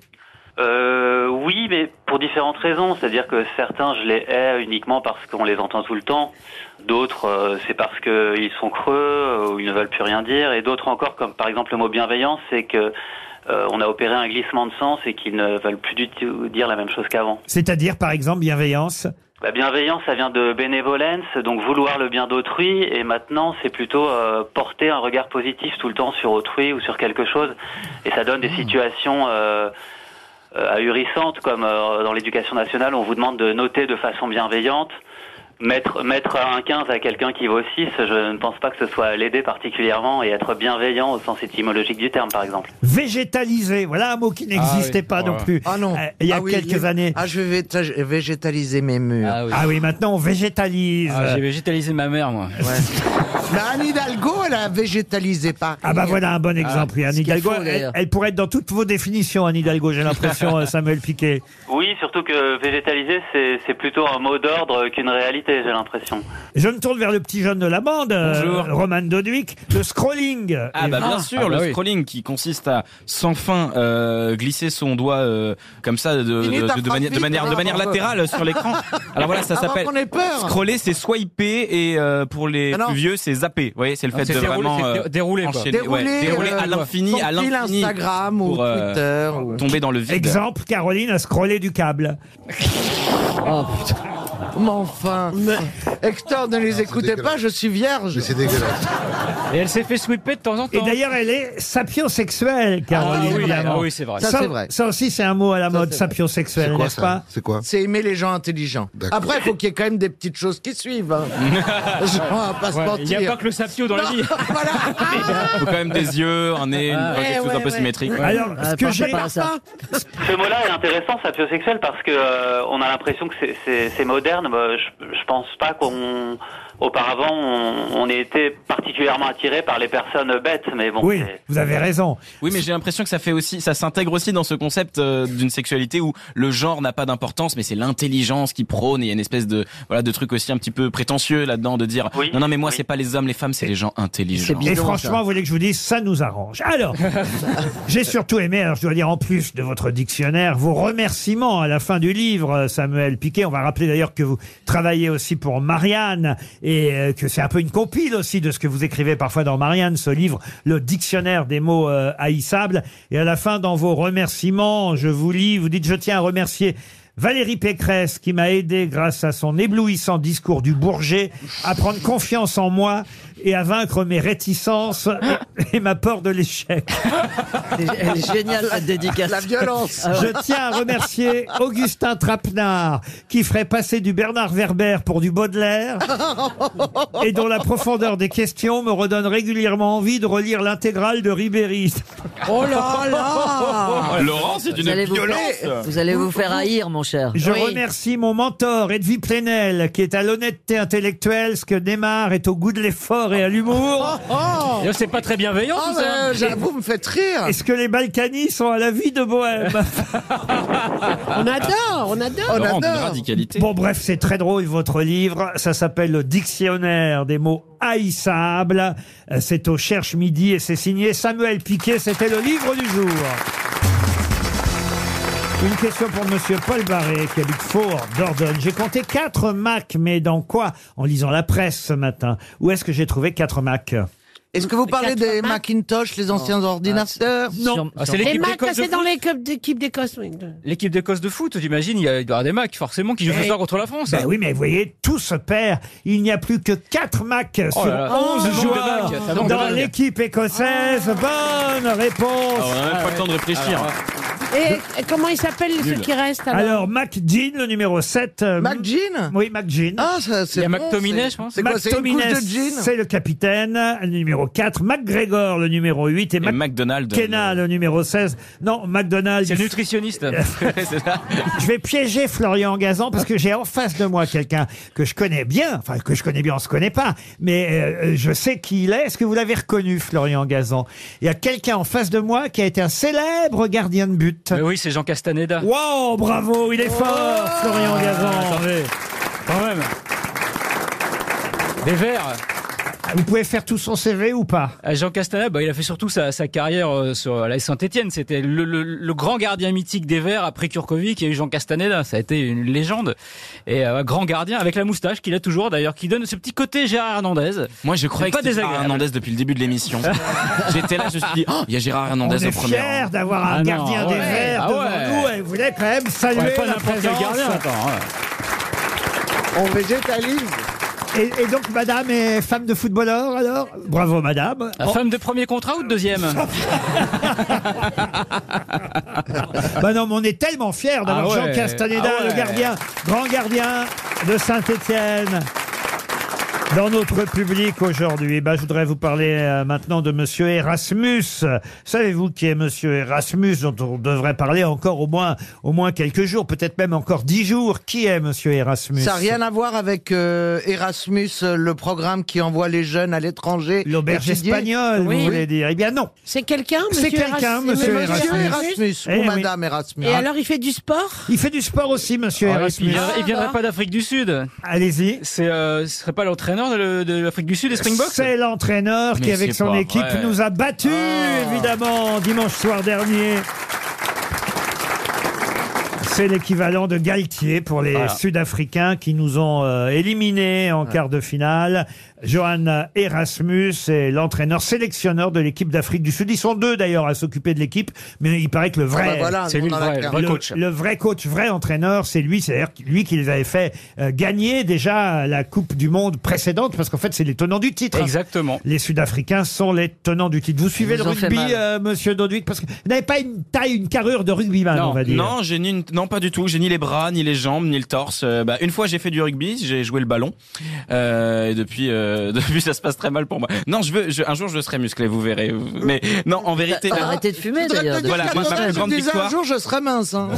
[SPEAKER 15] Euh, oui, mais pour différentes raisons. C'est-à-dire que certains, je les hais uniquement parce qu'on les entend tout le temps. D'autres, euh, c'est parce qu'ils sont creux euh, ou ils ne veulent plus rien dire. Et d'autres encore, comme par exemple le mot bienveillance, c'est que euh, on a opéré un glissement de sens et qu'ils ne veulent plus du tout dire la même chose qu'avant.
[SPEAKER 2] C'est-à-dire, par exemple, bienveillance.
[SPEAKER 15] La bienveillance, Bah, ça vient de bénévolence, donc vouloir le bien d'autrui, et maintenant c'est plutôt euh, porter un regard positif tout le temps sur autrui ou sur quelque chose, et ça donne des
[SPEAKER 4] Mmh.
[SPEAKER 15] situations euh, euh, ahurissantes, comme euh, dans l'éducation nationale, on vous demande de noter de façon bienveillante, mettre, mettre un 15 à quelqu'un qui vaut 6, je ne pense pas que ce soit l'aider particulièrement, et être bienveillant au sens étymologique du terme, par exemple.
[SPEAKER 2] Végétaliser, voilà un mot qui n'existait
[SPEAKER 4] oui,
[SPEAKER 2] Ah pas non
[SPEAKER 4] voilà.
[SPEAKER 2] plus.
[SPEAKER 4] Ah non.
[SPEAKER 2] Euh, Il y a
[SPEAKER 4] Ah oui,
[SPEAKER 2] quelques
[SPEAKER 4] les-
[SPEAKER 2] années.
[SPEAKER 4] Ah, je vais vég- végétaliser mes murs.
[SPEAKER 2] Ah oui. maintenant on végétalise.
[SPEAKER 4] Ah, j'ai
[SPEAKER 3] végétalisé ma mère, moi.
[SPEAKER 4] Mais Anne Hidalgo, elle a végétalisé pas.
[SPEAKER 2] Ah bah voilà un bon exemple.
[SPEAKER 4] Ah,
[SPEAKER 2] oui, Anne Hidalgo, elle, elle pourrait être dans toutes vos définitions, Anne Hidalgo, j'ai l'impression, euh, Samuel Piquet.
[SPEAKER 15] Oui, surtout que végétaliser, c'est c'est plutôt un mot d'ordre qu'une réalité, j'ai l'impression.
[SPEAKER 2] Je me tourne vers le petit jeune de la bande, euh,
[SPEAKER 7] Bonjour.
[SPEAKER 2] Roman Doduic, le scrolling.
[SPEAKER 7] Ah bah
[SPEAKER 2] Et-
[SPEAKER 7] bien sûr,
[SPEAKER 2] Ah bah
[SPEAKER 7] le
[SPEAKER 2] oui.
[SPEAKER 7] scrolling qui consiste à sans fin euh, glisser son doigt euh, comme ça de, de,
[SPEAKER 4] Finis ta
[SPEAKER 7] de- de
[SPEAKER 4] phrase
[SPEAKER 7] manière, de
[SPEAKER 4] vite,
[SPEAKER 7] manière, de
[SPEAKER 4] alors,
[SPEAKER 7] manière
[SPEAKER 4] avant-
[SPEAKER 7] latérale sur l'écran. Alors voilà, ça
[SPEAKER 4] Avant
[SPEAKER 7] s'appelle
[SPEAKER 4] qu'on ait peur.
[SPEAKER 7] scroller, c'est swiper et euh, pour les
[SPEAKER 4] Ah non.
[SPEAKER 7] plus vieux, c'est zapper. Vous voyez, c'est le
[SPEAKER 4] Ah,
[SPEAKER 7] fait
[SPEAKER 4] c'est
[SPEAKER 7] de
[SPEAKER 4] dérouler,
[SPEAKER 7] vraiment euh,
[SPEAKER 4] c'est dé- dérouler, quoi.
[SPEAKER 7] enchaîner,
[SPEAKER 4] Dérouler,
[SPEAKER 7] ouais, dérouler
[SPEAKER 4] euh,
[SPEAKER 7] à l'infini, à
[SPEAKER 4] son fil
[SPEAKER 7] l'infini
[SPEAKER 4] Instagram ou
[SPEAKER 7] pour, euh,
[SPEAKER 4] Twitter ou-
[SPEAKER 7] tomber dans le vide.
[SPEAKER 2] Exemple, Caroline a scrollé du câble.
[SPEAKER 4] <laughs> Oh putain. Mais enfin. Hector, ne les écoutez pas, je suis vierge. Ah, Mais c'est dégueulasse.
[SPEAKER 3] Et elle s'est fait sweeper de temps en
[SPEAKER 2] Et d'ailleurs, elle est sapiosexuelle, Caroline.
[SPEAKER 4] Ah oui,
[SPEAKER 2] évidemment.
[SPEAKER 4] ah oui, c'est vrai. Ça,
[SPEAKER 2] Ça,
[SPEAKER 4] c'est vrai.
[SPEAKER 2] ça aussi, c'est un mot à la mode, sapiosexuel, n'est-ce pas
[SPEAKER 4] C'est quoi C'est aimer les gens intelligents. Après, il faut qu'il y ait quand même des petites choses qui suivent.
[SPEAKER 3] <laughs>
[SPEAKER 4] hein. Genre, on va pas se
[SPEAKER 3] Ouais,
[SPEAKER 4] mentir.
[SPEAKER 3] Il n'y a pas que le sapio
[SPEAKER 4] <laughs>
[SPEAKER 3] dans la vie.
[SPEAKER 7] Faut quand même des yeux, un nez, une
[SPEAKER 3] Ah,
[SPEAKER 7] quelque
[SPEAKER 3] ouais,
[SPEAKER 7] chose un peu
[SPEAKER 3] ouais.
[SPEAKER 7] symétrique.
[SPEAKER 2] Alors,
[SPEAKER 7] ce
[SPEAKER 2] que j'ai-
[SPEAKER 15] Ce mot-là est intéressant, sapiosexuel, parce que euh, on a l'impression que c'est- c'est c'est moderne. Bah, je, je pense pas qu'on. Auparavant, on, on ait été particulièrement attiré par les personnes bêtes, mais bon.
[SPEAKER 2] Oui,
[SPEAKER 15] c'est-
[SPEAKER 2] vous avez raison.
[SPEAKER 7] Oui, mais j'ai l'impression que ça fait aussi, ça s'intègre aussi dans ce concept euh, d'une sexualité où le genre n'a pas d'importance, mais c'est l'intelligence qui prône. Et il y a une espèce de voilà de truc aussi un petit peu prétentieux là-dedans de dire non non mais moi c'est pas les hommes, les femmes, c'est les gens intelligents.
[SPEAKER 2] Et franchement, vous voulez que je vous dise, ça nous arrange. Alors, j'ai surtout aimé, alors je dois dire en plus de votre dictionnaire, vos remerciements à la fin du livre, euh, Samuel Piquet. On va rappeler d'ailleurs que vous travaillez aussi pour Marianne et euh, que c'est un peu une compile aussi de ce que vous écrivez parfois dans Marianne, ce livre, le dictionnaire des mots euh, haïssables. Et à la fin, dans vos remerciements, je vous lis, vous dites, je tiens à remercier Valérie Pécresse, qui m'a aidé grâce à son éblouissant discours du Bourget à prendre confiance en moi et à vaincre mes réticences et, et ma peur de l'échec.
[SPEAKER 6] Elle est géniale, cette dédicace. La violence. Ah ouais.
[SPEAKER 2] Je tiens à remercier Augustin Trapenard, qui ferait passer du Bernard Werber pour
[SPEAKER 6] <laughs>
[SPEAKER 2] du Baudelaire et dont la profondeur des questions me redonne régulièrement envie de relire l'intégrale de Ribéry.
[SPEAKER 6] Oh là là
[SPEAKER 7] Laurent, c'est
[SPEAKER 6] Vous
[SPEAKER 7] une
[SPEAKER 6] allez vous
[SPEAKER 7] violence.
[SPEAKER 6] faire- vous allez vous faire haïr, mon cher.
[SPEAKER 2] Je remercie mon mentor, Edwy Plenel, qui est à l'honnêteté intellectuelle, ce que Neymar est au goût de l'effort et
[SPEAKER 3] <laughs>
[SPEAKER 2] à l'humour.
[SPEAKER 3] D'ailleurs, C'est pas très bienveillant
[SPEAKER 2] Ah,
[SPEAKER 3] tout ça.
[SPEAKER 2] mais j'avoue,
[SPEAKER 4] me faites rire.
[SPEAKER 2] Est-ce que les Balkany sont à Oh, la vie de Bohème Ah.
[SPEAKER 8] On adore, on adore.
[SPEAKER 2] Bon, bref, c'est très drôle, votre livre. Ça s'appelle Le Dictionnaire des mots haïssables. Euh, C'est au Cherche Midi et c'est signé Samuel Piquet. C'était le livre du jour. Une question pour Monsieur Paul Barré, qui habite Fort, Dordogne. J'ai compté quatre Macs, mais dans quoi En lisant la presse ce matin. Où est-ce que j'ai trouvé quatre Macs
[SPEAKER 4] Est-ce que vous parlez des Macintosh, les anciens ordinateurs
[SPEAKER 3] Sur- Ah, c'est sur- l'équipe
[SPEAKER 8] Les Macs,
[SPEAKER 3] d'Écosse de
[SPEAKER 8] c'est dans
[SPEAKER 3] foot.
[SPEAKER 8] l'équipe d'équipe d'Écosse. oui.
[SPEAKER 3] L'équipe d'Écosse de foot, j'imagine, il y a il doit y avoir des Macs forcément qui jouent ce
[SPEAKER 2] Eh,
[SPEAKER 3] soir contre la France. hein
[SPEAKER 2] Ben oui, mais vous voyez, tout se perd. Il n'y a plus que 4 Macs
[SPEAKER 3] Oh
[SPEAKER 2] sur
[SPEAKER 3] là là,
[SPEAKER 2] 11
[SPEAKER 3] ça manque de
[SPEAKER 2] joueurs
[SPEAKER 3] dingue, ça manque de
[SPEAKER 2] dans
[SPEAKER 3] dingue.
[SPEAKER 2] l'équipe écossaise. Bonne réponse.
[SPEAKER 7] Ah, on a même pas le temps de réfléchir.
[SPEAKER 8] Et comment il s'appelle ceux qui restent alors,
[SPEAKER 2] Alors, Mac Jean, le numéro 7. Mac Jean Oui, Mac Jean. Ah,
[SPEAKER 8] c'est Il y a bon, McTominay, c'est- je pense. c'est quoi, c'est une
[SPEAKER 2] McTominay,
[SPEAKER 8] couche de jean
[SPEAKER 2] c'est le capitaine, le numéro 4. McGregor, le numéro 8. Et, Mac-
[SPEAKER 7] McDonald.
[SPEAKER 2] Kenna, le numéro 16. Non, McDonald.
[SPEAKER 7] C'est le
[SPEAKER 2] <laughs>
[SPEAKER 7] nutritionniste. <laughs> C'est ça.
[SPEAKER 2] Je vais piéger Florian Gazan parce que j'ai en face de moi quelqu'un que je connais bien. Enfin, que je connais bien, on se connaît pas. Mais euh, je sais qui il est. Est-ce que vous l'avez reconnu, Florian Gazan Il y a quelqu'un en face de moi qui a été un célèbre gardien de but.
[SPEAKER 3] Mais oui, c'est Jean Castaneda.
[SPEAKER 2] Wow, bravo, il est fort, Florian Gazan.
[SPEAKER 3] Ah, Attendez, quand même. Les Verts.
[SPEAKER 2] Vous pouvez faire tout son CV ou pas
[SPEAKER 3] Euh, Jean Castaneda, bah, il a fait surtout sa, sa carrière euh, sur euh, la Saint-Etienne. C'était le, le- le grand gardien mythique des Verts après Kurkovic et Jean Castaneda. Ça a été une légende. Et euh, grand gardien avec la moustache qu'il a toujours d'ailleurs, qui donne ce petit côté Gérard Hernandez.
[SPEAKER 7] Moi, je croyais
[SPEAKER 3] C'est
[SPEAKER 7] que
[SPEAKER 3] pas
[SPEAKER 7] c'était Gérard
[SPEAKER 3] désagréable.
[SPEAKER 7] Hernandez depuis le début de
[SPEAKER 2] <laughs>
[SPEAKER 7] l'émission. J'étais là, je me suis dit, Oh, il y a Gérard Hernandez
[SPEAKER 2] On
[SPEAKER 7] au
[SPEAKER 2] est
[SPEAKER 7] premier.
[SPEAKER 2] fiers
[SPEAKER 7] rang.
[SPEAKER 2] d'avoir un
[SPEAKER 7] Ah non,
[SPEAKER 2] gardien des
[SPEAKER 7] ouais.
[SPEAKER 2] Verts
[SPEAKER 7] Ah
[SPEAKER 2] devant
[SPEAKER 7] ouais.
[SPEAKER 2] nous. Et vous voulez quand même saluer
[SPEAKER 7] Ouais, pas
[SPEAKER 2] la
[SPEAKER 7] n'importe quel
[SPEAKER 2] présence.
[SPEAKER 7] gardien, hein. attends,
[SPEAKER 2] On végétalise. Et, et donc, madame est femme de footballeur, alors Bravo, madame.
[SPEAKER 7] Ah,
[SPEAKER 3] La femme de premier contrat ou de deuxième
[SPEAKER 2] Bah non, mais on est tellement fiers d'avoir
[SPEAKER 3] Ah ouais.
[SPEAKER 2] Jean Castaneda,
[SPEAKER 3] Ah ouais.
[SPEAKER 2] le gardien, grand gardien de Saint-Étienne. Dans notre public aujourd'hui, bah, je voudrais vous parler euh, maintenant de Monsieur Erasmus. Savez-vous qui est Monsieur Erasmus dont on devrait parler encore au moins, au moins quelques jours, peut-être même encore dix jours. Qui est Monsieur Erasmus
[SPEAKER 4] Ça n'a rien à voir avec euh, Erasmus, euh, le programme qui envoie les jeunes à l'étranger.
[SPEAKER 2] L'auberge
[SPEAKER 4] étudier.
[SPEAKER 2] espagnole, vous voulez dire Eh bien non.
[SPEAKER 8] C'est quelqu'un,
[SPEAKER 4] C'est
[SPEAKER 8] monsieur
[SPEAKER 4] quelqu'un,
[SPEAKER 8] Erasmus
[SPEAKER 4] monsieur Erasmus.
[SPEAKER 2] Eh
[SPEAKER 4] ou
[SPEAKER 2] oui.
[SPEAKER 4] madame Erasmus.
[SPEAKER 8] Et alors, il fait du sport
[SPEAKER 2] Il fait du sport aussi, Monsieur
[SPEAKER 3] Ah, et puis, il
[SPEAKER 2] Erasmus.
[SPEAKER 3] vient- il viendrait pas d'Afrique du Sud.
[SPEAKER 2] Allez-y.
[SPEAKER 3] C'est, euh, ce serait pas l'entraîneur de, le- de l'Afrique du Sud, des Springboks
[SPEAKER 2] C'est l'entraîneur qui,
[SPEAKER 3] Mais
[SPEAKER 2] avec
[SPEAKER 3] c'est
[SPEAKER 2] son
[SPEAKER 3] pas
[SPEAKER 2] équipe,
[SPEAKER 3] vrai.
[SPEAKER 2] nous a battus,
[SPEAKER 4] Ah.
[SPEAKER 2] évidemment, dimanche soir dernier. C'est l'équivalent de Galtier pour les
[SPEAKER 16] Voilà.
[SPEAKER 2] Sud-Africains qui nous ont euh, éliminés en quart de finale. Johan Erasmus est l'entraîneur sélectionneur de l'équipe d'Afrique du Sud. Ils sont deux d'ailleurs à s'occuper de l'équipe, mais il paraît que le vrai,
[SPEAKER 4] Ah bah voilà, C'est lui, on le en a vrai, clair. le vrai
[SPEAKER 2] le-
[SPEAKER 4] coach.
[SPEAKER 2] le vrai coach, vrai entraîneur, c'est lui. C'est-à-dire que lui qui les avait fait euh, gagner déjà la Coupe du Monde précédente, parce qu'en fait c'est les tenants du titre. hein.
[SPEAKER 3] Exactement.
[SPEAKER 2] Les Sud-Africains sont les tenants du titre. Vous suivez
[SPEAKER 7] nous
[SPEAKER 2] le
[SPEAKER 7] ont fait
[SPEAKER 2] rugby,
[SPEAKER 7] mal.
[SPEAKER 2] euh, Monsieur Dodwick, parce que vous n'avez pas une taille, une carrure de rugbyman, on va dire.
[SPEAKER 7] Non, j'ai ni une- non pas du tout. J'ai ni les bras, ni les jambes, ni le torse. Euh, bah, une fois, j'ai fait du rugby, j'ai joué le ballon. Euh, et depuis, euh, <laughs> depuis, ça se passe très mal pour moi. Non, je veux, je- un jour, je serai musclé, vous verrez. Mais non, en vérité,
[SPEAKER 4] T'as
[SPEAKER 7] la-
[SPEAKER 4] arrêté Bah, de fumer,
[SPEAKER 7] Faudrait
[SPEAKER 4] d'ailleurs,
[SPEAKER 7] peut-être Voilà,
[SPEAKER 4] depuis
[SPEAKER 7] ma, ma
[SPEAKER 4] longtemps.
[SPEAKER 7] plus grande
[SPEAKER 4] Tu disais, un
[SPEAKER 7] victoire.
[SPEAKER 4] jour, je serai mince. hein.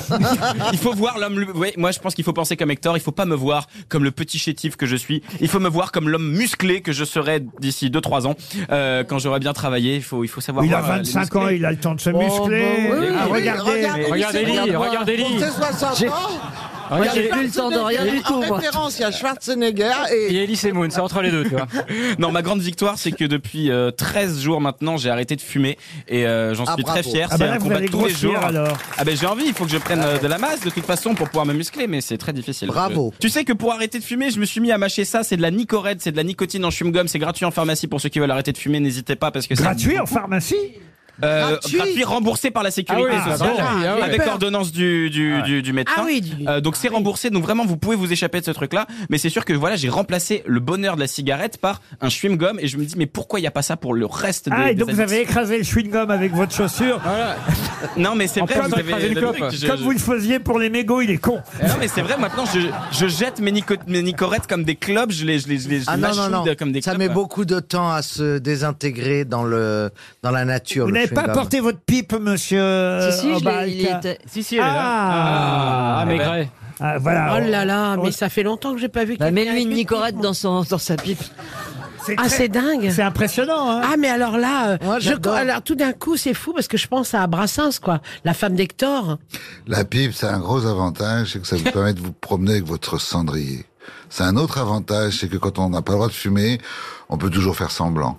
[SPEAKER 7] il faut voir l'homme. lu- ouais, moi, je pense qu'il faut penser comme Hector. Il faut pas me voir comme le petit chétif que je suis. Il faut me voir comme l'homme musclé que je serai d'ici 2-3 ans euh, quand j'aurai bien travaillé. Il faut, il faut savoir.
[SPEAKER 2] Il a
[SPEAKER 7] voir, euh, les
[SPEAKER 2] 25 ans,
[SPEAKER 7] musclés.
[SPEAKER 2] il a le temps de se muscler.
[SPEAKER 7] bah oui,
[SPEAKER 2] Ah,
[SPEAKER 7] oui,
[SPEAKER 2] regardez,
[SPEAKER 7] regardez, Regardez-les, regarde-moi. regardez-les.
[SPEAKER 4] Pour tes 60 ans, il y
[SPEAKER 3] Regardez-
[SPEAKER 4] a
[SPEAKER 3] J'ai plus le temps de rien
[SPEAKER 4] Schwarzenegger,
[SPEAKER 3] du tout,
[SPEAKER 4] En
[SPEAKER 3] moi.
[SPEAKER 4] référence, il y a Schwarzenegger et...
[SPEAKER 3] Et Elise et Moon, c'est entre les deux, tu vois.
[SPEAKER 7] <laughs> non, ma grande victoire, c'est que depuis euh, 13 jours maintenant, j'ai arrêté de fumer et euh, j'en
[SPEAKER 4] Ah,
[SPEAKER 7] suis
[SPEAKER 4] bravo.
[SPEAKER 7] très fier.
[SPEAKER 4] Ah,
[SPEAKER 7] c'est
[SPEAKER 4] bah là,
[SPEAKER 7] un
[SPEAKER 4] vous
[SPEAKER 7] combat
[SPEAKER 4] allez
[SPEAKER 7] tous les
[SPEAKER 4] grossir,
[SPEAKER 7] jours.
[SPEAKER 4] alors.
[SPEAKER 7] Ah ben j'ai envie, il faut que je prenne euh, de la masse de toute façon pour pouvoir me muscler, mais c'est très difficile.
[SPEAKER 4] Bravo.
[SPEAKER 7] Je- tu sais que pour arrêter de fumer, je me suis mis à mâcher ça. C'est de la nicorette, c'est de la nicotine en chewing gum, c'est gratuit en pharmacie pour ceux qui veulent arrêter de fumer. N'hésitez pas parce que c'est
[SPEAKER 2] gratuit en pharmacie
[SPEAKER 7] euh,
[SPEAKER 2] Gratuit
[SPEAKER 7] gratuit. remboursé par la sécurité
[SPEAKER 2] Ah oui,
[SPEAKER 7] sociale
[SPEAKER 2] ah bon. Ah oui.
[SPEAKER 7] avec
[SPEAKER 2] Peur.
[SPEAKER 7] ordonnance du, du,
[SPEAKER 2] Ah ouais.
[SPEAKER 7] du, du médecin.
[SPEAKER 2] Ah oui,
[SPEAKER 7] Euh, donc c'est remboursé, donc vraiment vous pouvez vous échapper de ce truc-là. Mais c'est sûr que voilà, j'ai remplacé le bonheur de la cigarette par un chewing-gum et je me dis mais pourquoi il n'y a pas ça pour le reste des,
[SPEAKER 2] Ah, et
[SPEAKER 7] des
[SPEAKER 2] donc vous
[SPEAKER 7] addicts
[SPEAKER 2] avez écrasé le chewing-gum avec votre
[SPEAKER 7] <laughs>
[SPEAKER 2] chaussure.
[SPEAKER 7] Non mais c'est vrai, vous avez- vous avez- je-
[SPEAKER 2] Comme
[SPEAKER 7] je-
[SPEAKER 2] vous le faisiez pour les mégots, il est con.
[SPEAKER 7] Eh Non mais c'est vrai maintenant je, je jette mes, nico- mes nicorettes comme des clubs je les je les je les
[SPEAKER 4] Ah non, non,
[SPEAKER 7] mâchouille
[SPEAKER 4] non.
[SPEAKER 7] de- comme des
[SPEAKER 4] Ça
[SPEAKER 7] clopes.
[SPEAKER 4] met beaucoup de temps à se désintégrer dans, le, dans la nature.
[SPEAKER 2] Vous
[SPEAKER 4] le
[SPEAKER 2] n'avez pas
[SPEAKER 4] chewing-gum.
[SPEAKER 2] porté votre pipe, monsieur.
[SPEAKER 4] Si, si, je l'ai-
[SPEAKER 2] Obalka
[SPEAKER 4] il était-
[SPEAKER 3] Si, si,
[SPEAKER 2] ah,
[SPEAKER 3] elle est là. Ah,
[SPEAKER 2] eh ben.
[SPEAKER 3] Maigret.
[SPEAKER 2] Ah, voilà.
[SPEAKER 8] Oh là là,
[SPEAKER 2] On-
[SPEAKER 8] mais ça fait longtemps que j'ai pas vu
[SPEAKER 6] Bah,
[SPEAKER 8] quelqu'un
[SPEAKER 6] Mets-lui
[SPEAKER 8] avec
[SPEAKER 6] une nicorette dans, son, dans sa pipe.
[SPEAKER 8] Ah,
[SPEAKER 6] très-
[SPEAKER 8] c'est dingue.
[SPEAKER 2] C'est impressionnant.
[SPEAKER 8] Ah, mais alors là, euh, je,
[SPEAKER 4] j'adore.
[SPEAKER 8] alors tout d'un coup, c'est fou parce que je pense à Brassens, quoi, la femme d'Hector.
[SPEAKER 5] La pipe, c'est un gros avantage, c'est que ça vous permet de vous promener avec votre cendrier. C'est un autre avantage, c'est que quand on n'a pas le droit de fumer, on peut toujours faire semblant.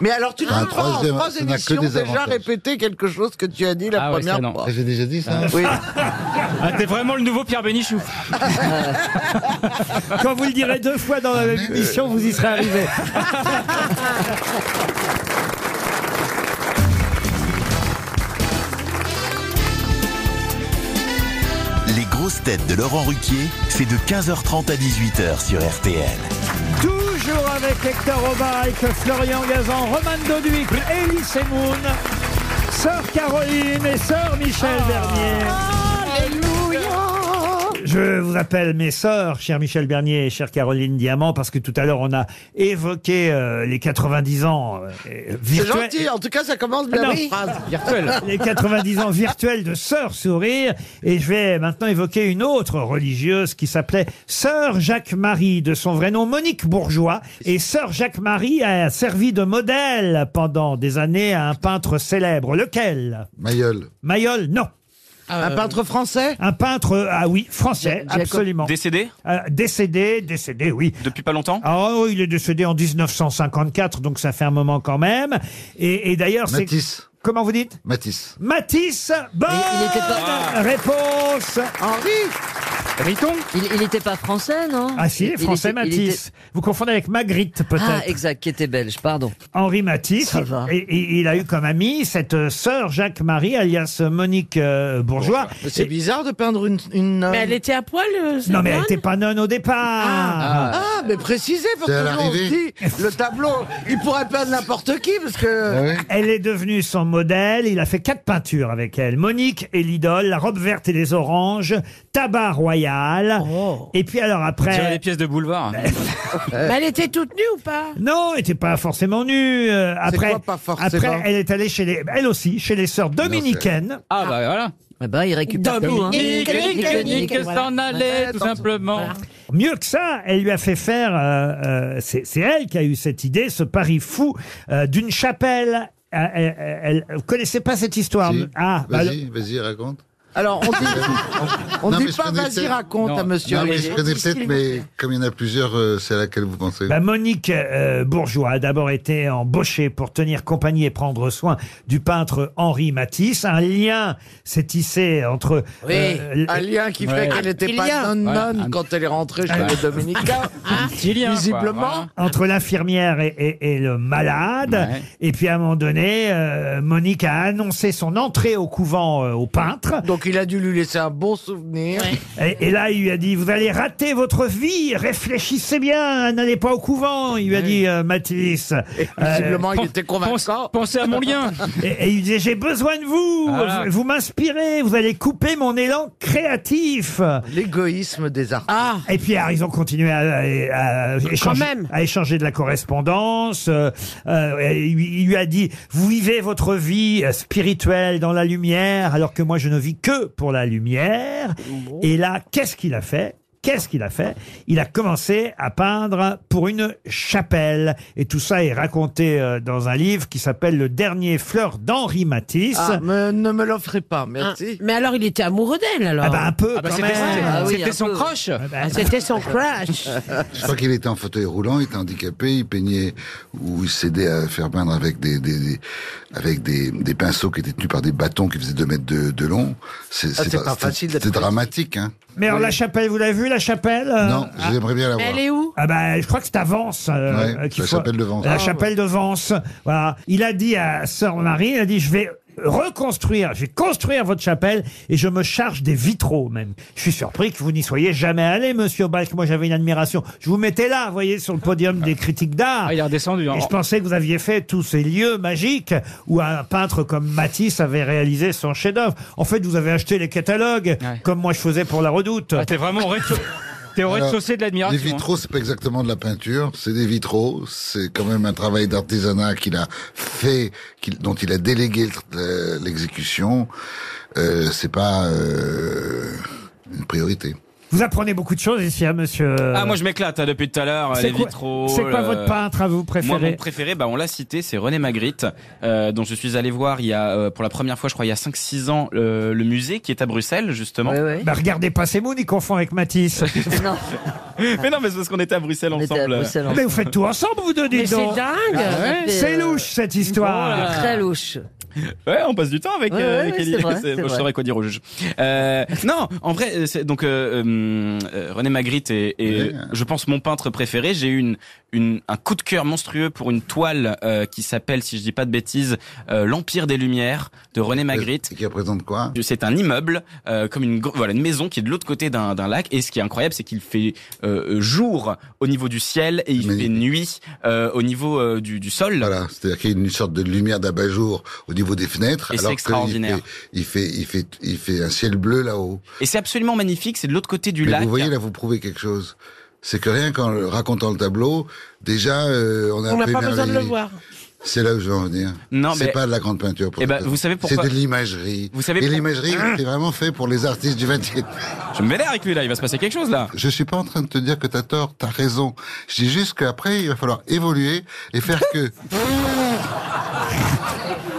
[SPEAKER 4] Mais alors, tu ne
[SPEAKER 5] Un
[SPEAKER 4] peux pas en
[SPEAKER 5] troisième,
[SPEAKER 4] trois
[SPEAKER 5] ça n'a que
[SPEAKER 4] émissions
[SPEAKER 5] des
[SPEAKER 4] déjà
[SPEAKER 5] avantages.
[SPEAKER 4] répéter quelque chose que tu as dit la
[SPEAKER 3] Ah ouais,
[SPEAKER 4] première
[SPEAKER 3] ça, non.
[SPEAKER 4] fois.
[SPEAKER 5] J'ai déjà dit ça
[SPEAKER 4] Oui.
[SPEAKER 3] Ah, T'es vraiment le nouveau Pierre Bénichou.
[SPEAKER 2] <laughs> Quand vous le direz deux <laughs> fois dans la même émission, vous y serez arrivé.
[SPEAKER 1] Les grosses têtes de Laurent Ruquier, c'est de 15h30 à 18h sur RTL.
[SPEAKER 2] Toujours avec Hector Obarek, Florian Gazan, Roman Doduic, Elie Semoun, sœur Caroline et sœur Michel Bernier. Je vous appelle mes sœurs, cher Michel Bernier et chère Caroline Diamant, parce que tout à l'heure on a évoqué euh, les 90 ans euh,
[SPEAKER 4] C'est
[SPEAKER 2] virtuels.
[SPEAKER 4] gentil, en tout cas, ça commence
[SPEAKER 2] Ah
[SPEAKER 4] bien.
[SPEAKER 2] non.
[SPEAKER 4] votre phrase.
[SPEAKER 2] <laughs>
[SPEAKER 4] <laughs>
[SPEAKER 2] Les 90 ans virtuels de Sœur Sourire. Et je vais maintenant évoquer une autre religieuse qui s'appelait Sœur Jacques-Marie, de son vrai nom Monique Bourgeois. Et Sœur Jacques-Marie a servi de modèle pendant des années à un peintre célèbre. Lequel
[SPEAKER 5] Mayol.
[SPEAKER 2] Mayol, non.
[SPEAKER 4] Un Euh, peintre
[SPEAKER 2] français Un peintre, euh, ah oui, français,
[SPEAKER 7] Jacob-
[SPEAKER 2] absolument.
[SPEAKER 7] Décédé
[SPEAKER 2] Euh, Décédé, décédé, oui.
[SPEAKER 7] Depuis pas longtemps
[SPEAKER 2] Ah oh, il est décédé en 1954, donc ça fait un moment quand même. Et, et d'ailleurs, c'est...
[SPEAKER 5] Matisse.
[SPEAKER 2] Comment vous dites
[SPEAKER 5] Matisse.
[SPEAKER 2] Matisse, bonne Ah. réponse
[SPEAKER 6] Henri
[SPEAKER 2] Riton
[SPEAKER 6] Il n'était pas français, non
[SPEAKER 2] Ah si,
[SPEAKER 6] Il-
[SPEAKER 2] les
[SPEAKER 6] il
[SPEAKER 2] Français
[SPEAKER 6] était- il
[SPEAKER 2] Matisse. Vous confondez avec Magritte
[SPEAKER 6] était- Ah,
[SPEAKER 2] peut-être.
[SPEAKER 6] exact, qui était belge, pardon.
[SPEAKER 2] Henri Matisse,
[SPEAKER 6] Ça va.
[SPEAKER 2] Et, et- il a eu comme amie cette euh, sœur Jacques-Marie, alias Monique euh, Bourgeois.
[SPEAKER 4] C'est
[SPEAKER 2] Et-
[SPEAKER 4] bizarre de peindre une. une
[SPEAKER 8] Mais
[SPEAKER 4] euh,
[SPEAKER 8] elle était à poil, euh, cette
[SPEAKER 2] Non mais elle
[SPEAKER 8] nonne
[SPEAKER 2] n'était pas nonne au départ.
[SPEAKER 4] Ah, mais précisez, parce
[SPEAKER 2] C'est à
[SPEAKER 4] que nous, on se
[SPEAKER 2] l'arrivée.
[SPEAKER 4] dit, le tableau, il pourrait peindre n'importe qui, parce
[SPEAKER 5] Ah
[SPEAKER 8] Ah
[SPEAKER 4] que.
[SPEAKER 2] Elle est devenue son modèle. Il a fait quatre peintures avec elle. Monique et l'idole, la robe verte et les oranges, tabac royal.
[SPEAKER 8] Oh.
[SPEAKER 2] Et puis alors
[SPEAKER 7] On dirait
[SPEAKER 2] après.
[SPEAKER 7] des pièces de
[SPEAKER 2] <laughs>
[SPEAKER 7] boulevard.
[SPEAKER 2] Bah,
[SPEAKER 8] Mais elle était toute nue ou pas
[SPEAKER 2] Non, elle n'était pas forcément nue. Euh, après,
[SPEAKER 8] quoi pas forcément
[SPEAKER 2] après, elle est allée chez les, elle aussi, chez les sœurs dominicaines.
[SPEAKER 7] Ah bah voilà.
[SPEAKER 6] Eh ben, il récupère tout. Hein.
[SPEAKER 7] Dominique, Dominique,
[SPEAKER 6] Voilà.
[SPEAKER 7] s'en allait, tout simplement.
[SPEAKER 2] Mieux que ça, elle lui a fait faire, euh, euh, c'est c'est elle qui a eu cette idée, ce pari fou euh, d'une chapelle. Euh, elle- elle- vous connaissez pas cette histoire
[SPEAKER 5] Si.
[SPEAKER 2] m- Ah, bah
[SPEAKER 5] Vas-y, vas-y, raconte.
[SPEAKER 4] Alors, on
[SPEAKER 5] <laughs>
[SPEAKER 4] dit, on
[SPEAKER 5] Non,
[SPEAKER 4] dit
[SPEAKER 5] mais je
[SPEAKER 4] pas
[SPEAKER 5] connais
[SPEAKER 4] vas-y,
[SPEAKER 5] peut-être-
[SPEAKER 4] raconte
[SPEAKER 5] Non.
[SPEAKER 4] à monsieur.
[SPEAKER 5] Non, mais
[SPEAKER 4] Rigaud.
[SPEAKER 5] je connais peut-être, mais comme il y en a plusieurs, euh, c'est à laquelle vous pensez.
[SPEAKER 2] Bah, Monique euh, Bourgeois a d'abord été embauchée pour tenir compagnie et prendre soin du peintre Henri Matisse. Un lien s'est tissé entre...
[SPEAKER 4] Oui,
[SPEAKER 2] euh,
[SPEAKER 4] un lien qui fait
[SPEAKER 2] Ouais.
[SPEAKER 4] qu'elle n'était
[SPEAKER 2] Il y
[SPEAKER 4] pas
[SPEAKER 2] a-
[SPEAKER 4] non-non
[SPEAKER 2] Ouais.
[SPEAKER 4] quand elle est rentrée chez les
[SPEAKER 3] <laughs>
[SPEAKER 4] Dominicains. Hein Visiblement.
[SPEAKER 2] Entre l'infirmière et, et- et le malade. Et puis à un moment donné, euh, Monique a annoncé son entrée au couvent euh, au peintre.
[SPEAKER 4] Donc il a dû lui laisser un bon souvenir.
[SPEAKER 2] Et, et là, il lui a dit, vous allez rater votre vie, réfléchissez bien, n'allez pas au couvent, il lui a dit euh, Matisse. Euh,
[SPEAKER 4] visiblement, il
[SPEAKER 2] pen-
[SPEAKER 4] était convaincant.
[SPEAKER 2] pense- et, <laughs> et il disait, j'ai besoin de vous,
[SPEAKER 4] Ah.
[SPEAKER 2] vous, vous m'inspirez, vous allez couper mon élan créatif. Ah.
[SPEAKER 4] L'égoïsme des artistes.
[SPEAKER 2] Et puis, alors, ils ont continué à, à- à échanger,
[SPEAKER 4] même.
[SPEAKER 2] à échanger de la correspondance. euh, euh, et il il lui a dit, vous vivez votre vie euh, spirituelle dans la lumière, alors que moi, je ne vis que pour la lumière. Et là, qu'est-ce qu'il a fait Qu'est-ce qu'il a fait Il a commencé à peindre pour une chapelle. Et tout ça est raconté euh, dans un livre qui s'appelle Le dernier fleur d'Henri Matisse.
[SPEAKER 4] Ah, mais ne me l'offrez pas, merci.
[SPEAKER 8] Ah, Mais alors, il était amoureux d'elle, alors
[SPEAKER 2] Ah bah, un peu, Ah bah,
[SPEAKER 8] quand
[SPEAKER 2] quand c'était-
[SPEAKER 8] même.
[SPEAKER 2] même. c'était- Ah oui,
[SPEAKER 7] C'était son crush.
[SPEAKER 8] Ah, c'était son
[SPEAKER 5] <laughs>
[SPEAKER 8] crush.
[SPEAKER 5] Je crois qu'il était en fauteuil roulant, il était handicapé, il peignait ou il s'aidait à faire peindre avec des, des, des- avec des, des pinceaux qui étaient tenus par des bâtons qui faisaient 2 mètres de, de long. C'est
[SPEAKER 4] Ah, c'est pas facile d'être
[SPEAKER 5] C'est dramatique, hein.
[SPEAKER 2] Ah. Mais alors, la chapelle, vous l'avez vue, la chapelle euh,
[SPEAKER 5] Non,
[SPEAKER 4] Ah.
[SPEAKER 5] j'aimerais bien la voir.
[SPEAKER 8] est où
[SPEAKER 2] Ah bah, je crois que c'est à Vence. euh,
[SPEAKER 5] Ouais,
[SPEAKER 2] qu'il
[SPEAKER 5] la chapelle de Vence.
[SPEAKER 2] La
[SPEAKER 5] Ah,
[SPEAKER 2] chapelle de Vence. Voilà. Il a dit à Sœur Marie, il a dit, je vais reconstruire, je vais construire votre chapelle et je me charge des vitraux même. Je suis surpris que vous n'y soyez jamais allé, monsieur Balk. Moi, j'avais une admiration. Je vous mettais là, vous voyez, sur le podium des critiques d'art.
[SPEAKER 3] Il est redescendu. hein.
[SPEAKER 2] Et je pensais que vous aviez fait tous ces lieux magiques où un peintre comme Matisse avait réalisé son chef-d'œuvre. En fait, vous avez acheté les catalogues, comme moi je faisais pour la Redoute.
[SPEAKER 3] Ah, t'es vraiment au
[SPEAKER 2] <laughs>
[SPEAKER 3] rez-de-chaussée
[SPEAKER 5] Alors,
[SPEAKER 3] de l'admiration. hein.
[SPEAKER 5] Les vitraux, c'est pas exactement de la peinture, c'est des vitraux. C'est quand même un travail d'artisanat qu'il a fait, qu'il- dont il a délégué le- euh, l'exécution. Euh, c'est pas euh, une priorité.
[SPEAKER 2] Vous apprenez beaucoup de choses ici, hein, monsieur.
[SPEAKER 7] Ah moi je m'éclate hein, depuis tout à l'heure, euh,
[SPEAKER 2] C'est
[SPEAKER 7] les
[SPEAKER 2] quoi-
[SPEAKER 7] vitraux.
[SPEAKER 2] c'est
[SPEAKER 7] euh,
[SPEAKER 2] quoi votre peintre à vous préféré
[SPEAKER 7] Moi mon préféré, bah, on l'a cité, c'est René Magritte, euh, dont je suis allé voir il y a, euh, pour la première fois je crois il y a 5-6 ans, euh, le musée qui est à Bruxelles justement. <laughs>
[SPEAKER 2] Bah, regardez pas ces mots, ni confond avec Matisse.
[SPEAKER 7] mais non mais c'est parce qu'on était à Bruxelles ensemble.
[SPEAKER 2] Euh, Mais vous faites tout ensemble, vous deux, dites
[SPEAKER 7] Mais c'est
[SPEAKER 2] donc.
[SPEAKER 7] dingue.
[SPEAKER 8] Ah
[SPEAKER 7] ouais.
[SPEAKER 2] C'est louche, cette histoire.
[SPEAKER 7] Oh là. Très
[SPEAKER 6] louche.
[SPEAKER 7] Ouais, on passe du temps avec,
[SPEAKER 6] Ouais,
[SPEAKER 7] euh,
[SPEAKER 6] ouais,
[SPEAKER 7] avec
[SPEAKER 6] ouais,
[SPEAKER 7] Ellie.
[SPEAKER 6] c'est vrai,
[SPEAKER 7] <laughs> C'est-
[SPEAKER 6] c'est
[SPEAKER 7] bon, je
[SPEAKER 6] vrai.
[SPEAKER 7] saurais quoi dire au juge. Euh, non, en vrai, euh, c'est- donc euh, euh, euh, René Magritte est, est, je pense, mon peintre préféré. J'ai eu une, une, un coup de cœur monstrueux pour une toile euh, qui s'appelle, si je dis pas de bêtises, euh, l'Empire des Lumières de René Magritte.
[SPEAKER 5] Euh, Qui représente quoi
[SPEAKER 7] C'est un immeuble, euh, comme une gro- voilà une maison qui est de l'autre côté d'un d'un lac. Et ce qui est incroyable, c'est qu'il fait euh, jour au niveau du ciel et il fait nuit euh, au niveau euh, du, du sol.
[SPEAKER 5] Voilà, c'est-à-dire qu'il y a une sorte de lumière d'abat-jour au niveau niveau des fenêtres.
[SPEAKER 7] Et c'est
[SPEAKER 5] alors que euh,
[SPEAKER 7] extraordinaire.
[SPEAKER 5] Il fait, il, fait, il, fait, il fait un ciel bleu là-haut.
[SPEAKER 7] Et c'est absolument magnifique, c'est de l'autre côté du
[SPEAKER 5] Mais
[SPEAKER 7] lac.
[SPEAKER 5] Vous voyez, là, vous prouvez quelque chose. C'est que rien qu'en racontant le tableau, déjà, euh, on a
[SPEAKER 8] On
[SPEAKER 5] un
[SPEAKER 8] n'a
[SPEAKER 5] peu
[SPEAKER 8] pas besoin de le
[SPEAKER 5] émerveillé.
[SPEAKER 8] voir.
[SPEAKER 5] C'est là où je veux en venir.
[SPEAKER 7] Non,
[SPEAKER 5] c'est
[SPEAKER 7] mais-
[SPEAKER 5] pas de la grande peinture. pour
[SPEAKER 7] Eh ben,
[SPEAKER 5] le coup.
[SPEAKER 7] vous savez pourquoi-
[SPEAKER 5] C'est de l'imagerie.
[SPEAKER 7] Vous savez
[SPEAKER 5] Et
[SPEAKER 7] pour- Hein
[SPEAKER 5] l'imagerie, c'est vraiment fait pour les artistes du 20
[SPEAKER 7] Je me mêlais avec lui là, il va se passer quelque chose là.
[SPEAKER 5] Je suis pas en train de te dire que t'as tort, t'as raison. Je dis juste qu'après, il va falloir évoluer et faire que.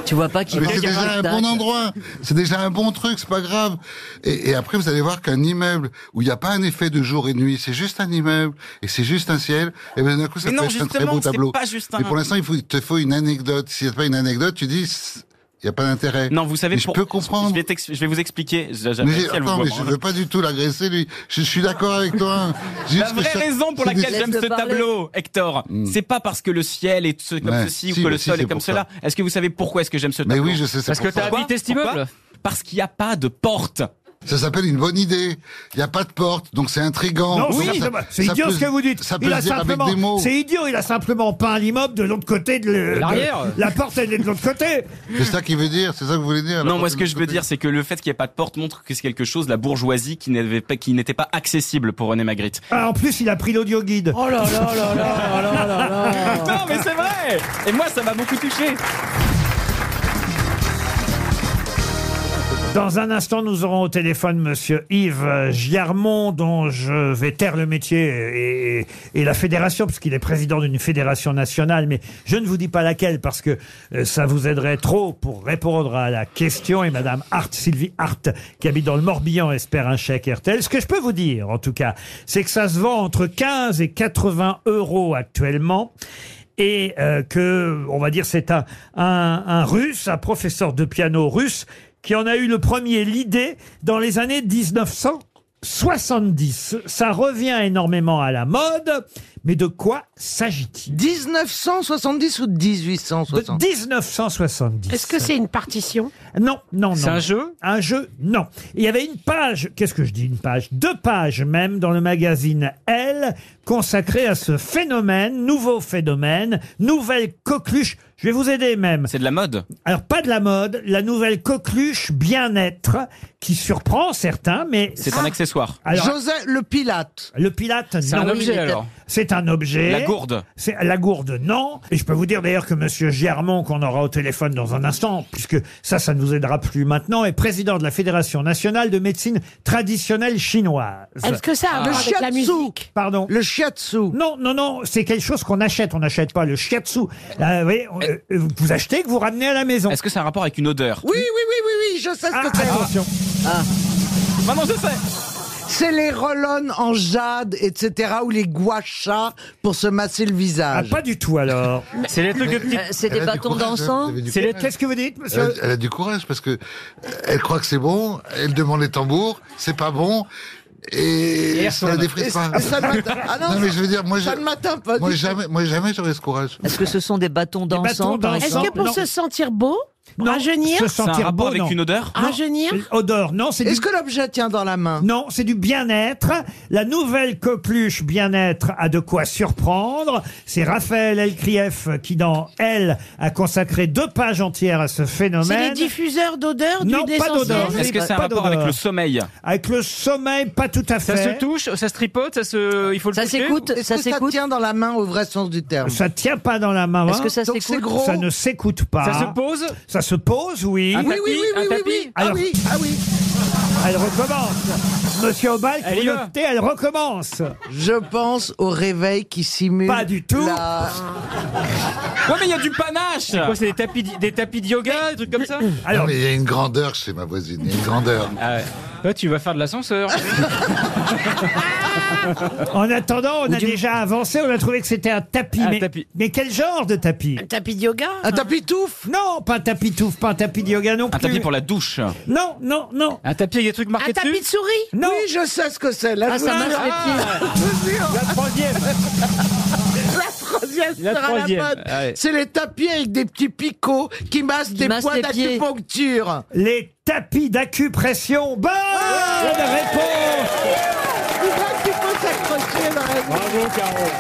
[SPEAKER 6] Tu vois pas
[SPEAKER 5] qu'il
[SPEAKER 6] va
[SPEAKER 5] Mais c'est
[SPEAKER 6] dire
[SPEAKER 5] déjà un
[SPEAKER 6] tac.
[SPEAKER 5] bon endroit, c'est déjà un bon truc, c'est pas grave. Et, et après, vous allez voir qu'un immeuble où il n'y a pas un effet de jour et de nuit, c'est juste un immeuble et c'est juste un ciel, et bien d'un coup, ça
[SPEAKER 7] Mais
[SPEAKER 5] peut
[SPEAKER 7] non,
[SPEAKER 5] être un très
[SPEAKER 7] justement,
[SPEAKER 5] beau
[SPEAKER 7] c'est
[SPEAKER 5] tableau.
[SPEAKER 7] pas juste un-
[SPEAKER 5] Mais pour l'instant, il faut, il te faut une anecdote. S'il n'y a pas une anecdote, tu dis, il n'y a pas d'intérêt.
[SPEAKER 7] Non, vous savez
[SPEAKER 5] Mais je peux comprendre.
[SPEAKER 7] Je vais, t'ex- je vais vous expliquer. J'a-
[SPEAKER 5] Mais
[SPEAKER 7] j'apprécie,
[SPEAKER 5] j'ai-
[SPEAKER 7] elle vous
[SPEAKER 5] attends, mais je
[SPEAKER 7] comprend.
[SPEAKER 5] veux pas du tout l'agresser, lui. Je, suis d'accord avec toi. hein.
[SPEAKER 7] La vraie raison
[SPEAKER 5] <laughs>
[SPEAKER 7] pour laquelle j'aime ce tableau, Hector, c'est pas parce que le ciel est ce- comme
[SPEAKER 5] Hmm. Ouais,
[SPEAKER 7] ceci
[SPEAKER 5] si,
[SPEAKER 7] ou que le
[SPEAKER 5] mais si,
[SPEAKER 7] sol
[SPEAKER 5] c'est
[SPEAKER 7] est comme
[SPEAKER 5] pour ça.
[SPEAKER 7] cela. Est-ce que vous savez pourquoi est-ce que j'aime ce
[SPEAKER 5] Mais
[SPEAKER 7] tableau
[SPEAKER 5] oui, je sais, c'est Parce pour que ça. t'as
[SPEAKER 7] Pourquoi
[SPEAKER 5] habité cet
[SPEAKER 7] Pourquoi
[SPEAKER 5] immeuble
[SPEAKER 7] Parce qu'il n'y a pas de porte.
[SPEAKER 5] Ça s'appelle une bonne idée. Il n'y a pas de porte, donc c'est intrigant.
[SPEAKER 2] Non,
[SPEAKER 5] Donc
[SPEAKER 2] c'est-
[SPEAKER 5] ça-
[SPEAKER 2] c'est
[SPEAKER 5] ça
[SPEAKER 2] idiot
[SPEAKER 5] peut-
[SPEAKER 2] ce que vous dites.
[SPEAKER 5] Ça peut
[SPEAKER 2] Il
[SPEAKER 5] se
[SPEAKER 2] a
[SPEAKER 5] dire avec
[SPEAKER 2] simplement,
[SPEAKER 5] des mots.
[SPEAKER 2] c'est idiot. Il a simplement peint l'immeuble de l'autre côté de le- de-
[SPEAKER 7] L'arrière.
[SPEAKER 2] La porte elle est de l'autre côté.
[SPEAKER 5] C'est ça qu'il veut dire, c'est ça que vous voulez dire.
[SPEAKER 7] Non, moi ce que je veux dire, c'est que le fait qu'il n'y ait pas de porte montre que c'est quelque chose, la bourgeoisie qui n'avait pas- qui n'était pas accessible pour René Magritte.
[SPEAKER 2] Ah, en plus, il a pris l'audio guide.
[SPEAKER 8] Oh là là là là là là
[SPEAKER 5] Oh.
[SPEAKER 8] là.
[SPEAKER 7] <laughs> Non, mais c'est vrai Et moi, ça m'a beaucoup touché
[SPEAKER 2] Dans un instant, nous aurons au téléphone Monsieur Yves Giarmont, dont je vais taire le métier et, et la fédération, puisqu'il est président d'une fédération nationale, mais je ne vous dis pas laquelle parce que euh, ça vous aiderait trop pour répondre à la question. Et Madame Hart, Sylvie Hart, qui habite dans le Morbihan, espère un chèque RTL. Ce que je peux vous dire, en tout cas, c'est que ça se vend entre 15 et 80 euros actuellement et euh, que, on va dire, c'est un, un, un russe, un professeur de piano russe, qui en a eu le premier l'idée dans les années 1970. Ça revient énormément à la mode, mais de quoi s'agit-il
[SPEAKER 4] 1970 ou 1870
[SPEAKER 2] 1970.
[SPEAKER 8] Est-ce que c'est une partition
[SPEAKER 2] Non, non, non.
[SPEAKER 8] C'est un
[SPEAKER 2] jeu Un jeu, non. Il y avait une page, qu'est-ce que je dis, une page Deux pages même dans le magazine Elle, consacrée à ce phénomène, nouveau phénomène, nouvelle coqueluche. Je vais vous aider même.
[SPEAKER 7] C'est de la mode
[SPEAKER 2] Alors, pas de la mode, la nouvelle coqueluche bien-être, qui surprend certains, mais... ah,
[SPEAKER 7] C'est
[SPEAKER 5] Ah.
[SPEAKER 7] un accessoire.
[SPEAKER 2] Joseph, le pilate. Le pilate,
[SPEAKER 7] C'est un objet, alors.
[SPEAKER 2] C'est un objet.
[SPEAKER 7] La gourde.
[SPEAKER 2] C'est la gourde, non. Et je peux vous dire d'ailleurs que Monsieur Germont, qu'on aura au téléphone dans un instant, puisque ça, ça ne nous aidera plus maintenant, est président de la Fédération nationale de médecine traditionnelle chinoise.
[SPEAKER 8] Est-ce que ça a à voir avec la
[SPEAKER 2] shiatsu.
[SPEAKER 8] musique
[SPEAKER 2] Pardon. Le shiatsu. Non, non, non. C'est quelque chose qu'on achète. On n'achète pas le shiatsu. Euh, vous voyez, on- euh, vous achetez que vous ramenez à la maison.
[SPEAKER 7] Est-ce que c'est un rapport avec une odeur
[SPEAKER 4] Oui, oui, oui, oui, oui, je sais ce que c'est.
[SPEAKER 2] Attention.
[SPEAKER 4] Ah.
[SPEAKER 7] Maintenant, je sais.
[SPEAKER 4] C'est les rollons en jade, etc., ou les guachas pour se masser le visage.
[SPEAKER 2] Ah, pas du tout alors.
[SPEAKER 7] C'est les
[SPEAKER 5] trucs de petite- Euh, c'est des Elle a du bâtons courage, hein, d'encens vous avez du C'est les- courage.
[SPEAKER 2] Qu'est-ce que vous dites,
[SPEAKER 5] Elle
[SPEAKER 2] monsieur
[SPEAKER 5] a, elle a du courage parce que euh, elle croit que c'est bon, elle demande les tambours, c'est pas bon. Et,
[SPEAKER 4] Et
[SPEAKER 5] ça la
[SPEAKER 4] Et
[SPEAKER 5] défrise
[SPEAKER 4] ça-
[SPEAKER 5] pas.
[SPEAKER 4] et ça ne m'atteint- ah non,
[SPEAKER 5] mais je veux dire, moi,
[SPEAKER 4] ça
[SPEAKER 5] je-
[SPEAKER 4] ne m'atteint pas
[SPEAKER 5] Moi
[SPEAKER 4] du tout.
[SPEAKER 5] jamais, moi jamais j'aurais ce courage.
[SPEAKER 6] Est-ce que ce sont des bâtons d'encens par
[SPEAKER 8] Est-ce que
[SPEAKER 6] exemple
[SPEAKER 8] pour se sentir beau, rajeunir
[SPEAKER 2] Se sentir beau, non. Non. euh,
[SPEAKER 8] Rajeunir
[SPEAKER 2] Odeur, non. c'est
[SPEAKER 4] Est-ce
[SPEAKER 2] du-
[SPEAKER 4] que l'objet tient dans la main
[SPEAKER 2] Non, c'est du bien-être. La nouvelle coqueluche bien-être a de quoi surprendre. C'est Raphaël Elkrief qui, dans Elle, a consacré deux pages entières à ce
[SPEAKER 8] C'est
[SPEAKER 2] phénomène.
[SPEAKER 8] les diffuseurs d'odeurs du
[SPEAKER 2] Non, pas d'odeur.
[SPEAKER 8] d'essentiel
[SPEAKER 7] Est-ce que
[SPEAKER 2] pas-
[SPEAKER 7] c'est un
[SPEAKER 2] pas
[SPEAKER 7] rapport
[SPEAKER 2] d'odeur.
[SPEAKER 7] avec le sommeil
[SPEAKER 2] Avec le sommeil, pas tout à fait.
[SPEAKER 7] Ça se touche, ça se tripote, ça se, il faut le
[SPEAKER 6] Ça
[SPEAKER 7] toucher
[SPEAKER 6] s'écoute,
[SPEAKER 4] Est-ce
[SPEAKER 6] ça
[SPEAKER 4] que ça
[SPEAKER 6] s'écoute.
[SPEAKER 4] tient dans la main au vrai sens du terme
[SPEAKER 2] Ça tient pas dans la main.
[SPEAKER 6] Est-ce que ça
[SPEAKER 4] Donc
[SPEAKER 6] s'écoute
[SPEAKER 4] c'est gros.
[SPEAKER 2] Ça ne s'écoute pas.
[SPEAKER 7] Ça se pose
[SPEAKER 2] Ça se pose, oui.
[SPEAKER 7] Un
[SPEAKER 4] Oui,
[SPEAKER 7] tapis,
[SPEAKER 4] oui, oui,
[SPEAKER 7] un
[SPEAKER 4] oui, oui,
[SPEAKER 7] tapis
[SPEAKER 4] oui. Ah
[SPEAKER 2] Alors-
[SPEAKER 4] oui, ah oui.
[SPEAKER 3] Ah,
[SPEAKER 2] Elle recommence. Monsieur Obal,
[SPEAKER 7] Elle
[SPEAKER 2] vous
[SPEAKER 7] y va.
[SPEAKER 2] notez, elle recommence.
[SPEAKER 4] Je pense au réveil qui simule.
[SPEAKER 2] Pas du tout.
[SPEAKER 4] la-
[SPEAKER 7] Ouais, mais il y a du panache C'est quoi, c'est des tapis, di- des tapis de yoga, des trucs comme ça
[SPEAKER 2] <laughs>
[SPEAKER 5] Non,
[SPEAKER 2] Alors,
[SPEAKER 5] mais il y a une grandeur chez ma voisine, il y a une grandeur.
[SPEAKER 7] Ah ouais. Toi, tu vas faire de
[SPEAKER 2] <laughs>
[SPEAKER 7] l'ascenseur.
[SPEAKER 2] en attendant, on a déjà avancé, on a trouvé que c'était un tapis.
[SPEAKER 7] Un
[SPEAKER 2] mais,
[SPEAKER 7] tapis.
[SPEAKER 2] mais quel genre de tapis
[SPEAKER 8] Un tapis de yoga
[SPEAKER 4] Un tapis touffe
[SPEAKER 2] Non, pas un tapis touffe, pas un tapis de yoga non plus.
[SPEAKER 7] Un tapis pour la douche.
[SPEAKER 2] Non, non, non.
[SPEAKER 7] Un tapis avec des trucs
[SPEAKER 8] Un
[SPEAKER 7] marqués
[SPEAKER 8] tapis
[SPEAKER 7] dessus
[SPEAKER 8] de souris
[SPEAKER 2] Non,
[SPEAKER 4] Oui, je sais ce que c'est. La,
[SPEAKER 6] Ah, ça marche
[SPEAKER 3] ah.
[SPEAKER 6] les
[SPEAKER 2] la troisième.
[SPEAKER 4] la troisième
[SPEAKER 7] La
[SPEAKER 4] sera
[SPEAKER 7] troisième,
[SPEAKER 4] la bonne.
[SPEAKER 7] ouais.
[SPEAKER 4] C'est les tapis avec des petits picots qui massent des
[SPEAKER 6] massent
[SPEAKER 4] points
[SPEAKER 6] les pieds.
[SPEAKER 4] d'acupuncture. Ah
[SPEAKER 2] Les tapis d'acupression. Bonne réponse
[SPEAKER 4] C'est vrai Oh. qu'il faut s'accrocher dans la vie.
[SPEAKER 2] Bravo, Caro.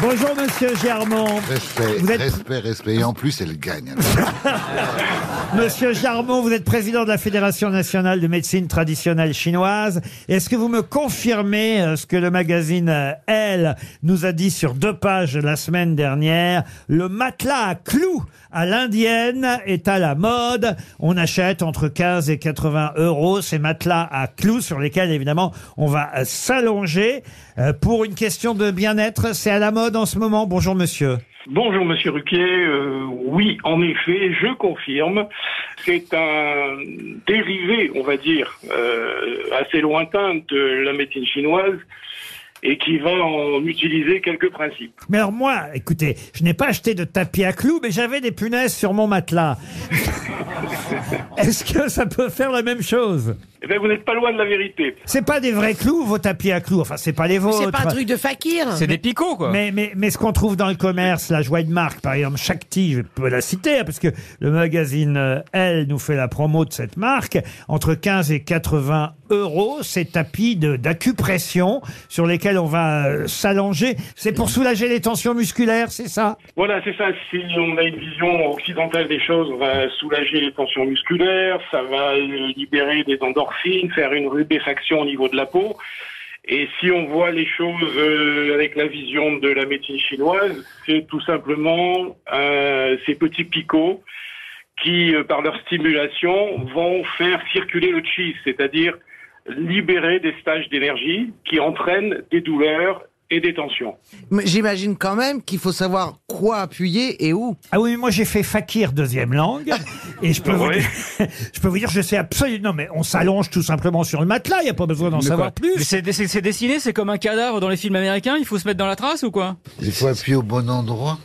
[SPEAKER 2] Bonjour Monsieur Germont.
[SPEAKER 5] Respect,
[SPEAKER 2] Vous êtes-
[SPEAKER 5] respect, respect. Et en plus, elle gagne.
[SPEAKER 2] Monsieur Jarmon, vous êtes président de la Fédération nationale de médecine traditionnelle chinoise. Est-ce que vous me confirmez euh, ce que le magazine euh, Elle nous a dit sur deux pages la semaine dernière Le matelas à clous à l'indienne est à la mode. On achète entre 15 et 80 euros ces matelas à clous sur lesquels, évidemment, on va euh, s'allonger. Euh, Pour une question de bien-être, c'est à la mode en ce moment. Bonjour, monsieur.
[SPEAKER 16] Bonjour Monsieur Ruquier, Euh, oui en effet, je confirme, c'est un dérivé, on va dire, euh, assez lointain de la médecine chinoise et qui va en utiliser quelques principes.
[SPEAKER 2] Mais alors moi, écoutez, je n'ai pas acheté de tapis à clous, mais j'avais des punaises sur mon matelas.
[SPEAKER 8] <laughs>
[SPEAKER 2] Est-ce que ça peut faire la même chose
[SPEAKER 16] Eh bien, vous n'êtes pas loin de la vérité.
[SPEAKER 2] C'est pas des vrais clous, vos tapis à clous. Enfin, c'est pas les vôtres.
[SPEAKER 8] C'est pas un truc de fakir.
[SPEAKER 2] picots, quoi. Ah, Mais, mais, mais ce qu'on trouve dans le commerce, la joie de marque, par exemple, Shakti, je peux la citer, hein, parce que le magazine euh, Elle nous fait la promo de cette marque, entre 15 et 80 euros, ces tapis de- d'acupression sur lesquels on va euh, s'allonger. C'est pour soulager les tensions musculaires, c'est ça
[SPEAKER 16] Voilà, c'est ça. Si on a une vision occidentale des choses, on va soulager les tensions musculaires, ça va euh, libérer des endorphines, faire une rubéfaction au niveau de la peau. Et si on voit les choses euh, avec la vision de la médecine chinoise, c'est tout simplement euh, ces petits picots qui, euh, par leur stimulation, vont faire circuler le chi, c'est-à-dire libérer des stages d'énergie qui entraînent des douleurs et des tensions.
[SPEAKER 4] Mais J'imagine quand même qu'il faut savoir quoi appuyer et où.
[SPEAKER 2] Ah oui, moi j'ai fait fakir deuxième langue et je peux, vous
[SPEAKER 16] Oui.
[SPEAKER 2] dire, <laughs> je peux vous dire, je sais absolument. Non, mais on s'allonge tout simplement sur le matelas, il n'y a pas besoin d'en
[SPEAKER 3] Mais
[SPEAKER 2] savoir
[SPEAKER 3] quoi
[SPEAKER 2] plus.
[SPEAKER 3] Mais C'est c'est- c'est dessiné, c'est comme un cadavre dans les films américains, il faut se mettre dans la trace ou quoi
[SPEAKER 5] Il faut appuyer au bon endroit.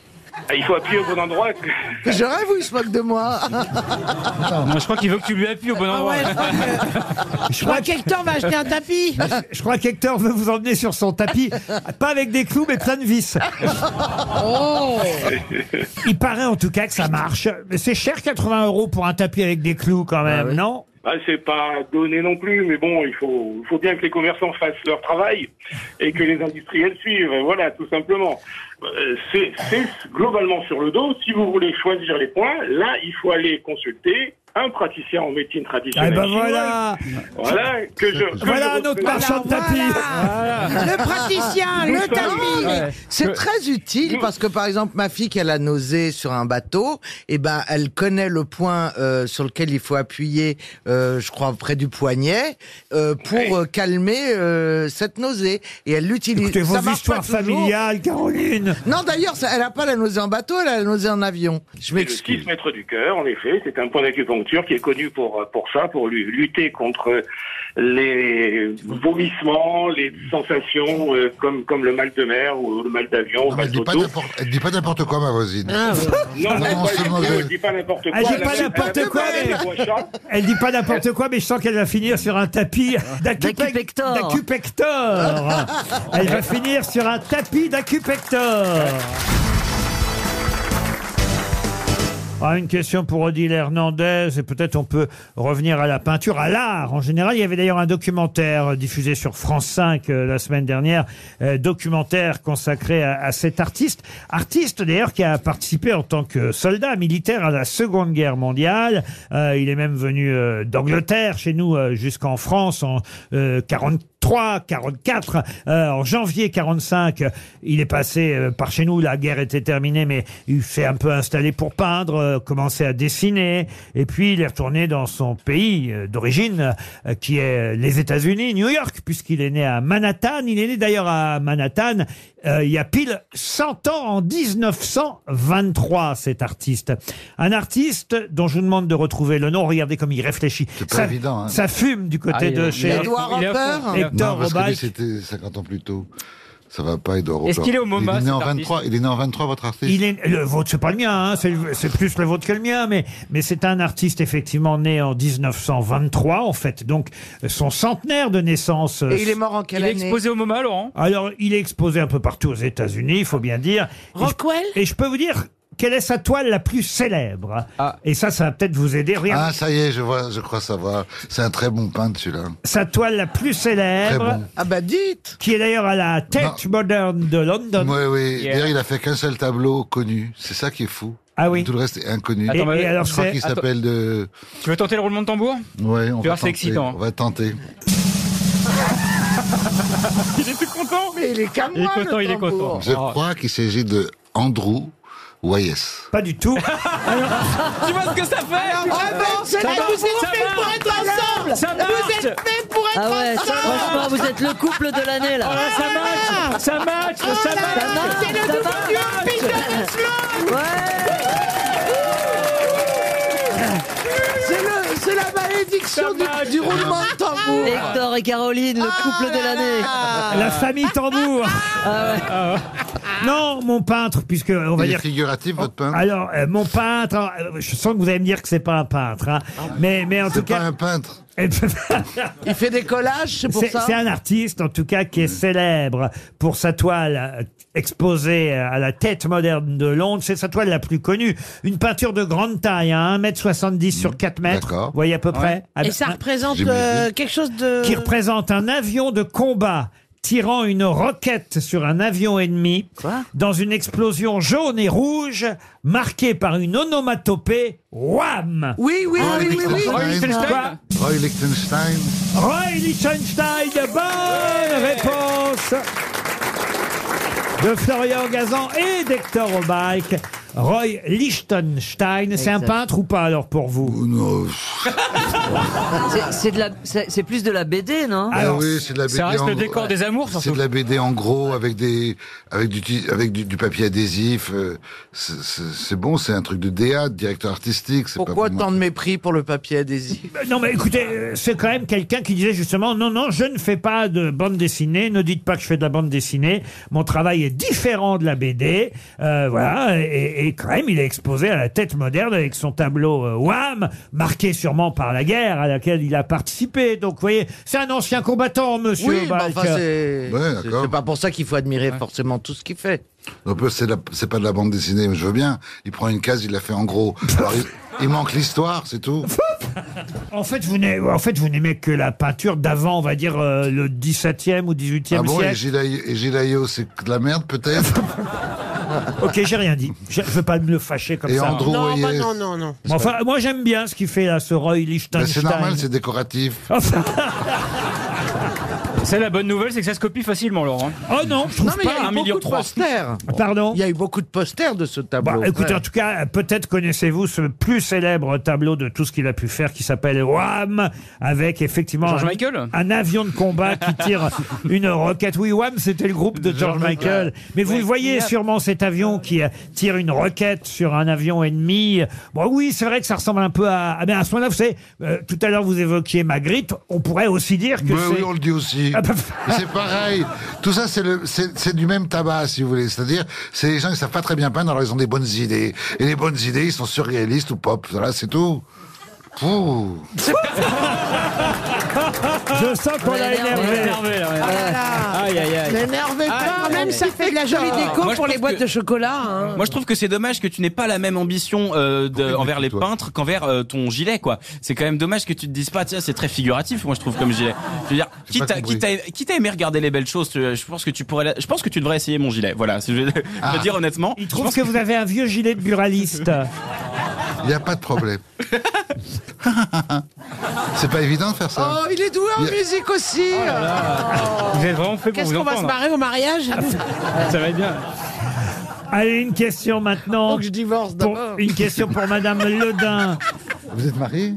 [SPEAKER 16] Ah, Il faut appuyer au bon endroit.
[SPEAKER 3] <laughs>
[SPEAKER 4] Je rêve ou il se moque de moi
[SPEAKER 3] Non, je crois qu'il veut que tu lui appuies au
[SPEAKER 4] Ah
[SPEAKER 3] bon endroit.
[SPEAKER 2] Je
[SPEAKER 8] crois qu'Hector va acheter un tapis.
[SPEAKER 2] <laughs> Je crois qu'Hector veut vous emmener sur son tapis, pas avec des clous, mais plein de vis.
[SPEAKER 8] Oh
[SPEAKER 2] Il paraît en tout cas que ça marche. Mais c'est cher 80 euros pour un tapis avec des clous quand même, non
[SPEAKER 16] Bah, c'est pas donné non plus, mais bon, il faut, il faut bien que les commerçants fassent leur travail et que les industriels suivent. Voilà, tout simplement. Euh, C'est c'est globalement sur le dos. Si vous voulez choisir les points, là, il faut aller consulter un praticien en médecine traditionnelle.
[SPEAKER 2] Eh ben
[SPEAKER 16] chinoise.
[SPEAKER 2] voilà.
[SPEAKER 16] Voilà que je. que je
[SPEAKER 2] Voilà un autre
[SPEAKER 16] reconnais.
[SPEAKER 2] marchand de tapis.
[SPEAKER 3] Oh.
[SPEAKER 8] Le praticien,
[SPEAKER 16] le
[SPEAKER 2] Ah
[SPEAKER 8] tapis.
[SPEAKER 4] mais
[SPEAKER 8] Ouais.
[SPEAKER 4] C'est
[SPEAKER 8] Que-
[SPEAKER 4] très utile parce que par exemple ma fille qui a la nausée sur un bateau, et ben elle connaît le point euh, sur lequel il faut appuyer, euh, je crois près du poignet, euh, pour euh, calmer euh, cette nausée. Et elle l'utilise.
[SPEAKER 2] Écoutez, vos
[SPEAKER 4] Ça marche pas
[SPEAKER 2] histoires
[SPEAKER 4] toujours.
[SPEAKER 2] familiales, Caroline.
[SPEAKER 4] Non d'ailleurs ça- elle a pas la nausée en bateau, elle a la nausée en avion. Je
[SPEAKER 16] C'est le 6 mètres du cœur, en effet, c'est un point d'acupuncture qui est connu pour, euh, pour ça, pour lu- lutter contre euh, les vomissements, les sensations euh, comme, comme le mal de mer ou le mal d'avion, le
[SPEAKER 5] Elle
[SPEAKER 16] mal
[SPEAKER 5] dit pas
[SPEAKER 16] d'auto.
[SPEAKER 5] n'importe- elle dit pas n'importe quoi, ma voisine.
[SPEAKER 16] Ah Non,
[SPEAKER 5] Non,
[SPEAKER 16] non,
[SPEAKER 5] c'est
[SPEAKER 16] pas-
[SPEAKER 5] mauvais.
[SPEAKER 16] je dis pas n'importe quoi.
[SPEAKER 2] Elle dit
[SPEAKER 16] elle
[SPEAKER 2] Ah, pas
[SPEAKER 16] appelle- elle
[SPEAKER 2] n'importe
[SPEAKER 16] appelle
[SPEAKER 2] quoi.
[SPEAKER 16] les brochats.
[SPEAKER 2] mais- Elle dit pas n'importe quoi, mais je sens qu'elle va finir sur un tapis d'acupec-
[SPEAKER 16] D'acupector.
[SPEAKER 2] d'acupector. Elle va finir sur un tapis d'acupector. Ah, une question pour Odile Hernandez, et peut-être on peut revenir à la peinture, à l'art en général. Il y avait d'ailleurs un documentaire euh, diffusé sur France 5 euh, la semaine dernière, euh, documentaire consacré à, à cet artiste. Artiste d'ailleurs qui a participé en tant que soldat militaire à la Seconde Guerre mondiale. Euh, il est même venu euh, d'Angleterre, chez nous, euh, jusqu'en France en euh, 43, 44. Euh, en janvier 45, il est passé euh, par chez nous, la guerre était terminée, mais il s'est un peu installé pour peindre, euh, commencer à dessiner, et puis il est retourné dans son pays euh, d'origine, euh, qui est euh, les États-Unis, New York, puisqu'il est né à Manhattan. Il est né d'ailleurs à Manhattan euh, il y a pile 100 ans, en 1923, cet artiste. Un artiste dont je vous demande de retrouver le nom, regardez comme il réfléchit. C'est
[SPEAKER 5] pas
[SPEAKER 2] ça,
[SPEAKER 5] évident, hein.
[SPEAKER 2] Ça fume du côté
[SPEAKER 5] Ah, il-
[SPEAKER 2] de
[SPEAKER 5] il-
[SPEAKER 2] chez
[SPEAKER 5] il- Édouard il- il-
[SPEAKER 4] Hopper
[SPEAKER 5] Non,
[SPEAKER 2] Hector
[SPEAKER 5] parce que lui,
[SPEAKER 2] Robaille.
[SPEAKER 5] c'était 50 ans plus tôt. Ça va pas, Edouard
[SPEAKER 2] Est-ce
[SPEAKER 5] Hopper.
[SPEAKER 2] qu'il est au MoMA,
[SPEAKER 5] Il est né
[SPEAKER 2] cet
[SPEAKER 5] en
[SPEAKER 2] artiste
[SPEAKER 5] 23, il est né en 23, votre artiste
[SPEAKER 2] Il est, le vôtre, c'est pas le mien, hein, c'est, le- c'est plus le vôtre que le mien, mais, mais c'est un artiste effectivement né en 1923, en fait, donc son centenaire de naissance. euh,
[SPEAKER 4] Et il est mort en quelle
[SPEAKER 2] il est
[SPEAKER 4] année
[SPEAKER 2] exposé
[SPEAKER 3] au MoMA, Laurent
[SPEAKER 2] Alors, il est exposé un peu partout aux États-Unis, il faut bien dire. Et je- Et je peux vous dire quelle est sa toile la plus célèbre hein. Et ça, ça va peut-être vous aider. Rien.
[SPEAKER 5] Ah, ça y est, je vois, je crois savoir. C'est un très bon peintre, celui-là.
[SPEAKER 2] Sa toile la plus célèbre.
[SPEAKER 5] Très bon.
[SPEAKER 2] Ah bah dites Qui est d'ailleurs à la Tate Modern de London.
[SPEAKER 5] Oui, oui. D'ailleurs, il a fait qu'un seul tableau connu. C'est ça qui est fou.
[SPEAKER 2] Ah oui.
[SPEAKER 5] Tout le reste est inconnu.
[SPEAKER 3] Attends, mais- Et- et alors
[SPEAKER 5] je crois
[SPEAKER 3] c'est-
[SPEAKER 5] qu'il
[SPEAKER 3] attends.
[SPEAKER 5] s'appelle de.
[SPEAKER 3] Tu veux tenter le roulement de tambour
[SPEAKER 5] Ouais, on
[SPEAKER 3] Tu
[SPEAKER 5] va
[SPEAKER 3] vois, c'est
[SPEAKER 5] tenter,
[SPEAKER 3] excitant.
[SPEAKER 5] On va tenter.
[SPEAKER 3] Il est tout content.
[SPEAKER 8] Mais il est qu'à
[SPEAKER 3] Il est content, il est content.
[SPEAKER 5] Je crois qu'il s'agit de Andrew Ah, Wyes.
[SPEAKER 2] Pas du tout.
[SPEAKER 3] <laughs> tu vois ce que ça fait
[SPEAKER 12] Bravo,
[SPEAKER 3] Ça marche,
[SPEAKER 12] vous
[SPEAKER 3] ça
[SPEAKER 12] êtes faits pour
[SPEAKER 3] marche,
[SPEAKER 12] être
[SPEAKER 3] ça marche,
[SPEAKER 12] ensemble.
[SPEAKER 3] ça
[SPEAKER 12] Vous
[SPEAKER 3] marche.
[SPEAKER 12] êtes faits pour être
[SPEAKER 6] Ah ouais,
[SPEAKER 12] ensemble. Oh
[SPEAKER 6] franchement, vous êtes le couple de l'année là.
[SPEAKER 3] Oh ça match, ça match, ça match.
[SPEAKER 12] C'est le nouveau duo Peter et Sloan. C'est le- C'est la malédiction du, du roulement de tambour. Oh
[SPEAKER 6] Hector et Caroline, le couple de l'année.
[SPEAKER 2] La famille
[SPEAKER 12] <laughs>
[SPEAKER 2] tambour. Ah Non, mon peintre, puisque on va
[SPEAKER 5] Il est
[SPEAKER 2] dire.
[SPEAKER 5] figuratif, votre peintre
[SPEAKER 2] Alors, euh, mon peintre, euh, je sens que vous allez me dire que c'est pas un peintre, hein. mais, mais en tout cas.
[SPEAKER 5] Ah,
[SPEAKER 2] Eh ben,
[SPEAKER 5] pas un
[SPEAKER 2] <laughs>
[SPEAKER 5] peintre.
[SPEAKER 2] Il
[SPEAKER 4] fait des collages, c'est pour ça
[SPEAKER 2] C'est un artiste, en tout cas, qui est célèbre pour sa toile euh, exposée euh, à la tête moderne de Londres. C'est sa toile la plus connue. Une peinture de grande taille, hein, 1m70 sur 4 mètres. Vous voyez à peu près. Ah,
[SPEAKER 8] Et ça représente
[SPEAKER 2] J'imagine.
[SPEAKER 8] euh, quelque chose de...
[SPEAKER 2] qui représente un avion de combat tirant une roquette sur un avion ennemi dans une explosion jaune et rouge marquée par une onomatopée wham.
[SPEAKER 4] Oui, oui,
[SPEAKER 5] Roy Lichtenstein.
[SPEAKER 2] Quoi
[SPEAKER 5] Roy Lichtenstein.
[SPEAKER 2] Roy Lichtenstein, bonne réponse de Florian Gazan et d'Hector Obalk. Roy Lichtenstein, c'est un
[SPEAKER 6] Exact.
[SPEAKER 2] peintre ou pas alors pour vous
[SPEAKER 6] <laughs> C'est- C'est de la, c'est c'est plus de la BD, non
[SPEAKER 5] Ah oui, c'est de la BD. en gros. C'est de la BD en gros avec des avec du ti- avec du, du papier adhésif. euh, c'est- C'est c'est bon, c'est un truc de DA, de directeur artistique. c'est pas
[SPEAKER 4] Pourquoi
[SPEAKER 5] pour moi.
[SPEAKER 4] tant de mépris pour le papier adhésif
[SPEAKER 2] Euh, Non mais écoutez, euh, c'est quand même quelqu'un qui disait justement non non je ne fais pas de bande dessinée, ne dites pas que je fais de la bande dessinée, mon travail est différent de la BD, Euh, voilà et, et quand même il est exposé à la tête moderne avec son tableau euh, Wham marqué sûrement par la guerre à laquelle il a participé donc vous voyez c'est un ancien combattant monsieur.
[SPEAKER 4] Oui, mais
[SPEAKER 5] bah,
[SPEAKER 2] Balk.
[SPEAKER 4] enfin, c'est c'est- c'est pas pour ça qu'il faut admirer forcément tout ce qu'il fait.
[SPEAKER 5] Non, peu, c'est la- c'est pas de la bande dessinée, mais je veux bien. Il prend une case, il la fait en
[SPEAKER 3] <laughs>
[SPEAKER 5] gros. Alors, il, il manque l'histoire, c'est tout.
[SPEAKER 2] En fait vous n'aimez en fait vous n'aimez que la peinture d'avant on va dire euh, le 17e ou 18e
[SPEAKER 5] Ah bon, et
[SPEAKER 2] siècle.
[SPEAKER 5] Gilayo, et Gilayo, c'est de la merde
[SPEAKER 2] <laughs>
[SPEAKER 5] peut-être
[SPEAKER 2] Ok, j'ai rien dit. Je ne veux pas me le fâcher comme
[SPEAKER 5] Et
[SPEAKER 2] ça.
[SPEAKER 5] Andrew Non, Hoyer. bah non,
[SPEAKER 8] non, non.
[SPEAKER 2] Mais enfin, moi j'aime bien ce qu'il fait là, ce Roy
[SPEAKER 5] Ben,
[SPEAKER 2] Lichtenstein.
[SPEAKER 5] C'est normal, c'est décoratif.
[SPEAKER 3] <laughs> C'est la bonne nouvelle, c'est que ça se copie facilement, Laurent.
[SPEAKER 2] <laughs> Oh non, je trouve
[SPEAKER 4] Non, mais il y
[SPEAKER 2] pas.
[SPEAKER 4] a
[SPEAKER 2] Un
[SPEAKER 4] eu
[SPEAKER 2] million
[SPEAKER 4] beaucoup de
[SPEAKER 2] trois.
[SPEAKER 4] posters.
[SPEAKER 2] Pardon
[SPEAKER 4] Il y a eu beaucoup de posters de ce tableau.
[SPEAKER 2] Bah, écoutez,
[SPEAKER 4] Ouais.
[SPEAKER 2] en tout cas, peut-être connaissez-vous ce plus célèbre tableau de tout ce qu'il a pu faire qui s'appelle Wham, avec effectivement
[SPEAKER 3] George
[SPEAKER 2] un,
[SPEAKER 3] Michael
[SPEAKER 2] un avion de combat qui tire une roquette. Oui, Wham, c'était le groupe de George, Michael. Mais vous le voyez sûrement cet avion qui euh, tire une roquette sur un avion ennemi. Bon, oui, c'est vrai que ça ressemble un peu à. ah, Mais à ce moment-là, vous savez, euh, tout à l'heure vous évoquiez Magritte, on pourrait aussi dire que
[SPEAKER 5] Ben
[SPEAKER 2] c'est.
[SPEAKER 5] oui, on le dit aussi.
[SPEAKER 2] Ah, bah,
[SPEAKER 5] c'est pareil. Tout ça, c'est le- c'est c'est du même tabac, si vous voulez. C'est-à-dire, c'est les gens qui savent pas très bien peindre, alors ils ont des bonnes idées. Et les bonnes idées, ils sont surréalistes ou pop. Voilà, c'est tout. Pouh.
[SPEAKER 2] Je sens qu'on l'a énervé.
[SPEAKER 12] Ah,
[SPEAKER 7] Aïe, aïe, aïe.
[SPEAKER 8] N'énervez pas, quand même, ça fait de la jolie
[SPEAKER 7] Hector.
[SPEAKER 8] déco
[SPEAKER 7] Moi, je
[SPEAKER 8] pour les
[SPEAKER 7] trouve
[SPEAKER 8] boîtes
[SPEAKER 7] que-
[SPEAKER 8] de chocolat. hein.
[SPEAKER 7] Moi, je trouve que c'est dommage que tu n'aies pas la même ambition euh, de- envers les peintres qu'envers euh, ton gilet, quoi. C'est quand même dommage que tu te dises pas, tiens, c'est très figuratif, moi, je trouve, comme gilet. Je veux dire, quitte à, quitte à- quitte à aimer regarder les belles choses, tu- euh, je pense que tu pourrais, la- je pense que tu devrais essayer mon gilet. Voilà, si je vais
[SPEAKER 2] Ah.
[SPEAKER 5] Ah.
[SPEAKER 7] te dire honnêtement.
[SPEAKER 2] Il trouve que vous avez un vieux gilet de buraliste.
[SPEAKER 5] Il n'y a pas de problème. c'est pas évident de faire ça.
[SPEAKER 8] Oh, il est doué en
[SPEAKER 5] Il y a-
[SPEAKER 8] musique aussi.
[SPEAKER 7] Oh
[SPEAKER 2] Ah.
[SPEAKER 3] Vous êtes vraiment fait pour
[SPEAKER 8] Qu'est-ce
[SPEAKER 3] vous
[SPEAKER 8] qu'on va se
[SPEAKER 3] entendre.
[SPEAKER 8] marrer au mariage
[SPEAKER 7] Ah,
[SPEAKER 8] Ah.
[SPEAKER 3] Ça va être bien.
[SPEAKER 2] Allez, une question maintenant.
[SPEAKER 8] Faut que je divorce
[SPEAKER 2] Pour-
[SPEAKER 8] d'abord.
[SPEAKER 2] Une question
[SPEAKER 8] <laughs>
[SPEAKER 2] pour Madame Ledin.
[SPEAKER 5] Vous êtes marié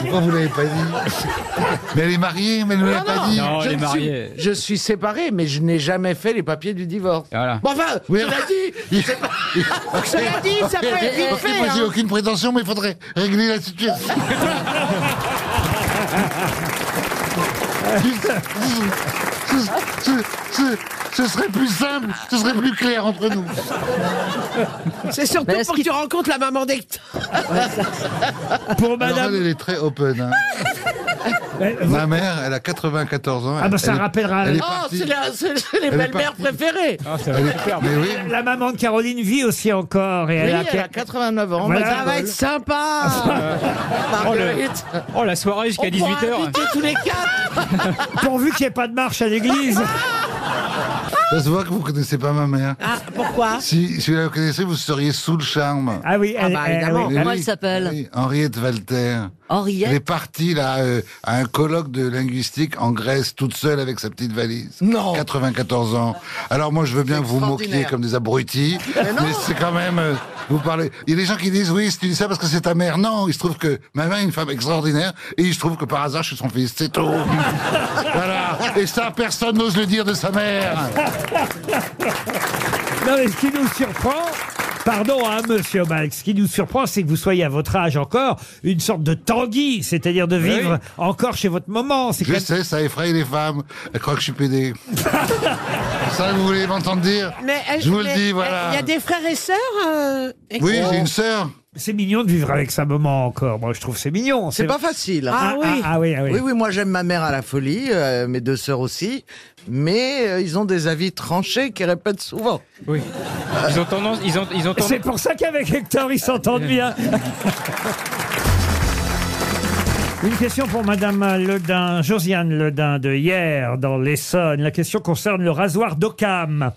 [SPEAKER 5] Pourquoi vous l'avez pas dit Mais elle est mariée, mais elle ne l'a pas dit.
[SPEAKER 4] je, ne suis, je suis séparé, mais je n'ai jamais fait les papiers du divorce. Bon, enfin,
[SPEAKER 5] Oui.
[SPEAKER 4] cela dit, c'est pas- Ah, cela dit, ça peut
[SPEAKER 5] Ok,
[SPEAKER 4] être vite
[SPEAKER 5] ok,
[SPEAKER 4] fait,
[SPEAKER 5] moi, j'ai
[SPEAKER 4] hein.
[SPEAKER 5] aucune prétention, mais il faudrait régler la situation. ce, ce- ce- ce serait plus simple,
[SPEAKER 8] <laughs>
[SPEAKER 5] ce serait plus clair entre nous.
[SPEAKER 8] C'est surtout pour que tu rencontres la maman d'Hector.
[SPEAKER 2] Pour
[SPEAKER 5] Alors,
[SPEAKER 2] Madame, <laughs>
[SPEAKER 5] elle, elle est très open. hein. Ma mère, elle a 94 ans.
[SPEAKER 2] Ah bah ça
[SPEAKER 5] Elle est-
[SPEAKER 2] rappellera.
[SPEAKER 5] Elle est
[SPEAKER 8] Oh,
[SPEAKER 5] partie.
[SPEAKER 8] c'est la- c'est les
[SPEAKER 5] Elle est
[SPEAKER 8] belles-mères
[SPEAKER 5] partie.
[SPEAKER 8] préférées.
[SPEAKER 2] Ah, La maman de Caroline vit aussi encore et elle a.
[SPEAKER 8] Oui, elle a 89 ans.
[SPEAKER 2] Voilà.
[SPEAKER 8] mais ça va être sympa. Marguerite.
[SPEAKER 3] Oh, la soirée jusqu'à
[SPEAKER 8] On pourra
[SPEAKER 3] 18h.
[SPEAKER 8] inviter tous les quatre.
[SPEAKER 2] <laughs> Pourvu qu'il n'y ait pas de marche à l'église.
[SPEAKER 5] Ça se voit que vous connaissez pas ma mère.
[SPEAKER 8] Ah, pourquoi
[SPEAKER 5] Si, si vous la connaissez, vous seriez sous le charme.
[SPEAKER 2] Ah oui,
[SPEAKER 6] Ah elle- bah, elle- évidemment.
[SPEAKER 5] Oui,
[SPEAKER 6] Comment
[SPEAKER 5] oui,
[SPEAKER 6] elle s'appelle
[SPEAKER 5] oui, Henriette Walter.
[SPEAKER 6] Henriette
[SPEAKER 5] Elle est partie là, euh, à un colloque de linguistique en Grèce, toute seule avec sa petite valise.
[SPEAKER 12] Non.
[SPEAKER 5] 94 ans. Alors moi, je veux bien que vous vous moquiez
[SPEAKER 12] extraordinaire.
[SPEAKER 5] comme
[SPEAKER 12] <laughs>
[SPEAKER 5] des abrutis, mais, c'est quand même... euh, vous parlez... Il y a des gens qui disent, oui, si tu dis ça parce que c'est ta mère. Non, il se trouve que ma mère est une femme extraordinaire, et il se trouve que par hasard, je suis son fils. C'est
[SPEAKER 12] <laughs>
[SPEAKER 5] tout.
[SPEAKER 4] Ah,
[SPEAKER 5] voilà. Et ça, personne n'ose le dire de sa mère.
[SPEAKER 2] Non, mais ce qui nous surprend. Pardon, hein, monsieur Malx, ce qui nous surprend, c'est que vous soyez à votre âge encore une sorte de tanguy, c'est-à-dire de
[SPEAKER 5] Oui.
[SPEAKER 2] vivre encore chez votre maman. C'est quand
[SPEAKER 5] Je
[SPEAKER 2] même-
[SPEAKER 5] sais, ça effraie les femmes. Elles croient que je
[SPEAKER 12] <laughs>
[SPEAKER 5] suis pédé. ça, vous voulez m'entendre dire
[SPEAKER 8] <laughs> Mais elle-
[SPEAKER 5] Je vous
[SPEAKER 8] mais
[SPEAKER 5] le dis,
[SPEAKER 8] elle-
[SPEAKER 5] voilà.
[SPEAKER 8] Il y a des frères et sœurs euh, et-
[SPEAKER 5] Oui, j'ai une sœur.
[SPEAKER 2] C'est mignon de vivre avec sa maman encore. Moi, je trouve c'est mignon.
[SPEAKER 4] C'est pas facile.
[SPEAKER 2] Ah, oui. Ah, oui, ah oui.
[SPEAKER 4] Oui, oui, moi j'aime ma mère à la folie, euh, mes deux sœurs aussi, mais euh, ils ont des avis tranchés qu'ils répètent souvent.
[SPEAKER 3] Oui. Ils ont tendance. Ils ont, ils ont tendance-
[SPEAKER 2] C'est pour ça qu'avec Hector, ils s'entendent bien. Une question pour Madame Ledin, Josiane Ledin de hier dans l'Essonne. La question concerne le rasoir d'Occam.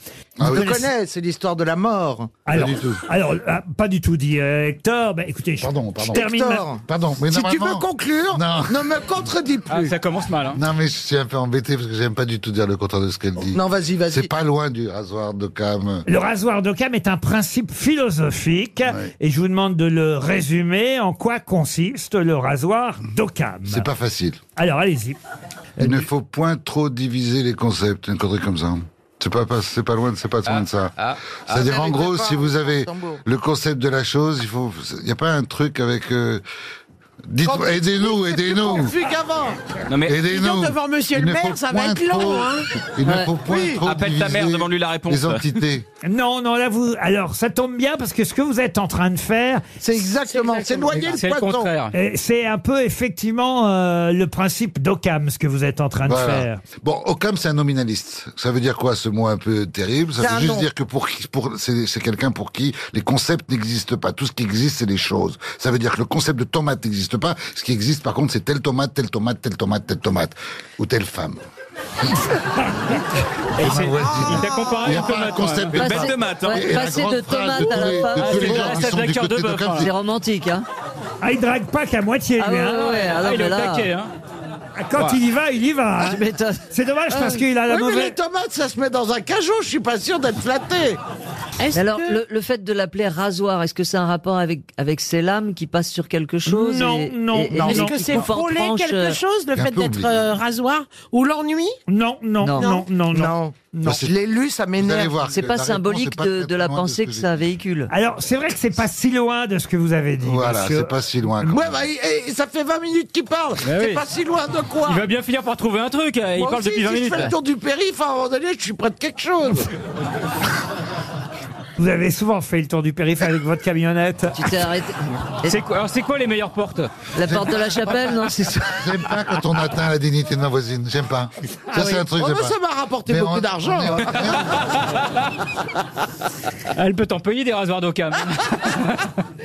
[SPEAKER 4] Je
[SPEAKER 5] Ah
[SPEAKER 2] Vous
[SPEAKER 4] le
[SPEAKER 2] connaissez-
[SPEAKER 4] connais, c'est l'histoire de la mort.
[SPEAKER 2] Alors, alors, ah, pas du tout dit euh, Hector. Bah, écoutez, je, je termine. ma-
[SPEAKER 4] Hector,
[SPEAKER 5] Pardon, mais
[SPEAKER 4] si tu veux
[SPEAKER 5] normalement-
[SPEAKER 4] conclure,
[SPEAKER 5] Non.
[SPEAKER 4] ne me contredis plus.
[SPEAKER 3] Ah, ça commence mal. Hein.
[SPEAKER 5] Non, mais je suis un peu embêté parce que j'aime pas du tout dire le contraire de ce qu'elle dit.
[SPEAKER 4] Non, vas-y, vas-y.
[SPEAKER 5] C'est pas loin du rasoir de cam.
[SPEAKER 2] Le rasoir d'Occam est un principe philosophique et je vous demande de le résumer. En quoi consiste le rasoir d'Occam
[SPEAKER 5] C'est pas facile.
[SPEAKER 2] Alors, allez-y.
[SPEAKER 5] Il ne faut point trop diviser les concepts, une connerie comme ça. C'est pas, pas- c'est pas loin, de- c'est pas loin de ça. C'est-à-dire,
[SPEAKER 4] Ah,
[SPEAKER 5] en gros,
[SPEAKER 4] pas,
[SPEAKER 5] si vous avez
[SPEAKER 4] tambour.
[SPEAKER 5] le concept de la chose, il faut, il y a pas un truc avec, euh, dites,
[SPEAKER 4] Quand-
[SPEAKER 5] aidez-nous, aidez-nous.
[SPEAKER 4] Fuis qu'avant.
[SPEAKER 7] Non mais
[SPEAKER 5] Aidez-nous.
[SPEAKER 8] devant monsieur
[SPEAKER 5] Il
[SPEAKER 8] le
[SPEAKER 5] ne faut
[SPEAKER 8] maire, ça va
[SPEAKER 5] point
[SPEAKER 8] être long,
[SPEAKER 5] trop-
[SPEAKER 8] hein.
[SPEAKER 5] Il
[SPEAKER 2] Ouais.
[SPEAKER 5] ne faut point
[SPEAKER 2] Oui.
[SPEAKER 5] trop
[SPEAKER 7] Appelle ta mère,
[SPEAKER 5] diviser
[SPEAKER 7] demande-lui la réponse.
[SPEAKER 5] Les entités.
[SPEAKER 2] Non, non, là vous. Alors, ça tombe bien parce que ce que vous êtes en train de faire,
[SPEAKER 4] C'est exactement, c'est noyer
[SPEAKER 3] C'est
[SPEAKER 4] le
[SPEAKER 3] le
[SPEAKER 4] poisson.
[SPEAKER 3] contraire.
[SPEAKER 2] euh, c'est un peu effectivement euh, le principe d'Occam, ce que vous êtes en train de
[SPEAKER 5] Voilà.
[SPEAKER 2] faire.
[SPEAKER 5] Bon, Occam, c'est un nominaliste. Ça veut dire quoi, ce mot un peu terrible Ça
[SPEAKER 4] C'est
[SPEAKER 5] veut
[SPEAKER 4] un
[SPEAKER 5] juste
[SPEAKER 4] nom.
[SPEAKER 5] dire que pour qui, pour, c'est c'est quelqu'un pour qui les concepts n'existent pas. Tout ce qui existe, c'est les choses. Ça veut dire que le concept de tomate n'existe pas. Ce qui existe, par contre, c'est telle tomate, telle tomate, telle tomate, telle tomate. Ou telle femme.
[SPEAKER 3] Et c'est- il t'a
[SPEAKER 5] Il
[SPEAKER 3] comparé
[SPEAKER 5] n'y
[SPEAKER 3] à
[SPEAKER 5] a
[SPEAKER 3] une
[SPEAKER 5] pas un
[SPEAKER 3] tomate.
[SPEAKER 5] concept
[SPEAKER 3] hein.
[SPEAKER 5] de
[SPEAKER 3] Une
[SPEAKER 5] tomate.
[SPEAKER 3] bête de maths. Hein.
[SPEAKER 6] Ouais,
[SPEAKER 5] Et la
[SPEAKER 6] passer
[SPEAKER 5] grande
[SPEAKER 6] de
[SPEAKER 5] phrase
[SPEAKER 6] tomate
[SPEAKER 5] de Ah,
[SPEAKER 6] à
[SPEAKER 5] tous les-
[SPEAKER 6] la femme.
[SPEAKER 5] de tous les
[SPEAKER 6] c'est
[SPEAKER 5] gens
[SPEAKER 6] vrai,
[SPEAKER 5] qui
[SPEAKER 6] c'est
[SPEAKER 5] sont
[SPEAKER 6] de la
[SPEAKER 5] du
[SPEAKER 6] cœur de
[SPEAKER 5] côté
[SPEAKER 6] bœuf,
[SPEAKER 5] d'Occam,
[SPEAKER 6] hein.
[SPEAKER 5] c'est-
[SPEAKER 6] C'est romantique, hein
[SPEAKER 2] Ah, il drague pas qu'à moitié,
[SPEAKER 6] Ah
[SPEAKER 2] lui.
[SPEAKER 6] ouais, ouais,
[SPEAKER 2] hein.
[SPEAKER 6] ouais,
[SPEAKER 3] Ah,
[SPEAKER 6] alors
[SPEAKER 3] il est
[SPEAKER 6] que
[SPEAKER 3] au
[SPEAKER 6] là... Ah,
[SPEAKER 3] taquet. Hein.
[SPEAKER 2] Quand il y va, il y va. hein.
[SPEAKER 6] Tu m'étonnes. Ah.
[SPEAKER 2] C'est dommage parce qu'il a la
[SPEAKER 4] oui, mais
[SPEAKER 2] mauvaise.
[SPEAKER 4] les tomates, ça se met dans un cajot. Je suis pas sûr d'être flatté.
[SPEAKER 8] Est-ce
[SPEAKER 6] Alors,
[SPEAKER 8] que-
[SPEAKER 6] le, le fait de l'appeler rasoir, est-ce que c'est un rapport avec, avec ses lames qui passent sur quelque chose
[SPEAKER 2] Non,
[SPEAKER 6] et-
[SPEAKER 2] non,
[SPEAKER 6] et- et
[SPEAKER 2] non,
[SPEAKER 6] les
[SPEAKER 8] Est-ce
[SPEAKER 2] non.
[SPEAKER 6] qui
[SPEAKER 8] que c'est
[SPEAKER 6] coupent en
[SPEAKER 8] frôler
[SPEAKER 6] tranches, euh,
[SPEAKER 8] quelque chose, le
[SPEAKER 5] C'est un
[SPEAKER 8] fait
[SPEAKER 5] peu
[SPEAKER 8] d'être
[SPEAKER 5] oublié.
[SPEAKER 8] euh, rasoir Ou l'ennui
[SPEAKER 2] Non, non,
[SPEAKER 6] Non.
[SPEAKER 2] non, non,
[SPEAKER 4] Non,
[SPEAKER 2] non,
[SPEAKER 4] non.
[SPEAKER 5] Bah, c'est-
[SPEAKER 4] Je l'ai lu, ça
[SPEAKER 5] Vous allez
[SPEAKER 4] m'énerve.
[SPEAKER 5] voir
[SPEAKER 6] C'est
[SPEAKER 5] que
[SPEAKER 6] pas
[SPEAKER 5] la réponse est
[SPEAKER 6] symbolique
[SPEAKER 5] pas
[SPEAKER 6] de,
[SPEAKER 5] très
[SPEAKER 6] de la
[SPEAKER 5] loin ce
[SPEAKER 6] pensée que,
[SPEAKER 5] j'ai
[SPEAKER 6] ça
[SPEAKER 5] dit.
[SPEAKER 6] véhicule.
[SPEAKER 2] Alors, c'est vrai que c'est pas si loin de ce que vous avez dit.
[SPEAKER 5] Voilà,
[SPEAKER 2] monsieur.
[SPEAKER 5] c'est pas si loin. Eh quand
[SPEAKER 4] Ouais,
[SPEAKER 5] même.
[SPEAKER 4] bah, et- et ça fait 20 minutes qu'il parle.
[SPEAKER 3] Mais
[SPEAKER 4] c'est
[SPEAKER 3] Ah oui.
[SPEAKER 4] pas si loin de quoi.
[SPEAKER 3] Il va bien finir par trouver un truc. hein. Il
[SPEAKER 4] Moi
[SPEAKER 3] parle
[SPEAKER 4] aussi,
[SPEAKER 3] depuis 20
[SPEAKER 4] si
[SPEAKER 3] minutes.
[SPEAKER 4] je fais le tour du périph', à un moment donné, je suis près de quelque chose.
[SPEAKER 2] Vous avez souvent fait le tour du périph' avec votre camionnette.
[SPEAKER 6] Tu t'es arrêté.
[SPEAKER 3] C'est quoi, alors c'est quoi les meilleures portes
[SPEAKER 6] La porte de la chapelle, non C'est ça.
[SPEAKER 5] J'aime pas quand on atteint la dignité de ma voisine. J'aime pas.
[SPEAKER 3] Ah
[SPEAKER 5] Ça, c'est un truc.
[SPEAKER 4] Oh,
[SPEAKER 5] j'aime
[SPEAKER 4] bah,
[SPEAKER 5] pas.
[SPEAKER 4] ça m'a rapporté
[SPEAKER 5] Mais
[SPEAKER 4] beaucoup
[SPEAKER 5] on-
[SPEAKER 4] d'argent.
[SPEAKER 5] on
[SPEAKER 3] <laughs>
[SPEAKER 5] est-
[SPEAKER 3] Elle peut t'en payer des rasoirs d'Occam.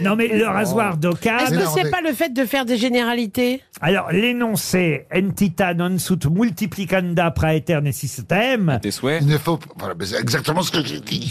[SPEAKER 2] Non, mais le rasoir
[SPEAKER 8] Est-ce
[SPEAKER 2] d'Occam.
[SPEAKER 8] que
[SPEAKER 5] non,
[SPEAKER 8] c'est
[SPEAKER 5] mais-
[SPEAKER 8] pas le fait de faire des généralités
[SPEAKER 2] Alors, l'énoncé entita non sut multiplicanda praeter necessitem.
[SPEAKER 7] Tes souhaits
[SPEAKER 5] Il ne faut pas- Voilà, mais c'est exactement ce que j'ai dit.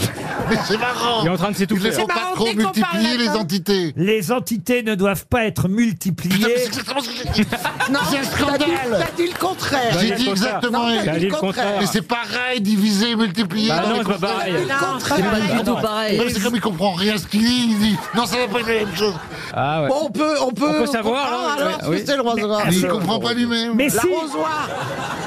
[SPEAKER 5] Mais c'est marrant.
[SPEAKER 3] Il est en train de
[SPEAKER 5] Il ne
[SPEAKER 3] s'étouffer.
[SPEAKER 5] faut
[SPEAKER 8] Oh. C'est
[SPEAKER 5] pas
[SPEAKER 8] marrant,
[SPEAKER 5] trop
[SPEAKER 8] dès qu'on parle
[SPEAKER 5] multiplier les
[SPEAKER 8] latin.
[SPEAKER 5] entités.
[SPEAKER 2] Les entités ne doivent pas être
[SPEAKER 5] Putain, mais
[SPEAKER 2] multipliées.
[SPEAKER 5] c'est exactement ce que j'ai dit.
[SPEAKER 2] <laughs>
[SPEAKER 4] Non, t'as dit, t'as dit le contraire.
[SPEAKER 5] J'ai
[SPEAKER 3] le
[SPEAKER 5] dit
[SPEAKER 3] contraire.
[SPEAKER 5] exactement.
[SPEAKER 4] Non,
[SPEAKER 5] elle.
[SPEAKER 4] t'as
[SPEAKER 3] T'as dit le contraire.
[SPEAKER 5] Mais c'est pareil, diviser, multiplier.
[SPEAKER 3] Bah
[SPEAKER 5] dans
[SPEAKER 3] non,
[SPEAKER 5] les
[SPEAKER 3] c'est pas
[SPEAKER 5] concepts.
[SPEAKER 3] pareil.
[SPEAKER 5] Non,
[SPEAKER 8] Non,
[SPEAKER 4] contraire.
[SPEAKER 8] c'est
[SPEAKER 6] Pas du tout
[SPEAKER 5] mais
[SPEAKER 6] pareil.
[SPEAKER 5] C'est comme il comprend rien à ce qu'il dit. Il dit non, ça va pas être la même chose.
[SPEAKER 3] Ah ouais.
[SPEAKER 4] Bon, on peut, on peut,
[SPEAKER 3] On peut savoir,
[SPEAKER 12] Ah, hein,
[SPEAKER 4] comprendre
[SPEAKER 3] là,
[SPEAKER 4] alors
[SPEAKER 3] ouais,
[SPEAKER 4] ce que
[SPEAKER 3] oui.
[SPEAKER 4] c'est le rasoir.
[SPEAKER 5] Mais il comprend pas lui-même.
[SPEAKER 2] Mais
[SPEAKER 4] La
[SPEAKER 2] si,
[SPEAKER 4] rasoir.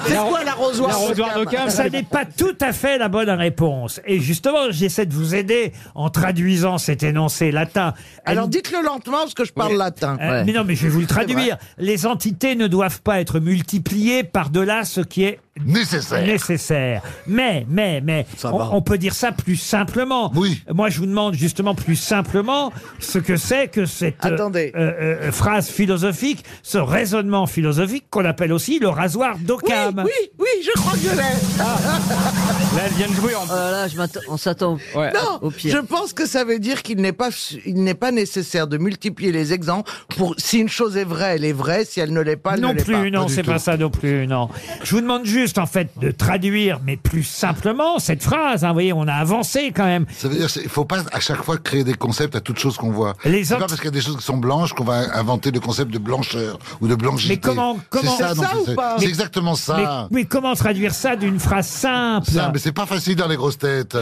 [SPEAKER 12] C'est quoi l'arrosoir
[SPEAKER 2] de
[SPEAKER 12] d'Occam
[SPEAKER 2] Ça n'est pas tout à fait la bonne réponse. Et justement, j'essaie de vous aider en traduisant cet énoncé latin.
[SPEAKER 4] Alors dites-le lentement parce que je parle latin.
[SPEAKER 2] Euh, Mais non, mais je vais vous le
[SPEAKER 4] C'est
[SPEAKER 2] traduire.
[SPEAKER 4] vrai.
[SPEAKER 2] Les entités ne doivent pas être multipliées par-delà ce qui est nécessaire. Mais, mais, mais, on, on peut dire ça plus simplement. Oui. Moi, je vous demande justement plus simplement ce que c'est que cette euh, euh, euh, phrase philosophique, ce raisonnement philosophique qu'on appelle aussi le rasoir d'Occam.
[SPEAKER 12] Oui, oui, je crois que je l'ai.
[SPEAKER 2] Là, elle vient de jouer en
[SPEAKER 6] Voilà, Euh, je m'attends- on s'attend
[SPEAKER 4] Non,
[SPEAKER 6] au pire.
[SPEAKER 4] je pense que ça veut dire qu'il n'est pas, su- il n'est pas nécessaire de multiplier les exemples pour si une chose est vraie, elle est vraie. Si elle ne l'est pas, elle
[SPEAKER 2] non
[SPEAKER 4] ne l'est pas.
[SPEAKER 2] plus, non, c'est Ah, pas ça non plus, non. Je vous demande juste, en fait, de traduire, mais plus simplement, cette phrase. hein. vous voyez, on a avancé quand même.
[SPEAKER 5] Ça veut dire qu'il faut pas à chaque fois créer des concepts à toute chose qu'on voit. C'est pas parce qu'il y a des choses qui sont blanches qu'on va inventer le concept de blancheur ou de blanchité.
[SPEAKER 2] Mais comment, comment
[SPEAKER 5] C'est ça, donc, c'est- C'est exactement ça.
[SPEAKER 2] Mais, mais comment traduire ça d'une phrase simple
[SPEAKER 5] Ça, mais c'est pas facile dans les grosses têtes.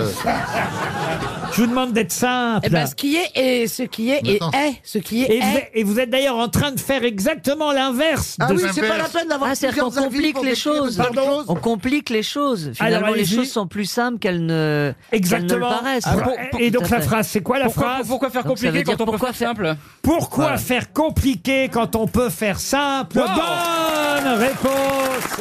[SPEAKER 2] Je vous demande d'être simple.
[SPEAKER 8] Eh ben, ce qui est et ce qui est et
[SPEAKER 2] Maintenant.
[SPEAKER 8] est, ce qui est
[SPEAKER 2] Et vous,
[SPEAKER 8] est.
[SPEAKER 2] êtes- et vous êtes d'ailleurs en train de faire exactement l'inverse.
[SPEAKER 8] Ah
[SPEAKER 2] de
[SPEAKER 8] oui,
[SPEAKER 2] ce-
[SPEAKER 8] c'est pas la peine d'avoir
[SPEAKER 6] Ah, c'est-à-dire qu'on
[SPEAKER 8] plusieurs avis
[SPEAKER 6] complique
[SPEAKER 8] pour
[SPEAKER 6] les
[SPEAKER 8] décrire
[SPEAKER 6] choses.
[SPEAKER 8] plusieurs Pardon
[SPEAKER 6] On complique les choses. Finalement, les
[SPEAKER 2] allez-y.
[SPEAKER 6] choses sont plus simples qu'elles ne, qu'elles ne le
[SPEAKER 2] Exactement.
[SPEAKER 6] paraissent.
[SPEAKER 2] Ah, pour- et donc la phrase, c'est quoi la
[SPEAKER 6] Pourquoi-
[SPEAKER 2] phrase
[SPEAKER 6] pourquoi faire Donc, ça veut compliqué dire quand on peut pourquoi faire
[SPEAKER 2] simple Pourquoi faire compliqué quand on peut faire simple
[SPEAKER 12] Wow.
[SPEAKER 2] Bonne réponse.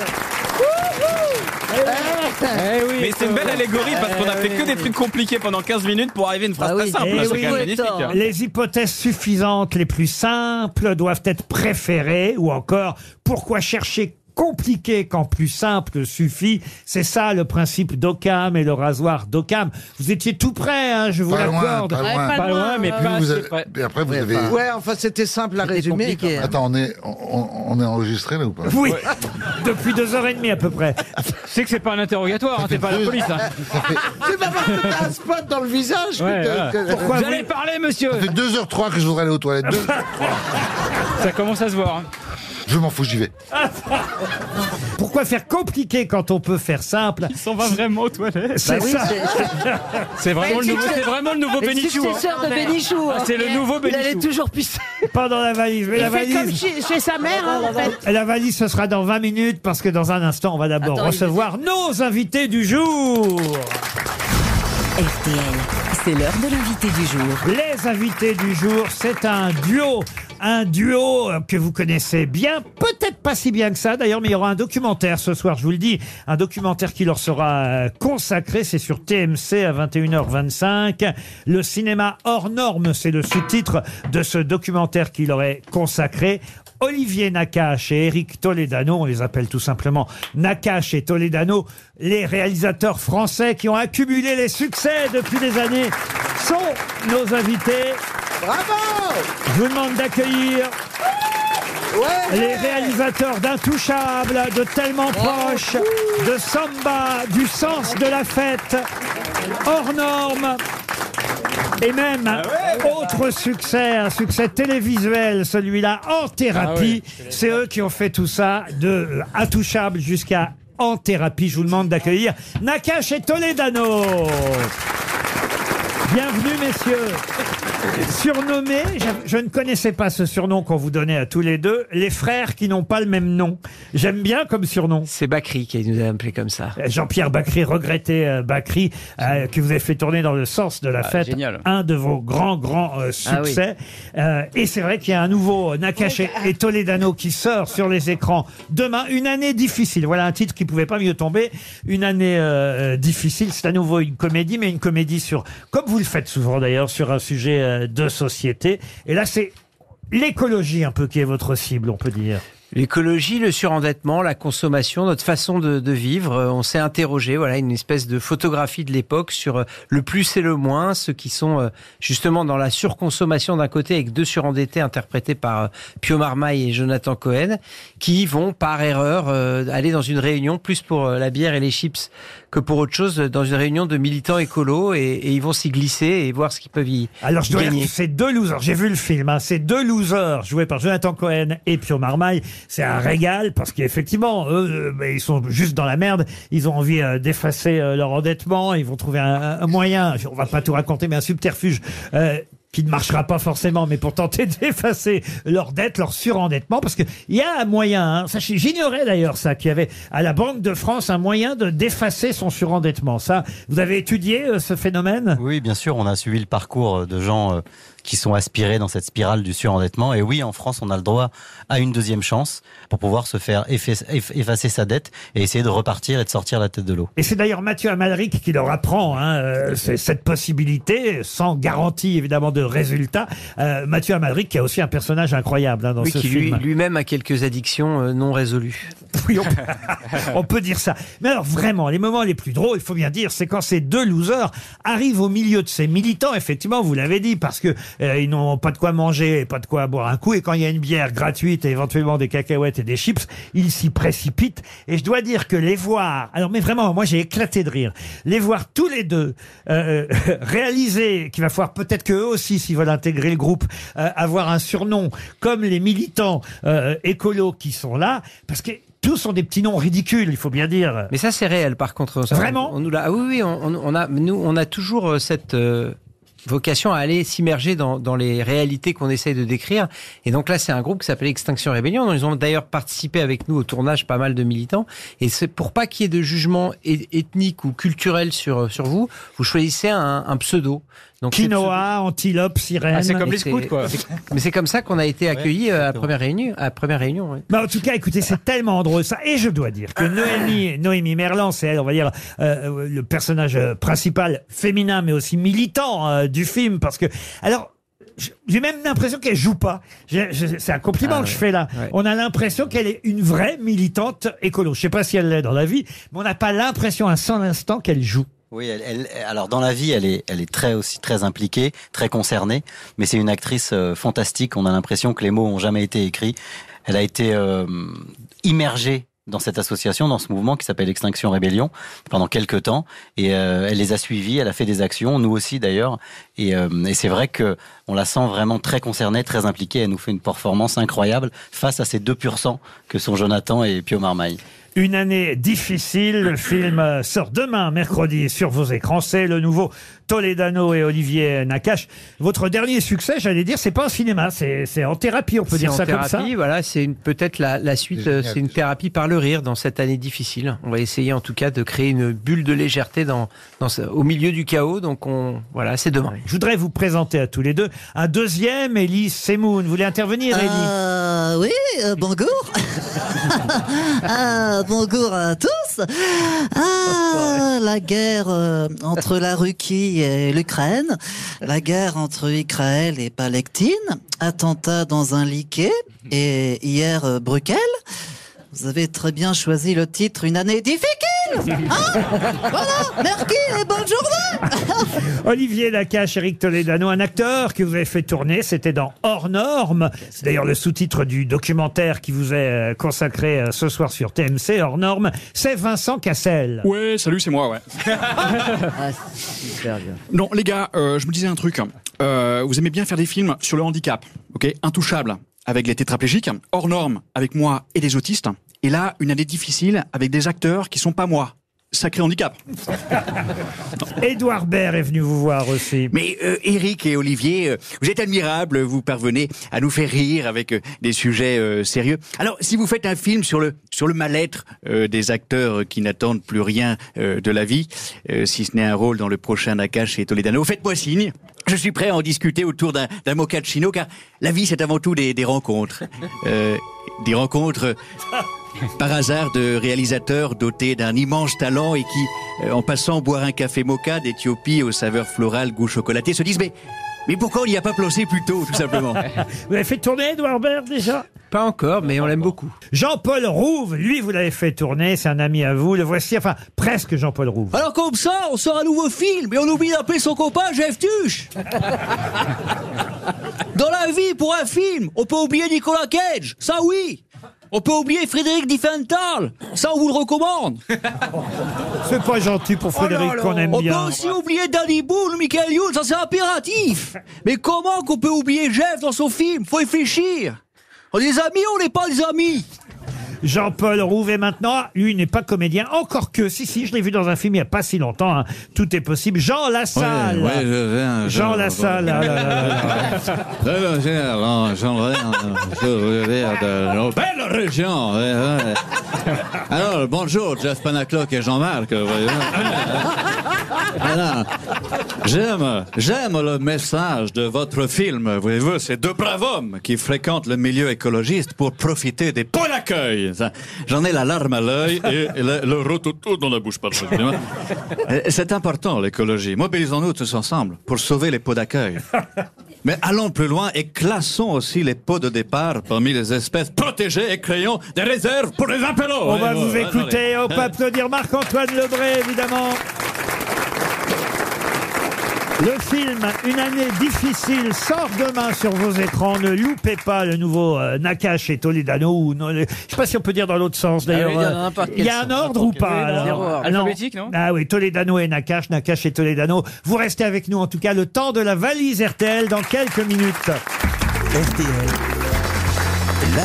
[SPEAKER 2] Eh oui, Eh
[SPEAKER 7] Mais c'est une belle
[SPEAKER 2] vrai.
[SPEAKER 7] allégorie parce qu'on a fait que des trucs compliqués pendant 15 minutes pour arriver à une phrase très simple.
[SPEAKER 2] Eh
[SPEAKER 7] C'est quand
[SPEAKER 2] oui.
[SPEAKER 7] même magnifique.
[SPEAKER 3] hein.
[SPEAKER 2] Les hypothèses suffisantes les plus simples doivent être préférées ou encore pourquoi chercher compliqué quand plus simple suffit C'est ça le principe d'Occam et le rasoir d'Occam. Vous étiez tout près, hein, je vous
[SPEAKER 5] Pas loin,
[SPEAKER 2] l'accorde.
[SPEAKER 5] pas loin. Pas loin, mais pas Vous assez avez- près. et après, vous avez-
[SPEAKER 4] Ouais, enfin, c'était simple à résumer. quand même.
[SPEAKER 5] Attends, on est, on, on est enregistré là ou pas
[SPEAKER 2] Oui, <laughs> depuis deux heures et demie à peu près.
[SPEAKER 3] <laughs> C'est que c'est pas un interrogatoire, hein, t'es pas à la
[SPEAKER 4] <laughs>
[SPEAKER 3] police. hein.
[SPEAKER 4] C'est pas parce que t'as un spot dans le visage
[SPEAKER 3] Ouais,
[SPEAKER 4] que t'es-
[SPEAKER 3] ouais.
[SPEAKER 4] que-
[SPEAKER 3] vous allez parler, monsieur
[SPEAKER 5] Ça fait 2h03 que je voudrais aller aux toilettes. Deux-
[SPEAKER 3] <laughs> Ça commence à se voir. hein.
[SPEAKER 5] Je m'en fous, j'y vais.
[SPEAKER 2] Pourquoi faire compliqué quand on peut faire simple
[SPEAKER 3] Il s'en va vraiment aux toilettes.
[SPEAKER 2] C'est
[SPEAKER 3] Bah
[SPEAKER 12] <laughs>
[SPEAKER 3] oui,
[SPEAKER 2] ça.
[SPEAKER 3] C'est vraiment, le nouveau- c'est vraiment le
[SPEAKER 8] Bah,
[SPEAKER 3] nouveau Bénichou. hein. Ah, C'est le nouveau Bénichou.
[SPEAKER 2] pisser. Pas dans la valise, mais
[SPEAKER 8] Il
[SPEAKER 2] la
[SPEAKER 8] fait comme
[SPEAKER 2] valise.
[SPEAKER 8] chez, chez sa mère, hein, en fait.
[SPEAKER 2] La valise, ce sera dans 20 minutes parce que dans un instant, on va d'abord
[SPEAKER 8] Attends, il
[SPEAKER 2] recevoir nos invités du jour.
[SPEAKER 10] RTL, c'est l'heure de l'invité du jour.
[SPEAKER 2] Les invités du jour, c'est un duo. Un duo euh, que vous connaissez bien, peut-être pas si bien que ça d'ailleurs, mais il y aura un documentaire ce soir, je vous le dis, un documentaire qui leur sera euh, consacré, c'est sur TMC à 21h25. Le cinéma hors norme, c'est le sous-titre de ce documentaire qui leur est consacré. Olivier Nakache et Eric Toledano, on les appelle tout simplement Nakache et Toledano, les réalisateurs français qui ont accumulé les succès depuis des années, sont nos invités.
[SPEAKER 12] Bravo
[SPEAKER 2] Je vous demande d'accueillir les réalisateurs d'Intouchables, de Tellement Proche, de Samba, du Sens de la Fête, Hors Normes. Et même, autre succès, un succès télévisuel, celui-là, en thérapie. C'est eux qui ont fait tout ça, de euh, Intouchables jusqu'à en thérapie. Je vous demande d'accueillir Nakache et Toledano. Bienvenue, messieurs. Surnommés, je, je ne connaissais pas ce surnom qu'on vous donnait à tous les deux, les frères qui n'ont pas le même nom. J'aime bien comme surnom.
[SPEAKER 17] C'est Bacri qui nous a appelé comme ça.
[SPEAKER 2] Euh, Jean-Pierre Bacry, regretté euh, Bacry, euh, que vous avez fait tourner dans le sens de la
[SPEAKER 17] Ah,
[SPEAKER 2] fête,
[SPEAKER 17] génial. Ah
[SPEAKER 2] un de vos grands, grands euh, succès. Euh, et c'est vrai qu'il y a un nouveau euh, Nakache et- et Toledano qui sort sur les écrans demain. Une année difficile, voilà un titre qui pouvait pas mieux tomber. Une année euh, euh, difficile, c'est à nouveau une comédie, mais une comédie sur, comme vous le faites souvent d'ailleurs, sur un sujet euh, de société. Et là, c'est l'écologie un peu qui est votre cible, on peut dire.
[SPEAKER 17] L'écologie, le surendettement, la consommation, notre façon de, de vivre, euh, on s'est interrogé, voilà, une espèce de photographie de l'époque sur euh, le plus et le moins, ceux qui sont euh, justement dans la surconsommation d'un côté avec deux surendettés interprétés par euh, Pio Marmaille et Jonathan Cohen, qui vont par erreur euh, aller dans une réunion plus pour euh, la bière et les chips que pour autre chose, euh, dans une réunion de militants écolos et, et ils vont s'y glisser et voir ce qu'ils peuvent y
[SPEAKER 2] Alors, je dois dire
[SPEAKER 17] gagner.
[SPEAKER 2] que c'est deux losers. J'ai vu le film. hein. C'est deux losers joués par Jonathan Cohen et Pio Marmaille. C'est un régal parce qu'effectivement, eux, euh, ben, ils sont juste dans la merde. Ils ont envie euh, d'effacer euh, leur endettement. Ils vont trouver un, un moyen. On va pas tout raconter, mais un subterfuge. euh, qui ne marchera pas forcément, mais pour tenter <laughs> d'effacer leur dette, leur surendettement, parce qu'il y a un moyen, hein. sachez, j'ignorais d'ailleurs ça, qu'il y avait à la Banque de France un moyen de d'effacer son surendettement. Ça, vous avez étudié euh, ce phénomène
[SPEAKER 18] Oui, bien sûr, on a suivi le parcours de gens euh, qui sont aspirés dans cette spirale du surendettement. Et oui, en France, on a le droit à une deuxième chance pour pouvoir se faire effa- eff- effacer sa dette et essayer de repartir et de sortir la tête de l'eau.
[SPEAKER 2] Et c'est d'ailleurs Mathieu Amalric qui leur apprend hein, euh, c'est- cette possibilité, sans garantie évidemment de résultat. Euh, Mathieu Amalric qui a aussi un personnage incroyable hein, dans
[SPEAKER 17] Oui,
[SPEAKER 2] ce
[SPEAKER 17] qui lui-
[SPEAKER 2] film.
[SPEAKER 17] lui-même a quelques addictions euh, non résolues.
[SPEAKER 2] Oui, on, on peut dire ça. Mais alors vraiment, les moments les plus drôles, il faut bien dire, c'est quand ces deux losers arrivent au milieu de ces militants, effectivement, vous l'avez dit, parce que euh, ils n'ont pas de quoi manger, et pas de quoi boire un coup, et quand il y a une bière gratuite et éventuellement des cacahuètes et des chips, ils s'y précipitent. Et je dois dire que les voir, alors mais vraiment, moi j'ai éclaté de rire, les voir tous les deux euh, <laughs> euh, réaliser qu'il va falloir peut-être que eux aussi, s'ils veulent intégrer le groupe, euh, avoir un surnom comme les militants euh, écolos qui sont là, parce que tous ont des petits noms ridicules, il faut bien dire.
[SPEAKER 17] Mais ça, c'est réel, par contre. Ça,
[SPEAKER 2] Vraiment
[SPEAKER 17] on, on nous l'a- Ah oui, oui, on, on- on a, nous, on a toujours euh, cette euh, vocation à aller s'immerger dans, dans les réalités qu'on essaye de décrire. Et donc là, c'est un groupe qui s'appelle Extinction Rébellion. Ils ont d'ailleurs participé avec nous au tournage pas mal de militants. Et c'est pour pas qu'il y ait de jugement é- ethnique ou culturel sur, euh, sur vous, vous choisissez un, un pseudo. Donc,
[SPEAKER 2] Quinoa, antilope, sirène.
[SPEAKER 17] Ah, c'est comme les scouts, quoi. Mais c'est comme ça qu'on a été accueillis euh, à la première réunion. À la première réunion ouais.
[SPEAKER 2] Mais Bah, en tout cas, écoutez, c'est tellement drôle ça. Et je dois dire
[SPEAKER 17] <laughs>
[SPEAKER 2] que Noémie, Noémie Merlan, c'est elle, on va dire, euh, le personnage euh, principal féminin, mais aussi militant euh, du film, parce que, alors, je- j'ai même l'impression qu'elle joue pas. J'ai- je- C'est un compliment
[SPEAKER 17] Ah,
[SPEAKER 2] que je
[SPEAKER 17] ouais.
[SPEAKER 2] fais là.
[SPEAKER 17] Ouais.
[SPEAKER 2] On a l'impression qu'elle est une vraie militante écolo. Je sais pas si elle l'est dans la vie, mais on n'a pas l'impression à 100 instants qu'elle joue.
[SPEAKER 18] Oui, elle, elle- alors dans la vie, elle est, elle est très aussi très impliquée, très concernée, mais c'est une actrice euh, fantastique. On a l'impression que les mots ont jamais été écrits. Elle a été euh, immergée dans cette association, dans ce mouvement qui s'appelle Extinction Rébellion pendant quelques temps, et euh, elle les a suivis. Elle a fait des actions, nous aussi d'ailleurs, et, euh, et c'est vrai que on la sent vraiment très concernée, très impliquée. Elle nous fait une performance incroyable face à ces deux pur sang que sont Jonathan et Pio Marmaille.
[SPEAKER 2] Une année difficile. Le film euh, sort demain, mercredi, sur vos écrans. C'est le nouveau Toledano et Olivier Nakache. Votre dernier succès, j'allais dire, c'est pas un cinéma, c'est c'est en thérapie, on peut
[SPEAKER 17] C'est
[SPEAKER 2] dire
[SPEAKER 17] en
[SPEAKER 2] ça
[SPEAKER 17] thérapie,
[SPEAKER 2] comme ça.
[SPEAKER 17] voilà, c'est une- peut-être la, la suite, euh, c'est une thérapie par le rire dans cette année difficile. On va essayer en tout cas de créer une bulle de légèreté dans, dans ce- au milieu du chaos. Donc on, voilà, c'est demain.
[SPEAKER 2] Je voudrais vous présenter à tous les deux un deuxième, Elie Semoun. Vous voulez intervenir, Elie
[SPEAKER 19] Euh, oui, euh, bonjour. Ah, bonjour à tous. Ah, la guerre euh, entre la Russie et l'Ukraine, la guerre entre Israël et Palestine, attentat dans un liquet et hier euh, Bruxelles. Vous avez très bien choisi le titre Une année difficile.
[SPEAKER 2] <laughs>
[SPEAKER 19] Hein <laughs> voilà, merci et bonne journée.
[SPEAKER 2] <laughs> Olivier Lacache, Eric Toledano, un acteur que vous avez fait tourner, c'était dans Hors Normes. C'est d'ailleurs le sous-titre du documentaire qui vous est euh, consacré euh, ce soir sur TMC, Hors Normes. C'est Vincent Cassel.
[SPEAKER 20] Ouais, salut, c'est moi, ouais. non, les gars, euh, je me disais un truc. Euh, vous aimez bien faire des films sur le handicap, ok Intouchable, avec les tétraplégiques, hors norme, avec moi et des autistes. Et là, une année difficile avec des acteurs qui sont pas moi. Sacré handicap.
[SPEAKER 2] <laughs> Édouard Baird est venu vous voir aussi.
[SPEAKER 21] Mais euh, Eric et Olivier, euh, vous êtes admirables, vous parvenez à nous faire rire avec euh, des sujets euh, sérieux. Alors, si vous faites un film sur le sur le mal-être euh, des acteurs qui n'attendent plus rien euh, de la vie, euh, si ce n'est un rôle dans le prochain Nakache et Toledano, faites-moi signe. Je suis prêt à en discuter autour d'un d'un mochaccino, car la vie, c'est avant tout des, des rencontres. Euh, des rencontres euh, par hasard de réalisateurs dotés d'un immense talent et qui, euh, en passant boire un café mocha d'Éthiopie aux saveurs florales, goût chocolaté, se disent mais, mais pourquoi on n'y a pas plongé plus tôt, tout simplement
[SPEAKER 2] Vous avez fait tourner Edouard Baird déjà
[SPEAKER 17] Pas encore, mais on l'aime beaucoup.
[SPEAKER 2] Jean-Paul Rouve, lui, vous l'avez fait tourner, c'est un ami à vous. Le voici, enfin, presque Jean-Paul Rouve.
[SPEAKER 12] Ah.
[SPEAKER 22] Alors comme ça, on sort un nouveau film et on oublie d'appeler son copain Jeff Tuche. Dans la vie, pour un film, on peut oublier Nicolas Cage, ça oui. On peut oublier Frédéric Diffenthal, ça on vous le recommande.
[SPEAKER 2] C'est pas gentil
[SPEAKER 12] Oh
[SPEAKER 2] pour <laughs> Frédéric
[SPEAKER 19] Oh
[SPEAKER 2] qu'on aime
[SPEAKER 22] on
[SPEAKER 2] bien.
[SPEAKER 22] peut aussi oublier Danny Boone, Michael Youn, ça c'est impératif. Mais comment qu'on peut oublier Jeff dans son film Faut réfléchir. On est des amis, on n'est pas des amis.
[SPEAKER 2] Jean-Paul Rouvet maintenant. Ah, Lui il n'est pas comédien. Encore que, si, si, je l'ai vu dans un film il n'y a pas si longtemps. hein. Tout est possible. Jean Lassalle.
[SPEAKER 9] Ouais, ouais, je viens, je-
[SPEAKER 2] Jean Lassalle. ah là là là là.
[SPEAKER 9] Euh, j'ai- alors, j'en reviens, euh, je reviens de nos belles régions. ouais, ouais. Alors, bonjour, Jeff Panaclock et Jean-Marc. euh, voyez. Voilà. J'aime, j'aime le message de votre film. Voyez-vous, c'est deux braves hommes qui fréquentent le milieu écologiste pour profiter des bons accueils. Ça, J'en ai la larme à l'œil et le, le rototo dans la bouche, pardon. Euh, C'est important, l'écologie. Mobilisons-nous tous ensemble pour sauver les pots d'accueil. Mais allons plus loin et classons aussi les pots de départ parmi les espèces protégées et créons des réserves pour les apéros.
[SPEAKER 2] On
[SPEAKER 9] Ouais,
[SPEAKER 2] va
[SPEAKER 9] ouais,
[SPEAKER 2] vous
[SPEAKER 9] ouais,
[SPEAKER 2] écouter.
[SPEAKER 9] allez.
[SPEAKER 2] On peut applaudir Marc-Antoine Lebré, évidemment. Le film Une année difficile sort demain sur vos écrans. Ne loupez pas le nouveau euh, Nakash et Toledano. ou non, le- Je sais pas si on peut dire dans l'autre sens d'ailleurs.
[SPEAKER 3] Ah oui, il y en a
[SPEAKER 2] euh,
[SPEAKER 3] n'importe
[SPEAKER 2] il y a
[SPEAKER 3] quel
[SPEAKER 2] un
[SPEAKER 3] sens.
[SPEAKER 2] ordre ou
[SPEAKER 3] Oui, non,
[SPEAKER 2] pas alors
[SPEAKER 3] zéro ordre.
[SPEAKER 2] Ah non.
[SPEAKER 3] Alphabétique, non
[SPEAKER 2] Ah oui, Toledano et Nakash, Nakash et Toledano. Vous restez avec nous en tout cas le temps de la valise RTL dans quelques minutes. La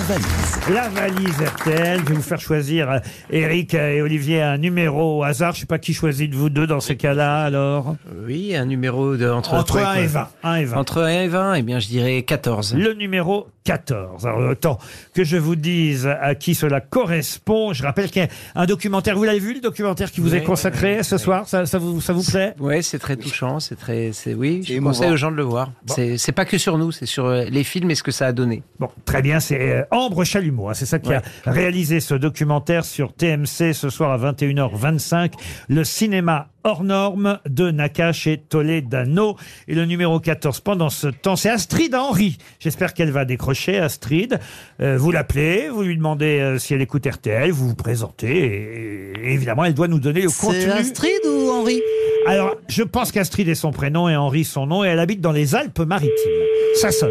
[SPEAKER 2] valise. La valise RTL. Je vais vous faire choisir, euh, Eric et Olivier, un numéro au hasard. Je sais pas qui choisit de vous deux dans ces cas-là, alors.
[SPEAKER 17] Oui, un numéro de, entre,
[SPEAKER 2] Entre
[SPEAKER 17] ouais,
[SPEAKER 2] un et
[SPEAKER 17] quoi.
[SPEAKER 2] vingt, un et vingt.
[SPEAKER 17] Entre 1 et 20, eh bien, je dirais 14.
[SPEAKER 2] Le numéro 14. Alors, autant que je vous dise à qui cela correspond, je rappelle qu'il y a un documentaire. Vous l'avez vu, le documentaire qui vous est
[SPEAKER 17] Oui,
[SPEAKER 2] consacré
[SPEAKER 17] oui,
[SPEAKER 2] ce
[SPEAKER 17] oui.
[SPEAKER 2] soir ça, ça vous, ça vous plaît
[SPEAKER 17] Oui, c'est très touchant, c'est très, c'est oui. Je
[SPEAKER 2] émouvant.
[SPEAKER 17] conseille aux gens de le voir. C'est, c'est pas que sur nous, c'est sur euh, les films et ce que ça a donné.
[SPEAKER 2] Bon, très bien, c'est euh, Ambre Chalumeau, hein, c'est ça qui
[SPEAKER 17] Ouais.
[SPEAKER 2] a réalisé ce documentaire sur TMC ce soir à 21h25, le cinéma hors norme de Nakache et Toledano. Et le numéro 14 pendant ce temps, c'est Astrid Henry. J'espère qu'elle va décrocher, Astrid. Euh, vous l'appelez, vous lui demandez euh, si elle écoute RTL, vous vous présentez, et, et évidemment, elle doit nous donner le contenu.
[SPEAKER 19] C'est Astrid ou Henri
[SPEAKER 2] Alors, je pense qu'Astrid est son prénom et Henri son nom, et elle habite dans les Alpes-Maritimes. Ça sonne.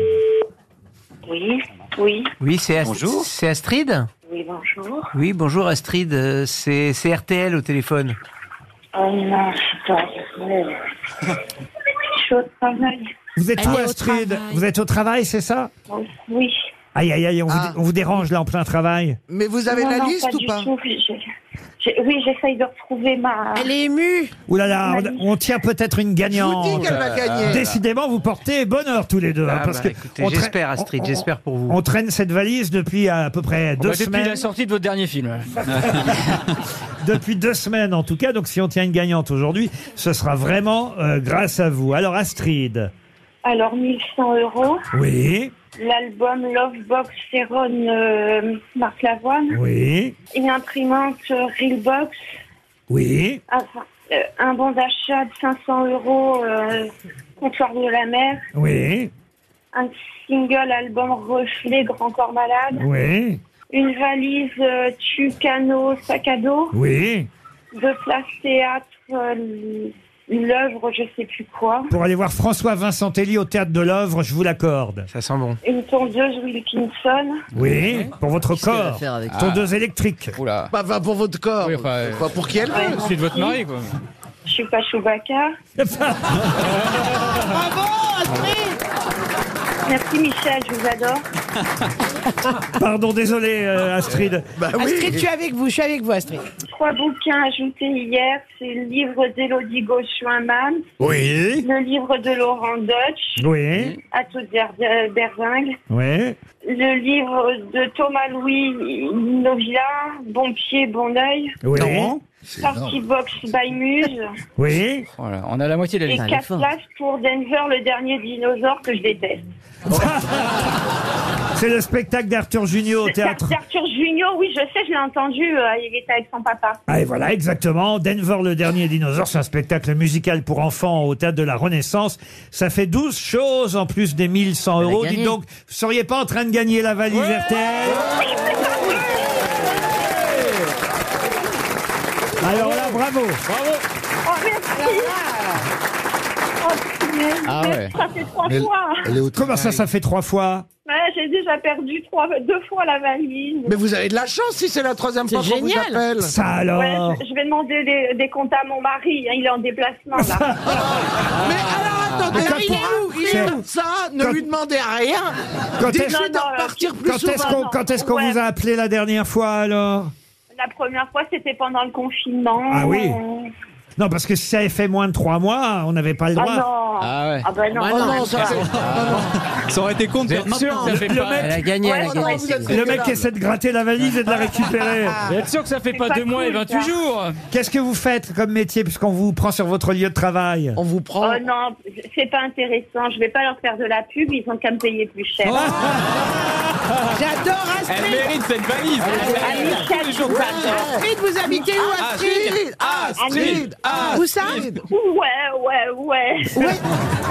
[SPEAKER 11] Oui, oui,
[SPEAKER 17] Oui, c'est Bonjour. C'est Astrid.
[SPEAKER 11] oui, bonjour.
[SPEAKER 17] Oui, bonjour Astrid. euh, C'est, c'est RTL au téléphone.
[SPEAKER 11] Oh non, je suis pas heureuse. Je suis au travail.
[SPEAKER 2] Vous êtes où, Astrid Vous êtes au travail, c'est ça
[SPEAKER 11] Oui.
[SPEAKER 2] Aïe, aïe, aïe, on, vous,
[SPEAKER 11] Ah.
[SPEAKER 2] dé- on vous dérange là en plein travail.
[SPEAKER 11] Mais
[SPEAKER 4] vous avez la liste
[SPEAKER 11] pas
[SPEAKER 4] ou
[SPEAKER 11] du
[SPEAKER 4] pas
[SPEAKER 11] tout. Je- je- Oui, j'essaye de retrouver ma... Elle
[SPEAKER 8] est émue
[SPEAKER 2] Ouh là là, on, on tient peut-être une
[SPEAKER 11] Je Bah,
[SPEAKER 2] gagnante.
[SPEAKER 11] vous dis qu'elle va gagner.
[SPEAKER 2] Décidément, vous portez bonheur tous les deux. hein,
[SPEAKER 17] Ah,
[SPEAKER 2] parce
[SPEAKER 17] bah,
[SPEAKER 2] que
[SPEAKER 17] écoutez,
[SPEAKER 2] on traîne-
[SPEAKER 17] j'espère, Astrid,
[SPEAKER 2] on- on-
[SPEAKER 17] j'espère pour vous.
[SPEAKER 2] On traîne cette valise depuis à peu près
[SPEAKER 3] Oh,
[SPEAKER 2] deux
[SPEAKER 3] bah, depuis
[SPEAKER 2] semaines.
[SPEAKER 3] la sortie de votre dernier film.
[SPEAKER 2] depuis deux semaines en tout cas. Donc si on tient une gagnante aujourd'hui, ce sera vraiment euh, grâce à vous. Alors Astrid,
[SPEAKER 11] Alors, 1100 euros.
[SPEAKER 2] oui,
[SPEAKER 11] L'album Lovebox Céron euh, Marc Lavoine.
[SPEAKER 2] oui,
[SPEAKER 11] Une imprimante euh, Realbox.
[SPEAKER 2] oui.
[SPEAKER 11] Enfin, euh, un bon d'achat de 500 euros euh, Comptoir de la mer.
[SPEAKER 2] Oui,
[SPEAKER 11] Un single album Reflet Grand Corps Malade.
[SPEAKER 2] oui,
[SPEAKER 11] Une valise euh, Tucano sac à dos.
[SPEAKER 2] oui.
[SPEAKER 11] Deux places théâtre, euh, l'œuvre, je sais plus quoi.
[SPEAKER 2] Pour aller voir François Vincent au théâtre de l'œuvre, je vous l'accorde.
[SPEAKER 17] Ça sent bon.
[SPEAKER 11] Une tondeuse Wilkinson.
[SPEAKER 2] Oui, pour votre
[SPEAKER 11] Qu'est-ce qu'elle va
[SPEAKER 2] corps.
[SPEAKER 11] faire avec ça
[SPEAKER 2] Tondeuse électrique.
[SPEAKER 4] Bah, bah, pour votre corps. Quoi, pour qui elle
[SPEAKER 11] Ouais,
[SPEAKER 4] veut
[SPEAKER 11] C'est de votre mari,
[SPEAKER 2] quoi.
[SPEAKER 11] Je suis pas
[SPEAKER 8] <laughs>
[SPEAKER 11] Chewbacca. Merci Michel, je vous adore.
[SPEAKER 2] Pardon, désolé, euh, Astrid.
[SPEAKER 11] Bah
[SPEAKER 4] Ah
[SPEAKER 8] Astrid, je suis avec vous, je suis avec vous, Astrid.
[SPEAKER 11] Trois bouquins ajoutés hier, c'est le livre d'Élodie Gauchuin-Mam.
[SPEAKER 2] Oui.
[SPEAKER 11] Le livre de Laurent Deutsch.
[SPEAKER 4] Hein
[SPEAKER 2] Oui.
[SPEAKER 11] À toute der- der- berzingue.
[SPEAKER 2] Oui.
[SPEAKER 11] Le livre de Thomas Louis Novilla, Bon pied, bon oeil.
[SPEAKER 3] Oui. Non.
[SPEAKER 11] Party Box by Muse.
[SPEAKER 2] Oui.
[SPEAKER 3] on a la moitié de la
[SPEAKER 11] Et
[SPEAKER 3] liste.
[SPEAKER 11] quatre places pour Denver, le dernier dinosaure que je déteste.
[SPEAKER 2] C'est le spectacle d'Arthur Junior au théâtre.
[SPEAKER 11] Arthur Junior, oui, je sais, je l'ai entendu, euh, il était avec son papa.
[SPEAKER 2] Ah, et voilà, exactement. Denver, le dernier dinosaure, c'est un spectacle musical pour enfants au théâtre de la Renaissance. Ça fait 12 choses en plus des 1100 euros.
[SPEAKER 12] gagné.
[SPEAKER 2] Dites donc, vous seriez pas en train de gagner la valise RTL Alors là, bravo. Bravo.
[SPEAKER 11] Oh, merci Oh, mais-
[SPEAKER 2] Ah ouais.
[SPEAKER 11] Ça fait trois fois
[SPEAKER 2] Comment ça, ça fait trois fois
[SPEAKER 11] Ouais, J'ai déjà perdu trois, deux fois la valise.
[SPEAKER 4] Mais vous avez de la chance si c'est la troisième fois qu'on vous appelle.
[SPEAKER 2] Ça alors.
[SPEAKER 11] Ouais, je, je vais demander des, des
[SPEAKER 2] <laughs>
[SPEAKER 11] comptes à mon mari, hein, il est en déplacement là.
[SPEAKER 4] Mais alors
[SPEAKER 2] Mais comme pour- c'est-
[SPEAKER 12] comme ça, ne lui demandez rien.
[SPEAKER 2] Quand est-ce
[SPEAKER 12] Dites-lui de repartir plus
[SPEAKER 2] quand est-ce
[SPEAKER 12] souvent.
[SPEAKER 2] qu'on quand est-ce qu'on vous a appelé la dernière fois alors
[SPEAKER 11] La première fois, c'était pendant le confinement.
[SPEAKER 2] Ah oui.
[SPEAKER 11] Euh,
[SPEAKER 2] Non, parce que si ça avait fait moins de trois mois, on n'avait pas le
[SPEAKER 11] Ah
[SPEAKER 2] droit.
[SPEAKER 11] non. Ah ouais. Ah bah non. Ah non, ça, c'est-
[SPEAKER 2] Ça aurait été con
[SPEAKER 17] de Vous faire êtes sûr maintenant. que ça fait pas- Elle a gagné, elle a gagné, c'est
[SPEAKER 2] Le mec
[SPEAKER 17] dégueulasse.
[SPEAKER 2] qui essaie de gratter la
[SPEAKER 17] <laughs>
[SPEAKER 2] valise et de la récupérer.
[SPEAKER 3] Vous êtes sûr que ça fait pas deux mois et 28 jours
[SPEAKER 2] Qu'est-ce que vous faites comme métier puisqu'on vous prend sur votre lieu de travail On vous
[SPEAKER 11] Oh non, c'est pas intéressant. Je vais pas leur faire de la pub, ils ont qu'à me payer plus cher.
[SPEAKER 12] <laughs> J'adore Astrid.
[SPEAKER 7] Elle mérite cette valise. Elle mérite tous les jours
[SPEAKER 12] Ouais.
[SPEAKER 7] d'argent.
[SPEAKER 12] Astrid, vous habitez où Astrid
[SPEAKER 7] Ah,
[SPEAKER 11] Ah,
[SPEAKER 7] Astrid,
[SPEAKER 12] Où ça
[SPEAKER 11] Ouais, ouais, ouais.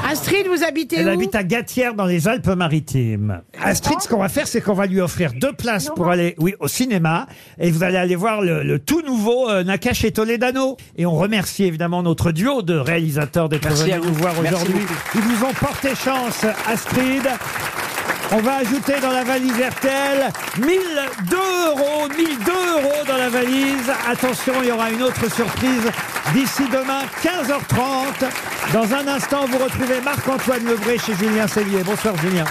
[SPEAKER 8] Astrid, vous habitez
[SPEAKER 2] Elle
[SPEAKER 8] où
[SPEAKER 2] habite à Gatière dans les Alpes-Maritimes. Astrid, ce qu'on va faire, c'est qu'on va lui offrir deux places pour aller oui, au cinéma. Et vous allez aller voir le, le tout nouveau euh, Nakache et Toledano. Et on remercie évidemment notre duo de réalisateurs d'être
[SPEAKER 17] Merci
[SPEAKER 2] venus
[SPEAKER 17] à vous.
[SPEAKER 2] nous voir
[SPEAKER 17] Merci
[SPEAKER 2] aujourd'hui.
[SPEAKER 17] beaucoup.
[SPEAKER 2] Ils vous ont porté chance, Astrid. On va ajouter dans la valise RTL 1002 euros, 1002 euros dans la valise. Attention, il y aura une autre surprise d'ici demain, 15h30. Dans un instant, vous retrouvez Marc-Antoine Lebré chez Julien Cellier. Bonsoir Julien.